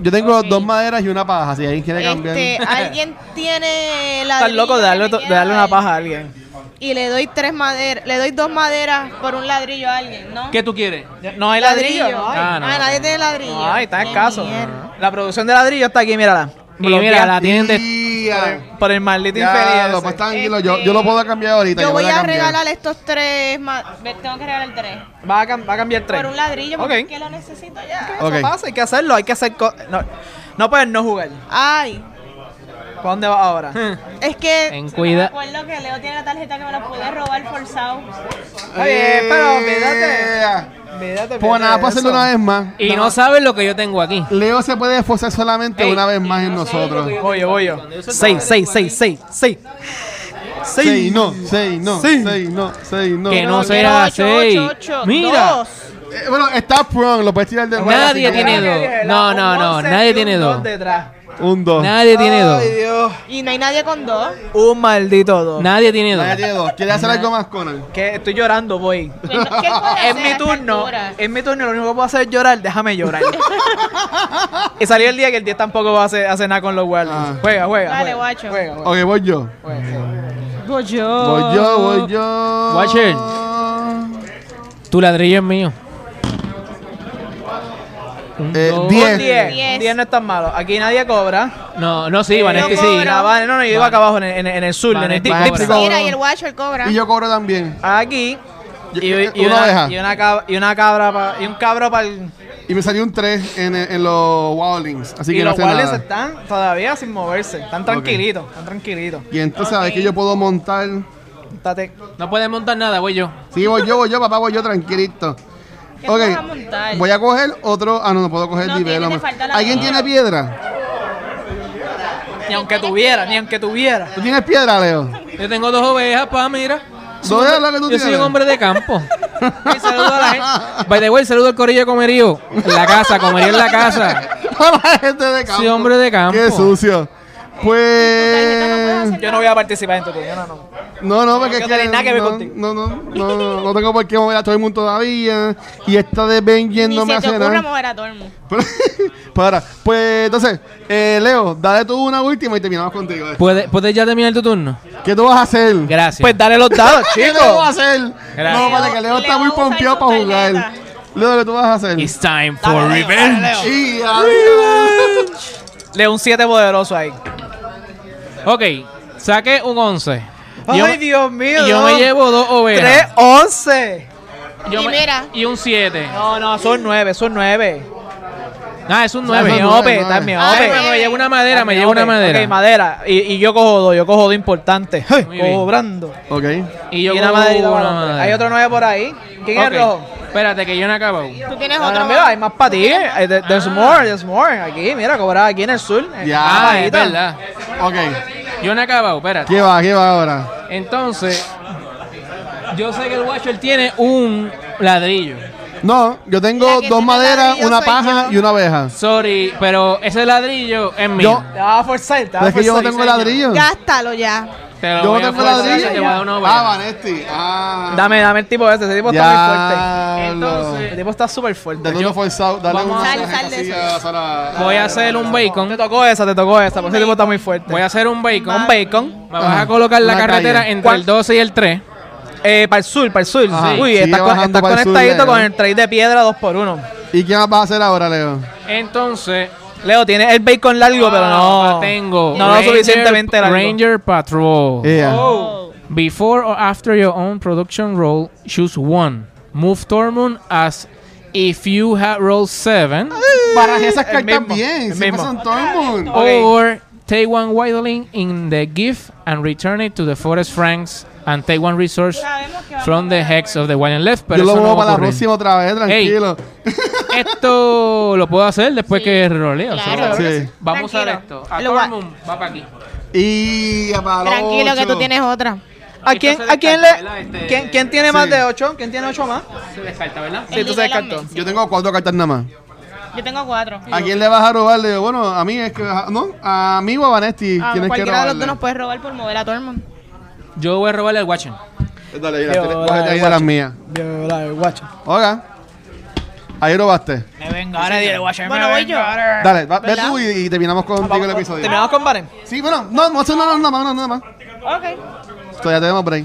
[SPEAKER 2] Yo tengo
[SPEAKER 6] Ok.
[SPEAKER 2] dos maderas y una paja, si alguien quiere cambiar.
[SPEAKER 6] Este, alguien tiene ladrillo.
[SPEAKER 3] Están locos de darle,
[SPEAKER 6] que me
[SPEAKER 3] de
[SPEAKER 6] quiera
[SPEAKER 3] darle una
[SPEAKER 6] dar?
[SPEAKER 3] paja a alguien.
[SPEAKER 6] Y le doy tres maderas, le doy dos maderas por un ladrillo a alguien, ¿no?
[SPEAKER 1] ¿Qué tú quieres?
[SPEAKER 3] No hay ladrillo. no hay.
[SPEAKER 6] Ah,
[SPEAKER 1] Ah, no.
[SPEAKER 6] nadie tiene ladrillo.
[SPEAKER 3] No hay, está
[SPEAKER 6] Qué
[SPEAKER 3] escaso.
[SPEAKER 6] mierda.
[SPEAKER 3] La producción de ladrillo está aquí, mírala.
[SPEAKER 1] Y mira, la tienen de-
[SPEAKER 2] Ya,
[SPEAKER 3] Por el maldito
[SPEAKER 2] ya,
[SPEAKER 3] infeliz.
[SPEAKER 2] lo,
[SPEAKER 3] ese.
[SPEAKER 2] pues tranquilo, yo, yo lo puedo cambiar ahorita.
[SPEAKER 6] Yo voy
[SPEAKER 2] lo
[SPEAKER 6] a
[SPEAKER 2] cambiar.
[SPEAKER 6] regalar estos tres. ma- ve, Tengo que regalar tres.
[SPEAKER 3] Va a, cam- va a cambiar tres.
[SPEAKER 6] Por un ladrillo,
[SPEAKER 3] Ok.
[SPEAKER 6] porque es que lo necesito ya.
[SPEAKER 3] Eso
[SPEAKER 2] Ok.
[SPEAKER 3] pasa, hay que hacerlo, hay que hacer co- no, no puedes no jugar.
[SPEAKER 6] Ay,
[SPEAKER 3] ¿Para dónde vas ahora?
[SPEAKER 2] Hmm.
[SPEAKER 6] es que.
[SPEAKER 1] Ten cuida-
[SPEAKER 6] Me acuerdo que Leo tiene la tarjeta que me la pude robar forzado.
[SPEAKER 3] Está bien, pero olvídate.
[SPEAKER 2] Eh,
[SPEAKER 3] Olvídate,
[SPEAKER 2] Pues nada,
[SPEAKER 3] olvídate de
[SPEAKER 2] para hacerlo
[SPEAKER 3] eso.
[SPEAKER 2] una vez más.
[SPEAKER 1] Y no sabes lo que yo tengo aquí.
[SPEAKER 2] Leo se puede esforzar solamente
[SPEAKER 1] Ey,
[SPEAKER 2] una vez más en nosotros.
[SPEAKER 3] Voy yo, voy yo. Seis, seis, seis, seis,
[SPEAKER 2] Seis
[SPEAKER 3] seis. Seis.
[SPEAKER 2] no, seis no,
[SPEAKER 3] Sí.
[SPEAKER 2] seis no, seis no.
[SPEAKER 1] Que no
[SPEAKER 6] Yo
[SPEAKER 1] sea
[SPEAKER 6] quiero
[SPEAKER 1] la
[SPEAKER 6] ocho,
[SPEAKER 1] seis.
[SPEAKER 6] ocho, ocho,
[SPEAKER 1] Mira.
[SPEAKER 6] dos.
[SPEAKER 2] Eh, bueno, está prong, lo puedes tirar del
[SPEAKER 1] Nadie
[SPEAKER 2] así que-
[SPEAKER 1] tiene
[SPEAKER 3] Yo creo que
[SPEAKER 1] dos.
[SPEAKER 3] dije,
[SPEAKER 1] No,
[SPEAKER 3] la-
[SPEAKER 1] no,
[SPEAKER 3] un
[SPEAKER 1] no,
[SPEAKER 3] once
[SPEAKER 1] nadie
[SPEAKER 3] y un
[SPEAKER 1] tiene dos.
[SPEAKER 3] detrás.
[SPEAKER 7] Un 2.
[SPEAKER 1] Nadie tiene dos.
[SPEAKER 2] Ay, Dios.
[SPEAKER 6] Y no hay nadie con
[SPEAKER 3] [laughs]
[SPEAKER 6] dos.
[SPEAKER 3] Un maldito dos.
[SPEAKER 1] Nadie tiene dos.
[SPEAKER 2] Nadie tiene dos. ¿Quieres hacer algo más, Conan?
[SPEAKER 3] Que estoy llorando, voy.
[SPEAKER 6] ¿Qué puede
[SPEAKER 2] [laughs]
[SPEAKER 6] hacer
[SPEAKER 3] Es
[SPEAKER 6] a
[SPEAKER 3] mi
[SPEAKER 6] esta
[SPEAKER 3] turno.
[SPEAKER 6] altura?
[SPEAKER 3] Es mi turno. Lo único que puedo hacer es llorar. Déjame
[SPEAKER 2] [laughs]
[SPEAKER 3] llorar. y salió el día que el 10 tampoco va a hacer, hacer nada con los Warriors.
[SPEAKER 2] Ah.
[SPEAKER 3] Juega, juega.
[SPEAKER 6] Dale,
[SPEAKER 3] juega,
[SPEAKER 6] guacho.
[SPEAKER 3] Juega, juega,
[SPEAKER 2] Ok, voy yo.
[SPEAKER 6] Voy yo.
[SPEAKER 2] Voy yo, voy yo.
[SPEAKER 1] Oh. Watcher. Tu ladrillo es mío. Un,
[SPEAKER 2] Eh,
[SPEAKER 1] dos.
[SPEAKER 2] diez.
[SPEAKER 3] Un 10.
[SPEAKER 6] Diez.
[SPEAKER 3] 10 no es tan malo. Aquí nadie cobra.
[SPEAKER 1] No, no, sí, Vanetti
[SPEAKER 6] no
[SPEAKER 1] sí.
[SPEAKER 6] cobra.
[SPEAKER 3] Nada, vale. No, no, yo iba acá abajo en el, en el- en el sur,
[SPEAKER 1] Vale,
[SPEAKER 3] en el dip-
[SPEAKER 1] vale.
[SPEAKER 3] dip-
[SPEAKER 1] Cobra.
[SPEAKER 6] Mira, y el Watcher cobra.
[SPEAKER 2] Y yo cobro también.
[SPEAKER 3] Aquí.
[SPEAKER 2] Yo- eh,
[SPEAKER 3] Y, y
[SPEAKER 2] una oveja.
[SPEAKER 3] una, y una cabra, y una cabra pa- y un cabro para el.
[SPEAKER 2] Y me salió un 3 en, en los Wildlings. Así
[SPEAKER 3] Y
[SPEAKER 2] que no
[SPEAKER 3] los
[SPEAKER 2] sé
[SPEAKER 3] Warriors
[SPEAKER 2] nada.
[SPEAKER 3] están todavía sin moverse. Están tranquilitos, están tranquilitos.
[SPEAKER 2] Y entonces, a ver que yo puedo montar.
[SPEAKER 3] Estate-
[SPEAKER 1] No puedes montar nada, voy yo.
[SPEAKER 2] Sí, voy yo, voy yo, papá, voy yo, tranquilito.
[SPEAKER 6] ¿Qué
[SPEAKER 2] Ok,
[SPEAKER 6] tú vas a montar?
[SPEAKER 2] voy a coger otro. Ah, no, no puedo coger
[SPEAKER 6] No
[SPEAKER 2] nivel.
[SPEAKER 6] tiene, te
[SPEAKER 2] hombre.
[SPEAKER 6] falta la
[SPEAKER 2] ¿Alguien
[SPEAKER 6] piedra.
[SPEAKER 2] tiene piedra?
[SPEAKER 3] Ni aunque tuviera, ni aunque tuviera.
[SPEAKER 2] ¿Tú tienes
[SPEAKER 1] [laughs]
[SPEAKER 2] piedra, Leo?
[SPEAKER 1] Yo tengo dos ovejas, pa, mira.
[SPEAKER 2] ¿Dónde es la que tú
[SPEAKER 1] Yo
[SPEAKER 2] tienes?
[SPEAKER 1] soy un hombre de campo.
[SPEAKER 3] Y saludo a la gente.
[SPEAKER 1] By the way, saludo al corillo de comerío. En la casa, comerío en la
[SPEAKER 2] [laughs]
[SPEAKER 1] casa.
[SPEAKER 2] A la gente este de campo.
[SPEAKER 1] Soy hombre de campo.
[SPEAKER 2] Qué sucio.
[SPEAKER 6] tarjeta no puede
[SPEAKER 2] Pues.
[SPEAKER 6] hacer-
[SPEAKER 3] Yo no voy a participar en tu turno, no, no.
[SPEAKER 2] No, no, porque
[SPEAKER 3] No
[SPEAKER 2] es
[SPEAKER 3] tenés nada que ver
[SPEAKER 2] no,
[SPEAKER 3] contigo.
[SPEAKER 2] no, no, no, no, no tengo por qué mover a todo el mundo todavía. Y esta de Benjen
[SPEAKER 6] Ni
[SPEAKER 2] no me
[SPEAKER 6] se te
[SPEAKER 2] hace [laughs]
[SPEAKER 6] ocurra
[SPEAKER 2] nada.
[SPEAKER 6] mover a todo el mundo.
[SPEAKER 2] Para, pues entonces, eh, Leo, dale tú una última y terminamos contigo.
[SPEAKER 1] ¿Puedes, puedes ya terminar tu turno?
[SPEAKER 2] ¿Qué tú vas a hacer?
[SPEAKER 1] Gracias.
[SPEAKER 3] Pues dale los [laughs] dados,
[SPEAKER 2] [laughs] ¿Qué tú vas a
[SPEAKER 3] chicos.
[SPEAKER 2] hacer? No,
[SPEAKER 1] Gracias.
[SPEAKER 2] vale, que Leo
[SPEAKER 6] Leo
[SPEAKER 2] está muy
[SPEAKER 6] va a usar
[SPEAKER 2] pompeado
[SPEAKER 6] su
[SPEAKER 2] para jugar.
[SPEAKER 6] tarjeta.
[SPEAKER 2] Leo, ¿qué tú vas a hacer?
[SPEAKER 1] It's time for revenge.
[SPEAKER 2] Y adiós.
[SPEAKER 3] Le un 7 poderoso ahí.
[SPEAKER 1] Ok, saqué un 11. Yo,
[SPEAKER 3] Ay, Dios mío.
[SPEAKER 1] yo me llevo dos
[SPEAKER 3] 3,
[SPEAKER 1] ovejas.
[SPEAKER 3] 11.
[SPEAKER 1] Yo
[SPEAKER 6] Y
[SPEAKER 1] me-
[SPEAKER 6] mira.
[SPEAKER 1] y un 7.
[SPEAKER 3] No, no, Ah, son 9, son 9.
[SPEAKER 1] Ah, es un
[SPEAKER 3] Está
[SPEAKER 1] 9.
[SPEAKER 2] son
[SPEAKER 3] miope,
[SPEAKER 2] nueve,
[SPEAKER 3] está
[SPEAKER 2] nueve.
[SPEAKER 1] Ay,
[SPEAKER 3] miope.
[SPEAKER 1] me, me llevo una Ah, pues, madera,
[SPEAKER 3] Está
[SPEAKER 1] me llevo una
[SPEAKER 3] miope.
[SPEAKER 1] madera.
[SPEAKER 3] Ok, madera. Y, y yo cojo dos, yo cojo dos importantes. Hey,
[SPEAKER 1] Muy bien.
[SPEAKER 3] cobrando.
[SPEAKER 2] Ok.
[SPEAKER 1] Y yo
[SPEAKER 3] y una
[SPEAKER 1] cojo
[SPEAKER 3] maderita
[SPEAKER 1] una
[SPEAKER 3] para el hombre.
[SPEAKER 1] madera.
[SPEAKER 3] Hay otro 9 por ahí. ¿Quién
[SPEAKER 1] Ok,
[SPEAKER 3] es el rojo?
[SPEAKER 1] Espérate, que yo no he acabado.
[SPEAKER 6] Tú tienes
[SPEAKER 3] No,
[SPEAKER 6] otro.
[SPEAKER 3] no, mira, hay más para ti. Eh, there- There's more, there's more. Aquí, mira, cobrada aquí en el sur. en
[SPEAKER 2] Ya.
[SPEAKER 3] la
[SPEAKER 1] Ah, es
[SPEAKER 3] bajita.
[SPEAKER 1] verdad.
[SPEAKER 2] Ok.
[SPEAKER 1] Yo no he acabado, espérate.
[SPEAKER 2] ¿Qué va? ¿Qué va ahora?
[SPEAKER 1] Entonces, yo sé que el Watcher tiene un ladrillo.
[SPEAKER 2] No, yo
[SPEAKER 6] La
[SPEAKER 2] tengo
[SPEAKER 6] que
[SPEAKER 2] dos
[SPEAKER 6] tiene
[SPEAKER 2] maderas,
[SPEAKER 6] ladrillo
[SPEAKER 2] una
[SPEAKER 6] soy
[SPEAKER 2] paja
[SPEAKER 6] yo.
[SPEAKER 2] y una abeja.
[SPEAKER 1] Sorry, pero ese ladrillo es mío.
[SPEAKER 3] Te vas a forzar, te vas
[SPEAKER 2] Pero
[SPEAKER 3] a
[SPEAKER 2] es que yo no
[SPEAKER 3] forzar.
[SPEAKER 2] tengo
[SPEAKER 3] Sí, pues, señor.
[SPEAKER 2] ladrillo.
[SPEAKER 6] Gástalo ya.
[SPEAKER 1] Te lo
[SPEAKER 2] Yo no
[SPEAKER 1] voy a
[SPEAKER 2] tengo
[SPEAKER 1] forzar
[SPEAKER 2] ladrillo.
[SPEAKER 1] y te voy a dar una oveja.
[SPEAKER 2] Ah, Vanesti. Ah.
[SPEAKER 3] Dame, dame el tipo ese, ese tipo está muy fuerte.
[SPEAKER 2] Ya, lo-
[SPEAKER 3] El tipo está súper fuerte.
[SPEAKER 2] Dale uno forzado, dale
[SPEAKER 1] Vamos
[SPEAKER 2] uno
[SPEAKER 1] a-
[SPEAKER 6] Sal,
[SPEAKER 2] tarjeta
[SPEAKER 6] sal de
[SPEAKER 2] así
[SPEAKER 6] eso.
[SPEAKER 2] a Sara.
[SPEAKER 1] Voy a hacer un
[SPEAKER 3] Te
[SPEAKER 1] bacon.
[SPEAKER 3] tocó esa, te tocó esa, porque ese tipo está muy fuerte.
[SPEAKER 1] Voy a hacer un
[SPEAKER 3] Un
[SPEAKER 1] bacon.
[SPEAKER 3] bacon.
[SPEAKER 1] Me vas
[SPEAKER 2] Ah,
[SPEAKER 1] a colocar la
[SPEAKER 2] una
[SPEAKER 1] carretera
[SPEAKER 2] calle.
[SPEAKER 1] entre
[SPEAKER 3] ¿Cuál?
[SPEAKER 1] el 12 y el 3.
[SPEAKER 3] Eh, para el sur, para el sur.
[SPEAKER 2] Ajá,
[SPEAKER 3] Uy,
[SPEAKER 2] sigue
[SPEAKER 3] estás, con-
[SPEAKER 2] bajando
[SPEAKER 3] estás
[SPEAKER 2] para el sur,
[SPEAKER 3] conectadito
[SPEAKER 2] Leo.
[SPEAKER 3] con el trade de piedra 2x1.
[SPEAKER 2] ¿Y qué más vas a hacer ahora, Leo?
[SPEAKER 1] Entonces,
[SPEAKER 3] Leo, tienes el bacon largo, pero
[SPEAKER 1] ah,
[SPEAKER 3] no.
[SPEAKER 1] tengo.
[SPEAKER 3] No, lo
[SPEAKER 1] Ranger-
[SPEAKER 3] suficientemente largo.
[SPEAKER 1] Ranger Patrol.
[SPEAKER 2] Yeah.
[SPEAKER 1] Before or after your own production roll, choose one. Move Tormund as if you had rolled seven,
[SPEAKER 2] Baraje esas
[SPEAKER 3] el
[SPEAKER 2] cartas
[SPEAKER 3] mismo,
[SPEAKER 2] bien,
[SPEAKER 3] el
[SPEAKER 2] siempre
[SPEAKER 3] mismo.
[SPEAKER 2] son todo el mundo.
[SPEAKER 3] Ok.
[SPEAKER 1] or take one wildling in the gift and return it to the forest franks and take one resource
[SPEAKER 6] Sabemos que
[SPEAKER 1] from the hex of the wild and left. Pero
[SPEAKER 2] Yo lo
[SPEAKER 1] eso no
[SPEAKER 2] pongo
[SPEAKER 1] va a
[SPEAKER 2] para la
[SPEAKER 1] ocurrir.
[SPEAKER 2] próxima otra vez, tranquilo. [laughs]
[SPEAKER 1] Esto lo puedo hacer después que roleo.
[SPEAKER 6] Claro.
[SPEAKER 1] ¿sabes?
[SPEAKER 2] Sí.
[SPEAKER 1] Vamos a usar
[SPEAKER 6] Tranquilo.
[SPEAKER 1] esto. A
[SPEAKER 6] Lo va-
[SPEAKER 1] Tormund va para aquí.
[SPEAKER 2] Y para los
[SPEAKER 6] Tranquilo que
[SPEAKER 2] ocho.
[SPEAKER 6] tú tienes otra.
[SPEAKER 3] ¿A quién,
[SPEAKER 1] Esto se
[SPEAKER 3] a quién
[SPEAKER 1] descarta, ¿verdad? Este-
[SPEAKER 3] le.? ¿Quién, quién tiene más
[SPEAKER 2] Sí.
[SPEAKER 3] de 8? ¿Quién tiene 8 más?
[SPEAKER 1] Se descarta, ¿verdad?
[SPEAKER 3] Sí,
[SPEAKER 6] El
[SPEAKER 3] tú sabes
[SPEAKER 6] nivel
[SPEAKER 3] cartón.
[SPEAKER 6] Messi.
[SPEAKER 2] Yo tengo cuatro cartas nada más.
[SPEAKER 6] Yo tengo cuatro.
[SPEAKER 2] ¿A quién le vas a robar? Le digo, bueno, a mí es que. No, a mí o a Vanesti.
[SPEAKER 6] Ah,
[SPEAKER 2] ¿Quién es que
[SPEAKER 6] cualquiera de los
[SPEAKER 2] robarle?
[SPEAKER 6] dos nos puedes robar por mover a Tormund.
[SPEAKER 1] Yo voy a robarle al Watcher.
[SPEAKER 2] Dale, mira,
[SPEAKER 3] Yo,
[SPEAKER 2] te-
[SPEAKER 3] dale,
[SPEAKER 2] cógete ahí de
[SPEAKER 3] guacho.
[SPEAKER 2] las mías. Oiga. Ahí robaste.
[SPEAKER 3] Me vengo, ahora dile, Watcher.
[SPEAKER 6] Bueno, voy yo.
[SPEAKER 2] Dale, va, ve tú y, y terminamos contigo el episodio.
[SPEAKER 3] Terminamos con Baren.
[SPEAKER 2] Sí, bueno, no, no, no, no, no, no, no, nada más.
[SPEAKER 6] Ok.
[SPEAKER 2] Todavía tenemos break.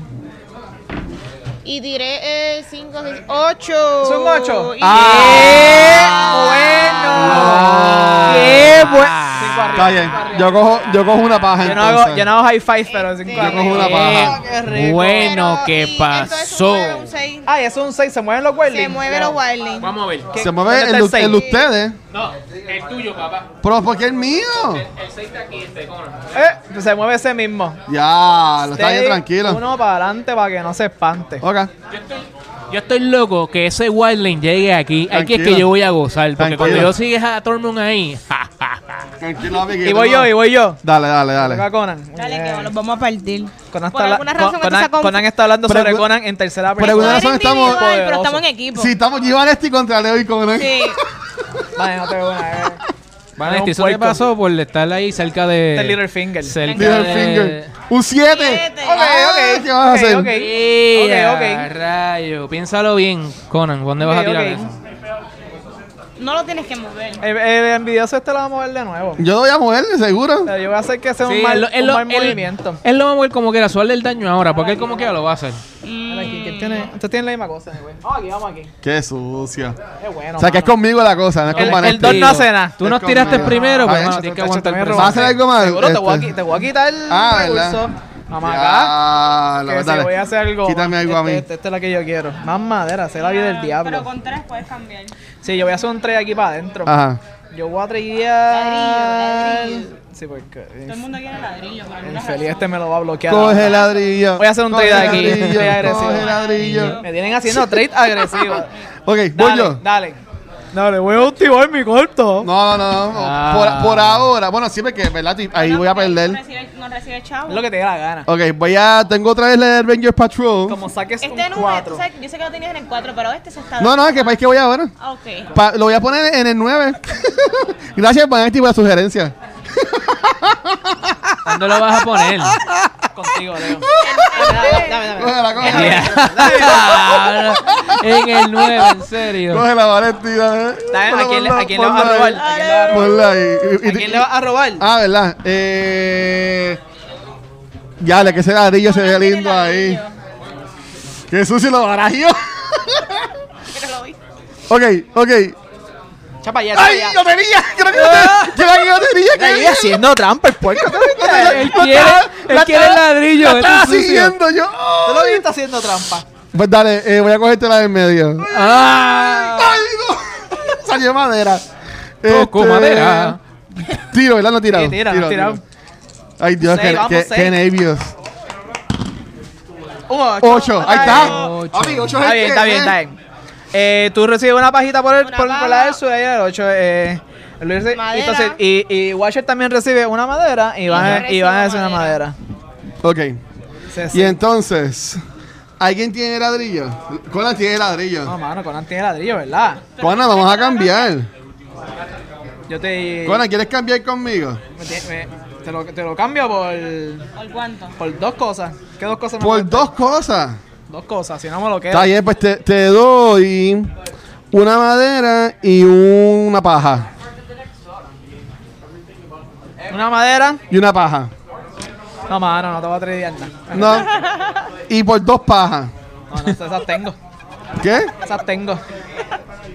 [SPEAKER 6] Y diré eh, cinco, seis, ocho.
[SPEAKER 3] Son ocho.
[SPEAKER 6] Y-
[SPEAKER 2] Ah.
[SPEAKER 3] ¡Ah! ¡Qué bueno! ¡Qué bueno! Cinco arriba,
[SPEAKER 2] Ah. Está bien.
[SPEAKER 3] cinco arriba.
[SPEAKER 2] Yo cojo, yo cojo una paja
[SPEAKER 3] Ah, Yo no,
[SPEAKER 2] entonces.
[SPEAKER 3] hago, yo no hago high five, pero cinco
[SPEAKER 6] Yo
[SPEAKER 3] arriba.
[SPEAKER 2] cojo una paja.
[SPEAKER 3] ¡Qué rico!
[SPEAKER 6] Pero-
[SPEAKER 1] Bueno,
[SPEAKER 6] y
[SPEAKER 1] ¿qué
[SPEAKER 6] entonces
[SPEAKER 1] pasó?
[SPEAKER 6] mueve un seis.
[SPEAKER 3] Ay, eso es un 6, se mueven los Wildlings.
[SPEAKER 6] Se mueve los Wildlings.
[SPEAKER 1] Vamos a ver.
[SPEAKER 3] ¿Qué-
[SPEAKER 2] Se
[SPEAKER 3] dónde
[SPEAKER 2] mueve
[SPEAKER 3] está
[SPEAKER 2] el,
[SPEAKER 3] el
[SPEAKER 2] de- el de
[SPEAKER 3] seis?
[SPEAKER 2] ustedes.
[SPEAKER 1] No, el tuyo, papá.
[SPEAKER 2] Pero porque el mío.
[SPEAKER 1] El 6 está aquí, este cono.
[SPEAKER 3] Eh, pues se mueve ese mismo.
[SPEAKER 2] Ya, lo está bien
[SPEAKER 3] Seis,
[SPEAKER 2] tranquilo.
[SPEAKER 3] Uno para adelante para que no se espante.
[SPEAKER 2] Ok.
[SPEAKER 1] Yo estoy loco que ese Wildling llegue aquí. Aquí es
[SPEAKER 2] Tranquilo.
[SPEAKER 1] que yo voy a gozar. Porque
[SPEAKER 2] Tranquilo.
[SPEAKER 1] cuando yo sigues a Tormund ahí, [laughs] ja, ja, ja.
[SPEAKER 2] Tranquilo, papi, que
[SPEAKER 3] Y voy yo, y voy yo.
[SPEAKER 2] Dale, dale,
[SPEAKER 3] Toca
[SPEAKER 2] dale.
[SPEAKER 3] Conan.
[SPEAKER 6] Dale, que los vamos a partir.
[SPEAKER 3] Conan
[SPEAKER 6] Por
[SPEAKER 3] está,
[SPEAKER 6] alguna razón
[SPEAKER 3] Con-
[SPEAKER 6] esto
[SPEAKER 3] Conan-
[SPEAKER 6] se ha conf-
[SPEAKER 3] Conan está hablando sobre
[SPEAKER 2] Pero-
[SPEAKER 3] Conan en tercera
[SPEAKER 2] pero
[SPEAKER 6] Tú
[SPEAKER 2] alguna
[SPEAKER 3] persona.
[SPEAKER 6] eres
[SPEAKER 2] razón estamos-
[SPEAKER 6] individual, pero
[SPEAKER 3] Poderoso.
[SPEAKER 6] estamos en
[SPEAKER 2] [laughs]
[SPEAKER 6] equipo.
[SPEAKER 2] Si estamos, yo y Vanesti contra Leo y Conan.
[SPEAKER 6] Sí.
[SPEAKER 3] Vale, no te voy a-
[SPEAKER 1] Van a
[SPEAKER 3] un
[SPEAKER 1] eso le
[SPEAKER 3] puerco.
[SPEAKER 1] pasó por estar ahí cerca de.
[SPEAKER 3] Del Littlefinger.
[SPEAKER 1] Cerca
[SPEAKER 6] Venga.
[SPEAKER 1] de-
[SPEAKER 2] Littlefinger. Un 7.
[SPEAKER 6] Siete.
[SPEAKER 3] Ah, Ok, ok.
[SPEAKER 2] ¿Qué vas a
[SPEAKER 3] Ok,
[SPEAKER 2] hacer?
[SPEAKER 3] ok.
[SPEAKER 1] ¡Ea,
[SPEAKER 3] Ok, ok.
[SPEAKER 1] rayo! Piénsalo bien, Conan. ¿Dónde vas a
[SPEAKER 3] Ok,
[SPEAKER 1] tirar
[SPEAKER 3] ok.
[SPEAKER 1] eso?
[SPEAKER 6] No lo tienes que mover.
[SPEAKER 3] El, el envidioso este lo va a mover de nuevo.
[SPEAKER 2] Yo lo voy a mover, de seguro.
[SPEAKER 3] O sea, yo voy a hacer que sea
[SPEAKER 1] Sí,
[SPEAKER 3] un mal,
[SPEAKER 1] él,
[SPEAKER 3] un
[SPEAKER 1] lo-
[SPEAKER 3] mal
[SPEAKER 1] él-
[SPEAKER 3] movimiento.
[SPEAKER 1] él lo va a mover como quiera, suarle el daño ahora, porque él como quiera lo va a hacer.
[SPEAKER 3] Mira
[SPEAKER 6] Mm.
[SPEAKER 3] aquí, que él tiene, usted tiene la misma cosa, güey. Vamos aquí, vamos aquí.
[SPEAKER 2] Qué sucio.
[SPEAKER 3] Qué bueno.
[SPEAKER 2] O sea, que es
[SPEAKER 3] mano.
[SPEAKER 2] conmigo la cosa, no es con
[SPEAKER 3] El-
[SPEAKER 2] Vanetti.
[SPEAKER 3] el don no hace nada.
[SPEAKER 1] Tú nos
[SPEAKER 2] Es
[SPEAKER 1] tiraste
[SPEAKER 2] conmigo.
[SPEAKER 1] primero,
[SPEAKER 2] Ah,
[SPEAKER 1] pues,
[SPEAKER 2] hecho,
[SPEAKER 1] mano, tienes que
[SPEAKER 3] Tacho,
[SPEAKER 1] aguantar
[SPEAKER 3] te
[SPEAKER 1] el
[SPEAKER 3] voy
[SPEAKER 1] presente.
[SPEAKER 2] ¿Va a hacer algo más?
[SPEAKER 3] Seguro te, voy a,
[SPEAKER 2] Este.
[SPEAKER 3] qui- te voy a quitar el
[SPEAKER 2] Ah, ¿verdad?
[SPEAKER 3] recurso. Vamos acá.
[SPEAKER 2] Ah, la
[SPEAKER 3] que si
[SPEAKER 2] verdad.
[SPEAKER 3] voy a hacer algo.
[SPEAKER 2] Quítame algo a
[SPEAKER 3] este,
[SPEAKER 2] mí.
[SPEAKER 3] Esta es la que yo quiero. Más madera, será la vida del
[SPEAKER 6] Ah, Pero
[SPEAKER 3] diablo.
[SPEAKER 6] con tres puedes cambiar.
[SPEAKER 3] Sí, yo voy a hacer un 3 aquí para adentro.
[SPEAKER 2] Ajá.
[SPEAKER 3] Yo voy a
[SPEAKER 6] Ladrillo,
[SPEAKER 3] traer.
[SPEAKER 6] ladrillo.
[SPEAKER 3] Sí, porque.
[SPEAKER 6] Todo el mundo quiere ladrillo. por alguna
[SPEAKER 3] El
[SPEAKER 6] razón.
[SPEAKER 3] feliz este me lo va a bloquear.
[SPEAKER 2] Coge el ladrillo.
[SPEAKER 3] Voy a hacer un
[SPEAKER 2] coge
[SPEAKER 3] trade aquí,
[SPEAKER 2] ladrillo,
[SPEAKER 3] trade agresivo.
[SPEAKER 2] Coge ladrillo.
[SPEAKER 3] Me tienen
[SPEAKER 2] [laughs]
[SPEAKER 3] haciendo trade agresivo.
[SPEAKER 2] Ok, voy
[SPEAKER 3] Dale,
[SPEAKER 2] yo.
[SPEAKER 3] dale. Dale, voy a activar mi corto.
[SPEAKER 2] No, no, no. no.
[SPEAKER 1] Ah.
[SPEAKER 2] Por, por ahora. Bueno, siempre que, ¿verdad? Ti- Ahí voy a
[SPEAKER 6] No
[SPEAKER 2] perder.
[SPEAKER 6] recibe, no recibe chavo.
[SPEAKER 3] Es lo que te dé la gana.
[SPEAKER 2] Ok, voy a. Tengo otra vez la Ranger Patrol.
[SPEAKER 3] Como saques
[SPEAKER 6] Este
[SPEAKER 3] un
[SPEAKER 6] nube,
[SPEAKER 3] 4.
[SPEAKER 6] tú sabes, yo sé que lo tenías en el 4, pero este se está...
[SPEAKER 2] No, no, que país que voy ahora.
[SPEAKER 6] Ah, Ok.
[SPEAKER 2] Pa- lo voy a poner en el 9. [laughs] Gracias, Vanetti, por la sugerencia.
[SPEAKER 1] ¿Dónde lo vas a
[SPEAKER 2] [laughs]
[SPEAKER 1] poner?
[SPEAKER 3] Contigo,
[SPEAKER 6] [laughs]
[SPEAKER 3] Leo. dame, dame, dame.
[SPEAKER 2] Cógela, cógela.
[SPEAKER 1] Diablo. en el 9, en serio.
[SPEAKER 2] Cógela, Vanetti. dale.
[SPEAKER 3] Dale, ¿a quién le- a quién le vas a
[SPEAKER 2] Ponla ahí.
[SPEAKER 3] robar? ¿A quién le vas
[SPEAKER 2] Ponla
[SPEAKER 3] a robar?
[SPEAKER 2] ahí. Y- y-
[SPEAKER 3] ¿A quién le vas a robar?
[SPEAKER 2] Ah, ¿verdad? Eh... Ya, la que ese ladrillo se ve lindo ahí. Qué sucio lo barajó.
[SPEAKER 6] Pero lo vi.
[SPEAKER 2] ok, ok.
[SPEAKER 3] Chapa ya, chapa
[SPEAKER 2] ¡Ay,
[SPEAKER 3] ya. Ah.
[SPEAKER 2] lo tenía! ¡Yo no tenía! ¡Yo no tenía!
[SPEAKER 3] Mira,
[SPEAKER 2] que-
[SPEAKER 3] ahí haciendo trampa el puerco. ¿Tú
[SPEAKER 2] lo tenía!
[SPEAKER 1] Él
[SPEAKER 2] La
[SPEAKER 1] quiere-
[SPEAKER 2] estaba-
[SPEAKER 1] él
[SPEAKER 2] la
[SPEAKER 1] quiere el
[SPEAKER 2] estaba-
[SPEAKER 1] ladrillo,
[SPEAKER 2] ¡La
[SPEAKER 1] esto
[SPEAKER 2] estaba
[SPEAKER 1] es sucio.
[SPEAKER 2] siguiendo yo!
[SPEAKER 3] lo viste haciendo trampa?
[SPEAKER 2] Pues dale, eh, voy a cogerte la del medio.
[SPEAKER 1] ¡Ah!
[SPEAKER 2] ¡Ay, no! [laughs] Salió madera. Este,
[SPEAKER 1] Toco madera.
[SPEAKER 2] Tiro, ¿verdad? No tirado.
[SPEAKER 3] Sí, tira, no tirado.
[SPEAKER 2] Ay, Dios,
[SPEAKER 3] Seis,
[SPEAKER 2] qué,
[SPEAKER 3] vamos,
[SPEAKER 2] qué,
[SPEAKER 3] seis.
[SPEAKER 2] qué nervios.
[SPEAKER 3] Un
[SPEAKER 2] 8, ahí está.
[SPEAKER 1] Ocho.
[SPEAKER 2] Papi, ocho es
[SPEAKER 3] Está
[SPEAKER 2] el que
[SPEAKER 3] bien, está bien,
[SPEAKER 2] es.
[SPEAKER 3] está bien. Eh, tú recibes una pajita por, el,
[SPEAKER 6] Una
[SPEAKER 3] por, por la
[SPEAKER 6] pala.
[SPEAKER 3] del sur, ahí el 8. Eh, Luis, y
[SPEAKER 6] Madera.
[SPEAKER 3] entonces, y, y Watcher también recibe una madera y
[SPEAKER 6] yo
[SPEAKER 3] van, a- y
[SPEAKER 6] recibo
[SPEAKER 3] van a hacer una
[SPEAKER 6] madera.
[SPEAKER 3] madera.
[SPEAKER 2] Ok.
[SPEAKER 3] Sí, sí.
[SPEAKER 2] Y entonces, ¿alguien tiene ladrillo? Conan tiene
[SPEAKER 3] No,
[SPEAKER 2] ladrillo.
[SPEAKER 3] mano, Conan tiene ladrillo, ¿verdad?
[SPEAKER 2] Conan, vamos a cambiar.
[SPEAKER 3] Yo te.
[SPEAKER 2] Conan, ¿quieres cambiar conmigo?
[SPEAKER 3] me ti- me- te, lo, te lo cambio por,
[SPEAKER 6] ¿Por cuánto?
[SPEAKER 3] por dos cosas. ¿Qué dos cosas? me
[SPEAKER 2] Por
[SPEAKER 3] puedes-
[SPEAKER 2] dos cosas.
[SPEAKER 3] Dos cosas, si no me lo quedo.
[SPEAKER 2] Está bien, pues te, te doy una madera y una paja.
[SPEAKER 3] Una madera.
[SPEAKER 2] Y una paja.
[SPEAKER 3] No, mano, no te voy a traer nada.
[SPEAKER 2] No. Y por dos pajas.
[SPEAKER 3] No, no, esas tengo.
[SPEAKER 2] ¿Qué?
[SPEAKER 3] Esas tengo.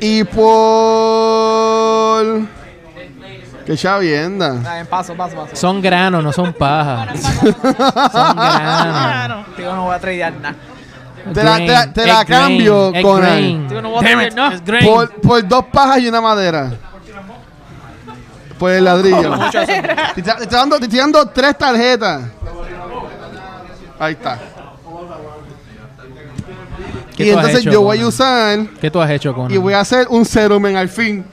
[SPEAKER 2] Y por... Qué chavienda.
[SPEAKER 3] Está bien, paso, paso, paso.
[SPEAKER 1] Son granos, no son pajas.
[SPEAKER 2] [laughs]
[SPEAKER 1] Son granos.
[SPEAKER 3] Tío, no voy a tradear nada.
[SPEAKER 2] Te la- te la- te la
[SPEAKER 1] Es grain,
[SPEAKER 2] cambio,
[SPEAKER 1] es
[SPEAKER 2] Conan.
[SPEAKER 1] grain.
[SPEAKER 3] Tío, no voy a tradear nada.
[SPEAKER 1] Es grain.
[SPEAKER 2] Por, por dos pajas y una madera. Por el ladrillo.
[SPEAKER 3] Mucho eso.
[SPEAKER 2] Te está- te está dando- te estoy dando tres tarjetas. Ahí está.
[SPEAKER 1] ¿Qué
[SPEAKER 2] Y
[SPEAKER 1] tú has
[SPEAKER 2] entonces
[SPEAKER 1] hecho,
[SPEAKER 2] yo voy a
[SPEAKER 1] Conan?
[SPEAKER 2] usar
[SPEAKER 1] ¿Qué tú has hecho, Conan?
[SPEAKER 2] y voy a hacer un cerumen al fin.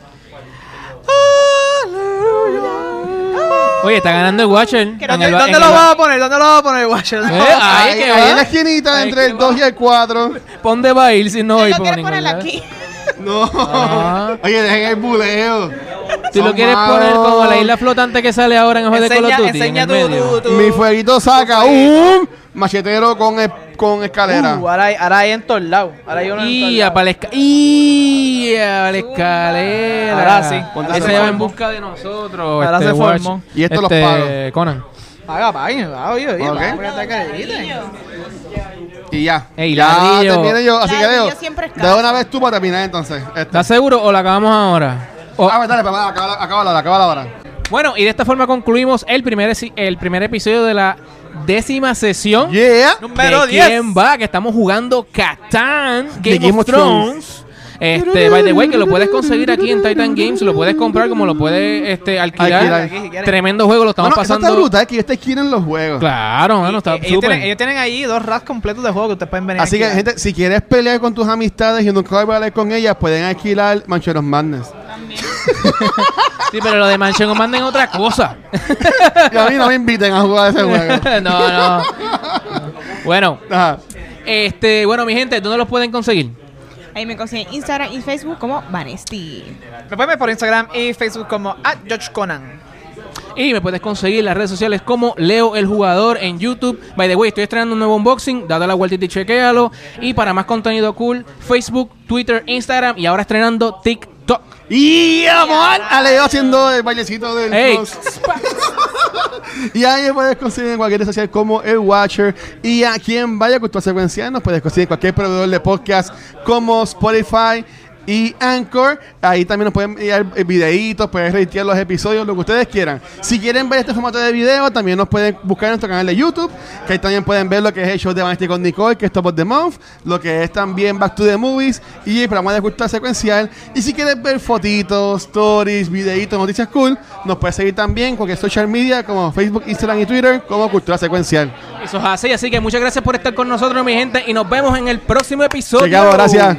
[SPEAKER 1] Oye, está ganando el Watcher. En
[SPEAKER 3] ¿Dónde,
[SPEAKER 1] el-
[SPEAKER 3] dónde
[SPEAKER 1] en
[SPEAKER 3] lo
[SPEAKER 1] el-
[SPEAKER 3] vas a poner? ¿Dónde lo vas a poner, Watcher?
[SPEAKER 1] Eh, ahí, que
[SPEAKER 2] ahí
[SPEAKER 1] va.
[SPEAKER 2] en la esquinita entre el 2 y el 4.
[SPEAKER 1] ¿Pon dónde va a ir si no voy
[SPEAKER 6] Él lo
[SPEAKER 1] por
[SPEAKER 6] quiere
[SPEAKER 1] ningún
[SPEAKER 6] poner
[SPEAKER 1] lado?
[SPEAKER 6] aquí.
[SPEAKER 2] No.
[SPEAKER 1] Ah.
[SPEAKER 2] Oye, dejen el buleo.
[SPEAKER 1] Tú lo
[SPEAKER 2] Son
[SPEAKER 1] quieres
[SPEAKER 2] malos.
[SPEAKER 1] poner como la isla flotante que sale ahora en el juego de Call of Duty.
[SPEAKER 3] Enseña,
[SPEAKER 1] en
[SPEAKER 3] enseña
[SPEAKER 1] el
[SPEAKER 3] tu,
[SPEAKER 1] medio.
[SPEAKER 3] tu, tu-
[SPEAKER 2] Mi fueguito saca un machetero con, es- con escalera.
[SPEAKER 3] Uh, ahora, hay, ahora hay en todos lados. Ahora hay uno en todos
[SPEAKER 1] Y a
[SPEAKER 3] lados.
[SPEAKER 1] pa' la esca- y a la escalera.
[SPEAKER 3] Ahora sí.
[SPEAKER 1] Ahora
[SPEAKER 3] Ahora
[SPEAKER 1] se
[SPEAKER 3] se
[SPEAKER 1] va en
[SPEAKER 3] formó.
[SPEAKER 1] busca de nosotros. este
[SPEAKER 3] Ahora se
[SPEAKER 1] Watch. Este,
[SPEAKER 3] formó.
[SPEAKER 2] Y esto los pago.
[SPEAKER 1] Conan.
[SPEAKER 3] Paga, paga, paga, oye, oye,
[SPEAKER 2] Ok.
[SPEAKER 3] paga, porque está carita.
[SPEAKER 2] Y ya.
[SPEAKER 1] Ey,
[SPEAKER 2] ya
[SPEAKER 1] ladrillo.
[SPEAKER 2] terminé yo. Así que
[SPEAKER 6] Ladrillo
[SPEAKER 2] Leo,
[SPEAKER 6] siempre es
[SPEAKER 2] da
[SPEAKER 6] casa.
[SPEAKER 2] una vez tú para terminar entonces. Este.
[SPEAKER 1] ¿Estás seguro o la acabamos ahora? O-
[SPEAKER 2] Ah, pues dale, papá, acábala, acábala ahora, acábala ahora.
[SPEAKER 1] bueno, y de esta forma concluimos el primer, esi- el primer episodio de la décima sesión.
[SPEAKER 2] Yeah.
[SPEAKER 3] Número
[SPEAKER 1] de
[SPEAKER 3] 10.
[SPEAKER 1] quién va, que estamos jugando Catán,
[SPEAKER 2] De
[SPEAKER 1] Game,
[SPEAKER 2] Game
[SPEAKER 1] of,
[SPEAKER 2] of
[SPEAKER 1] Thrones. Este, by the way, que lo puedes conseguir aquí en Titan Games, lo puedes comprar como lo puedes este, alquilar.
[SPEAKER 2] Alquilar.
[SPEAKER 3] Aquí, si quieres.
[SPEAKER 1] Tremendo juego, lo estamos
[SPEAKER 2] Mano, eso
[SPEAKER 1] pasando.
[SPEAKER 2] está brutal, es que ustedes quieren los juegos.
[SPEAKER 1] Claro, mano, está
[SPEAKER 3] ellos, tienen,
[SPEAKER 1] súper.
[SPEAKER 3] ellos tienen ahí dos racks completos de juego que ustedes pueden venir
[SPEAKER 2] Así
[SPEAKER 3] aquí
[SPEAKER 2] que,
[SPEAKER 3] a-
[SPEAKER 2] gente, si quieres pelear con tus amistades y nunca hablar con ellas, pueden alquilar Mancheros Madness.
[SPEAKER 1] Sí, pero lo de Mansion manden otra cosa.
[SPEAKER 2] Y a mí no me inviten a jugar ese juego.
[SPEAKER 1] [laughs] no, no. Bueno,
[SPEAKER 2] Ajá.
[SPEAKER 1] este, bueno, mi gente, ¿dónde los pueden conseguir?
[SPEAKER 6] Eh, Ahí me consiguen en Instagram y Facebook como Vanesti.
[SPEAKER 3] Me pueden ver por Instagram y Facebook como @georgeconan.
[SPEAKER 1] Y me puedes conseguir en las redes sociales como Leo el Jugador en YouTube. By the way, estoy estrenando un nuevo unboxing. Dale la vuelta y chequéalo. Y para más contenido cool, Facebook, Twitter, Instagram y ahora estrenando TikTok.
[SPEAKER 2] Y amor, a Leo haciendo el bailecito del
[SPEAKER 1] Ey.
[SPEAKER 2] cross. [laughs] y ahí me puedes conseguir en cualquier red social como El Watcher. Y a quien vaya a Cultura Secuencial, nos puedes conseguir en cualquier proveedor de podcast como Spotify y Anchor. Ahí también nos pueden enviar eh, videitos, pueden reitear los episodios, lo que ustedes quieran. Si quieren ver este formato de video, también nos pueden buscar en nuestro canal de YouTube, que ahí también pueden ver lo que es el show de Vanity con Nicole, que es Top of the Month, lo que es también Back to the Movies y el programa de cultura secuencial. Y si quieres ver fotitos, stories, videitos, noticias cool, nos puedes seguir también en cualquier social media como Facebook, Instagram y Twitter como Cultura Secuencial.
[SPEAKER 1] Eso es así, así que muchas gracias por estar con nosotros, mi gente, y nos vemos en el próximo episodio.
[SPEAKER 2] Llegado, gracias.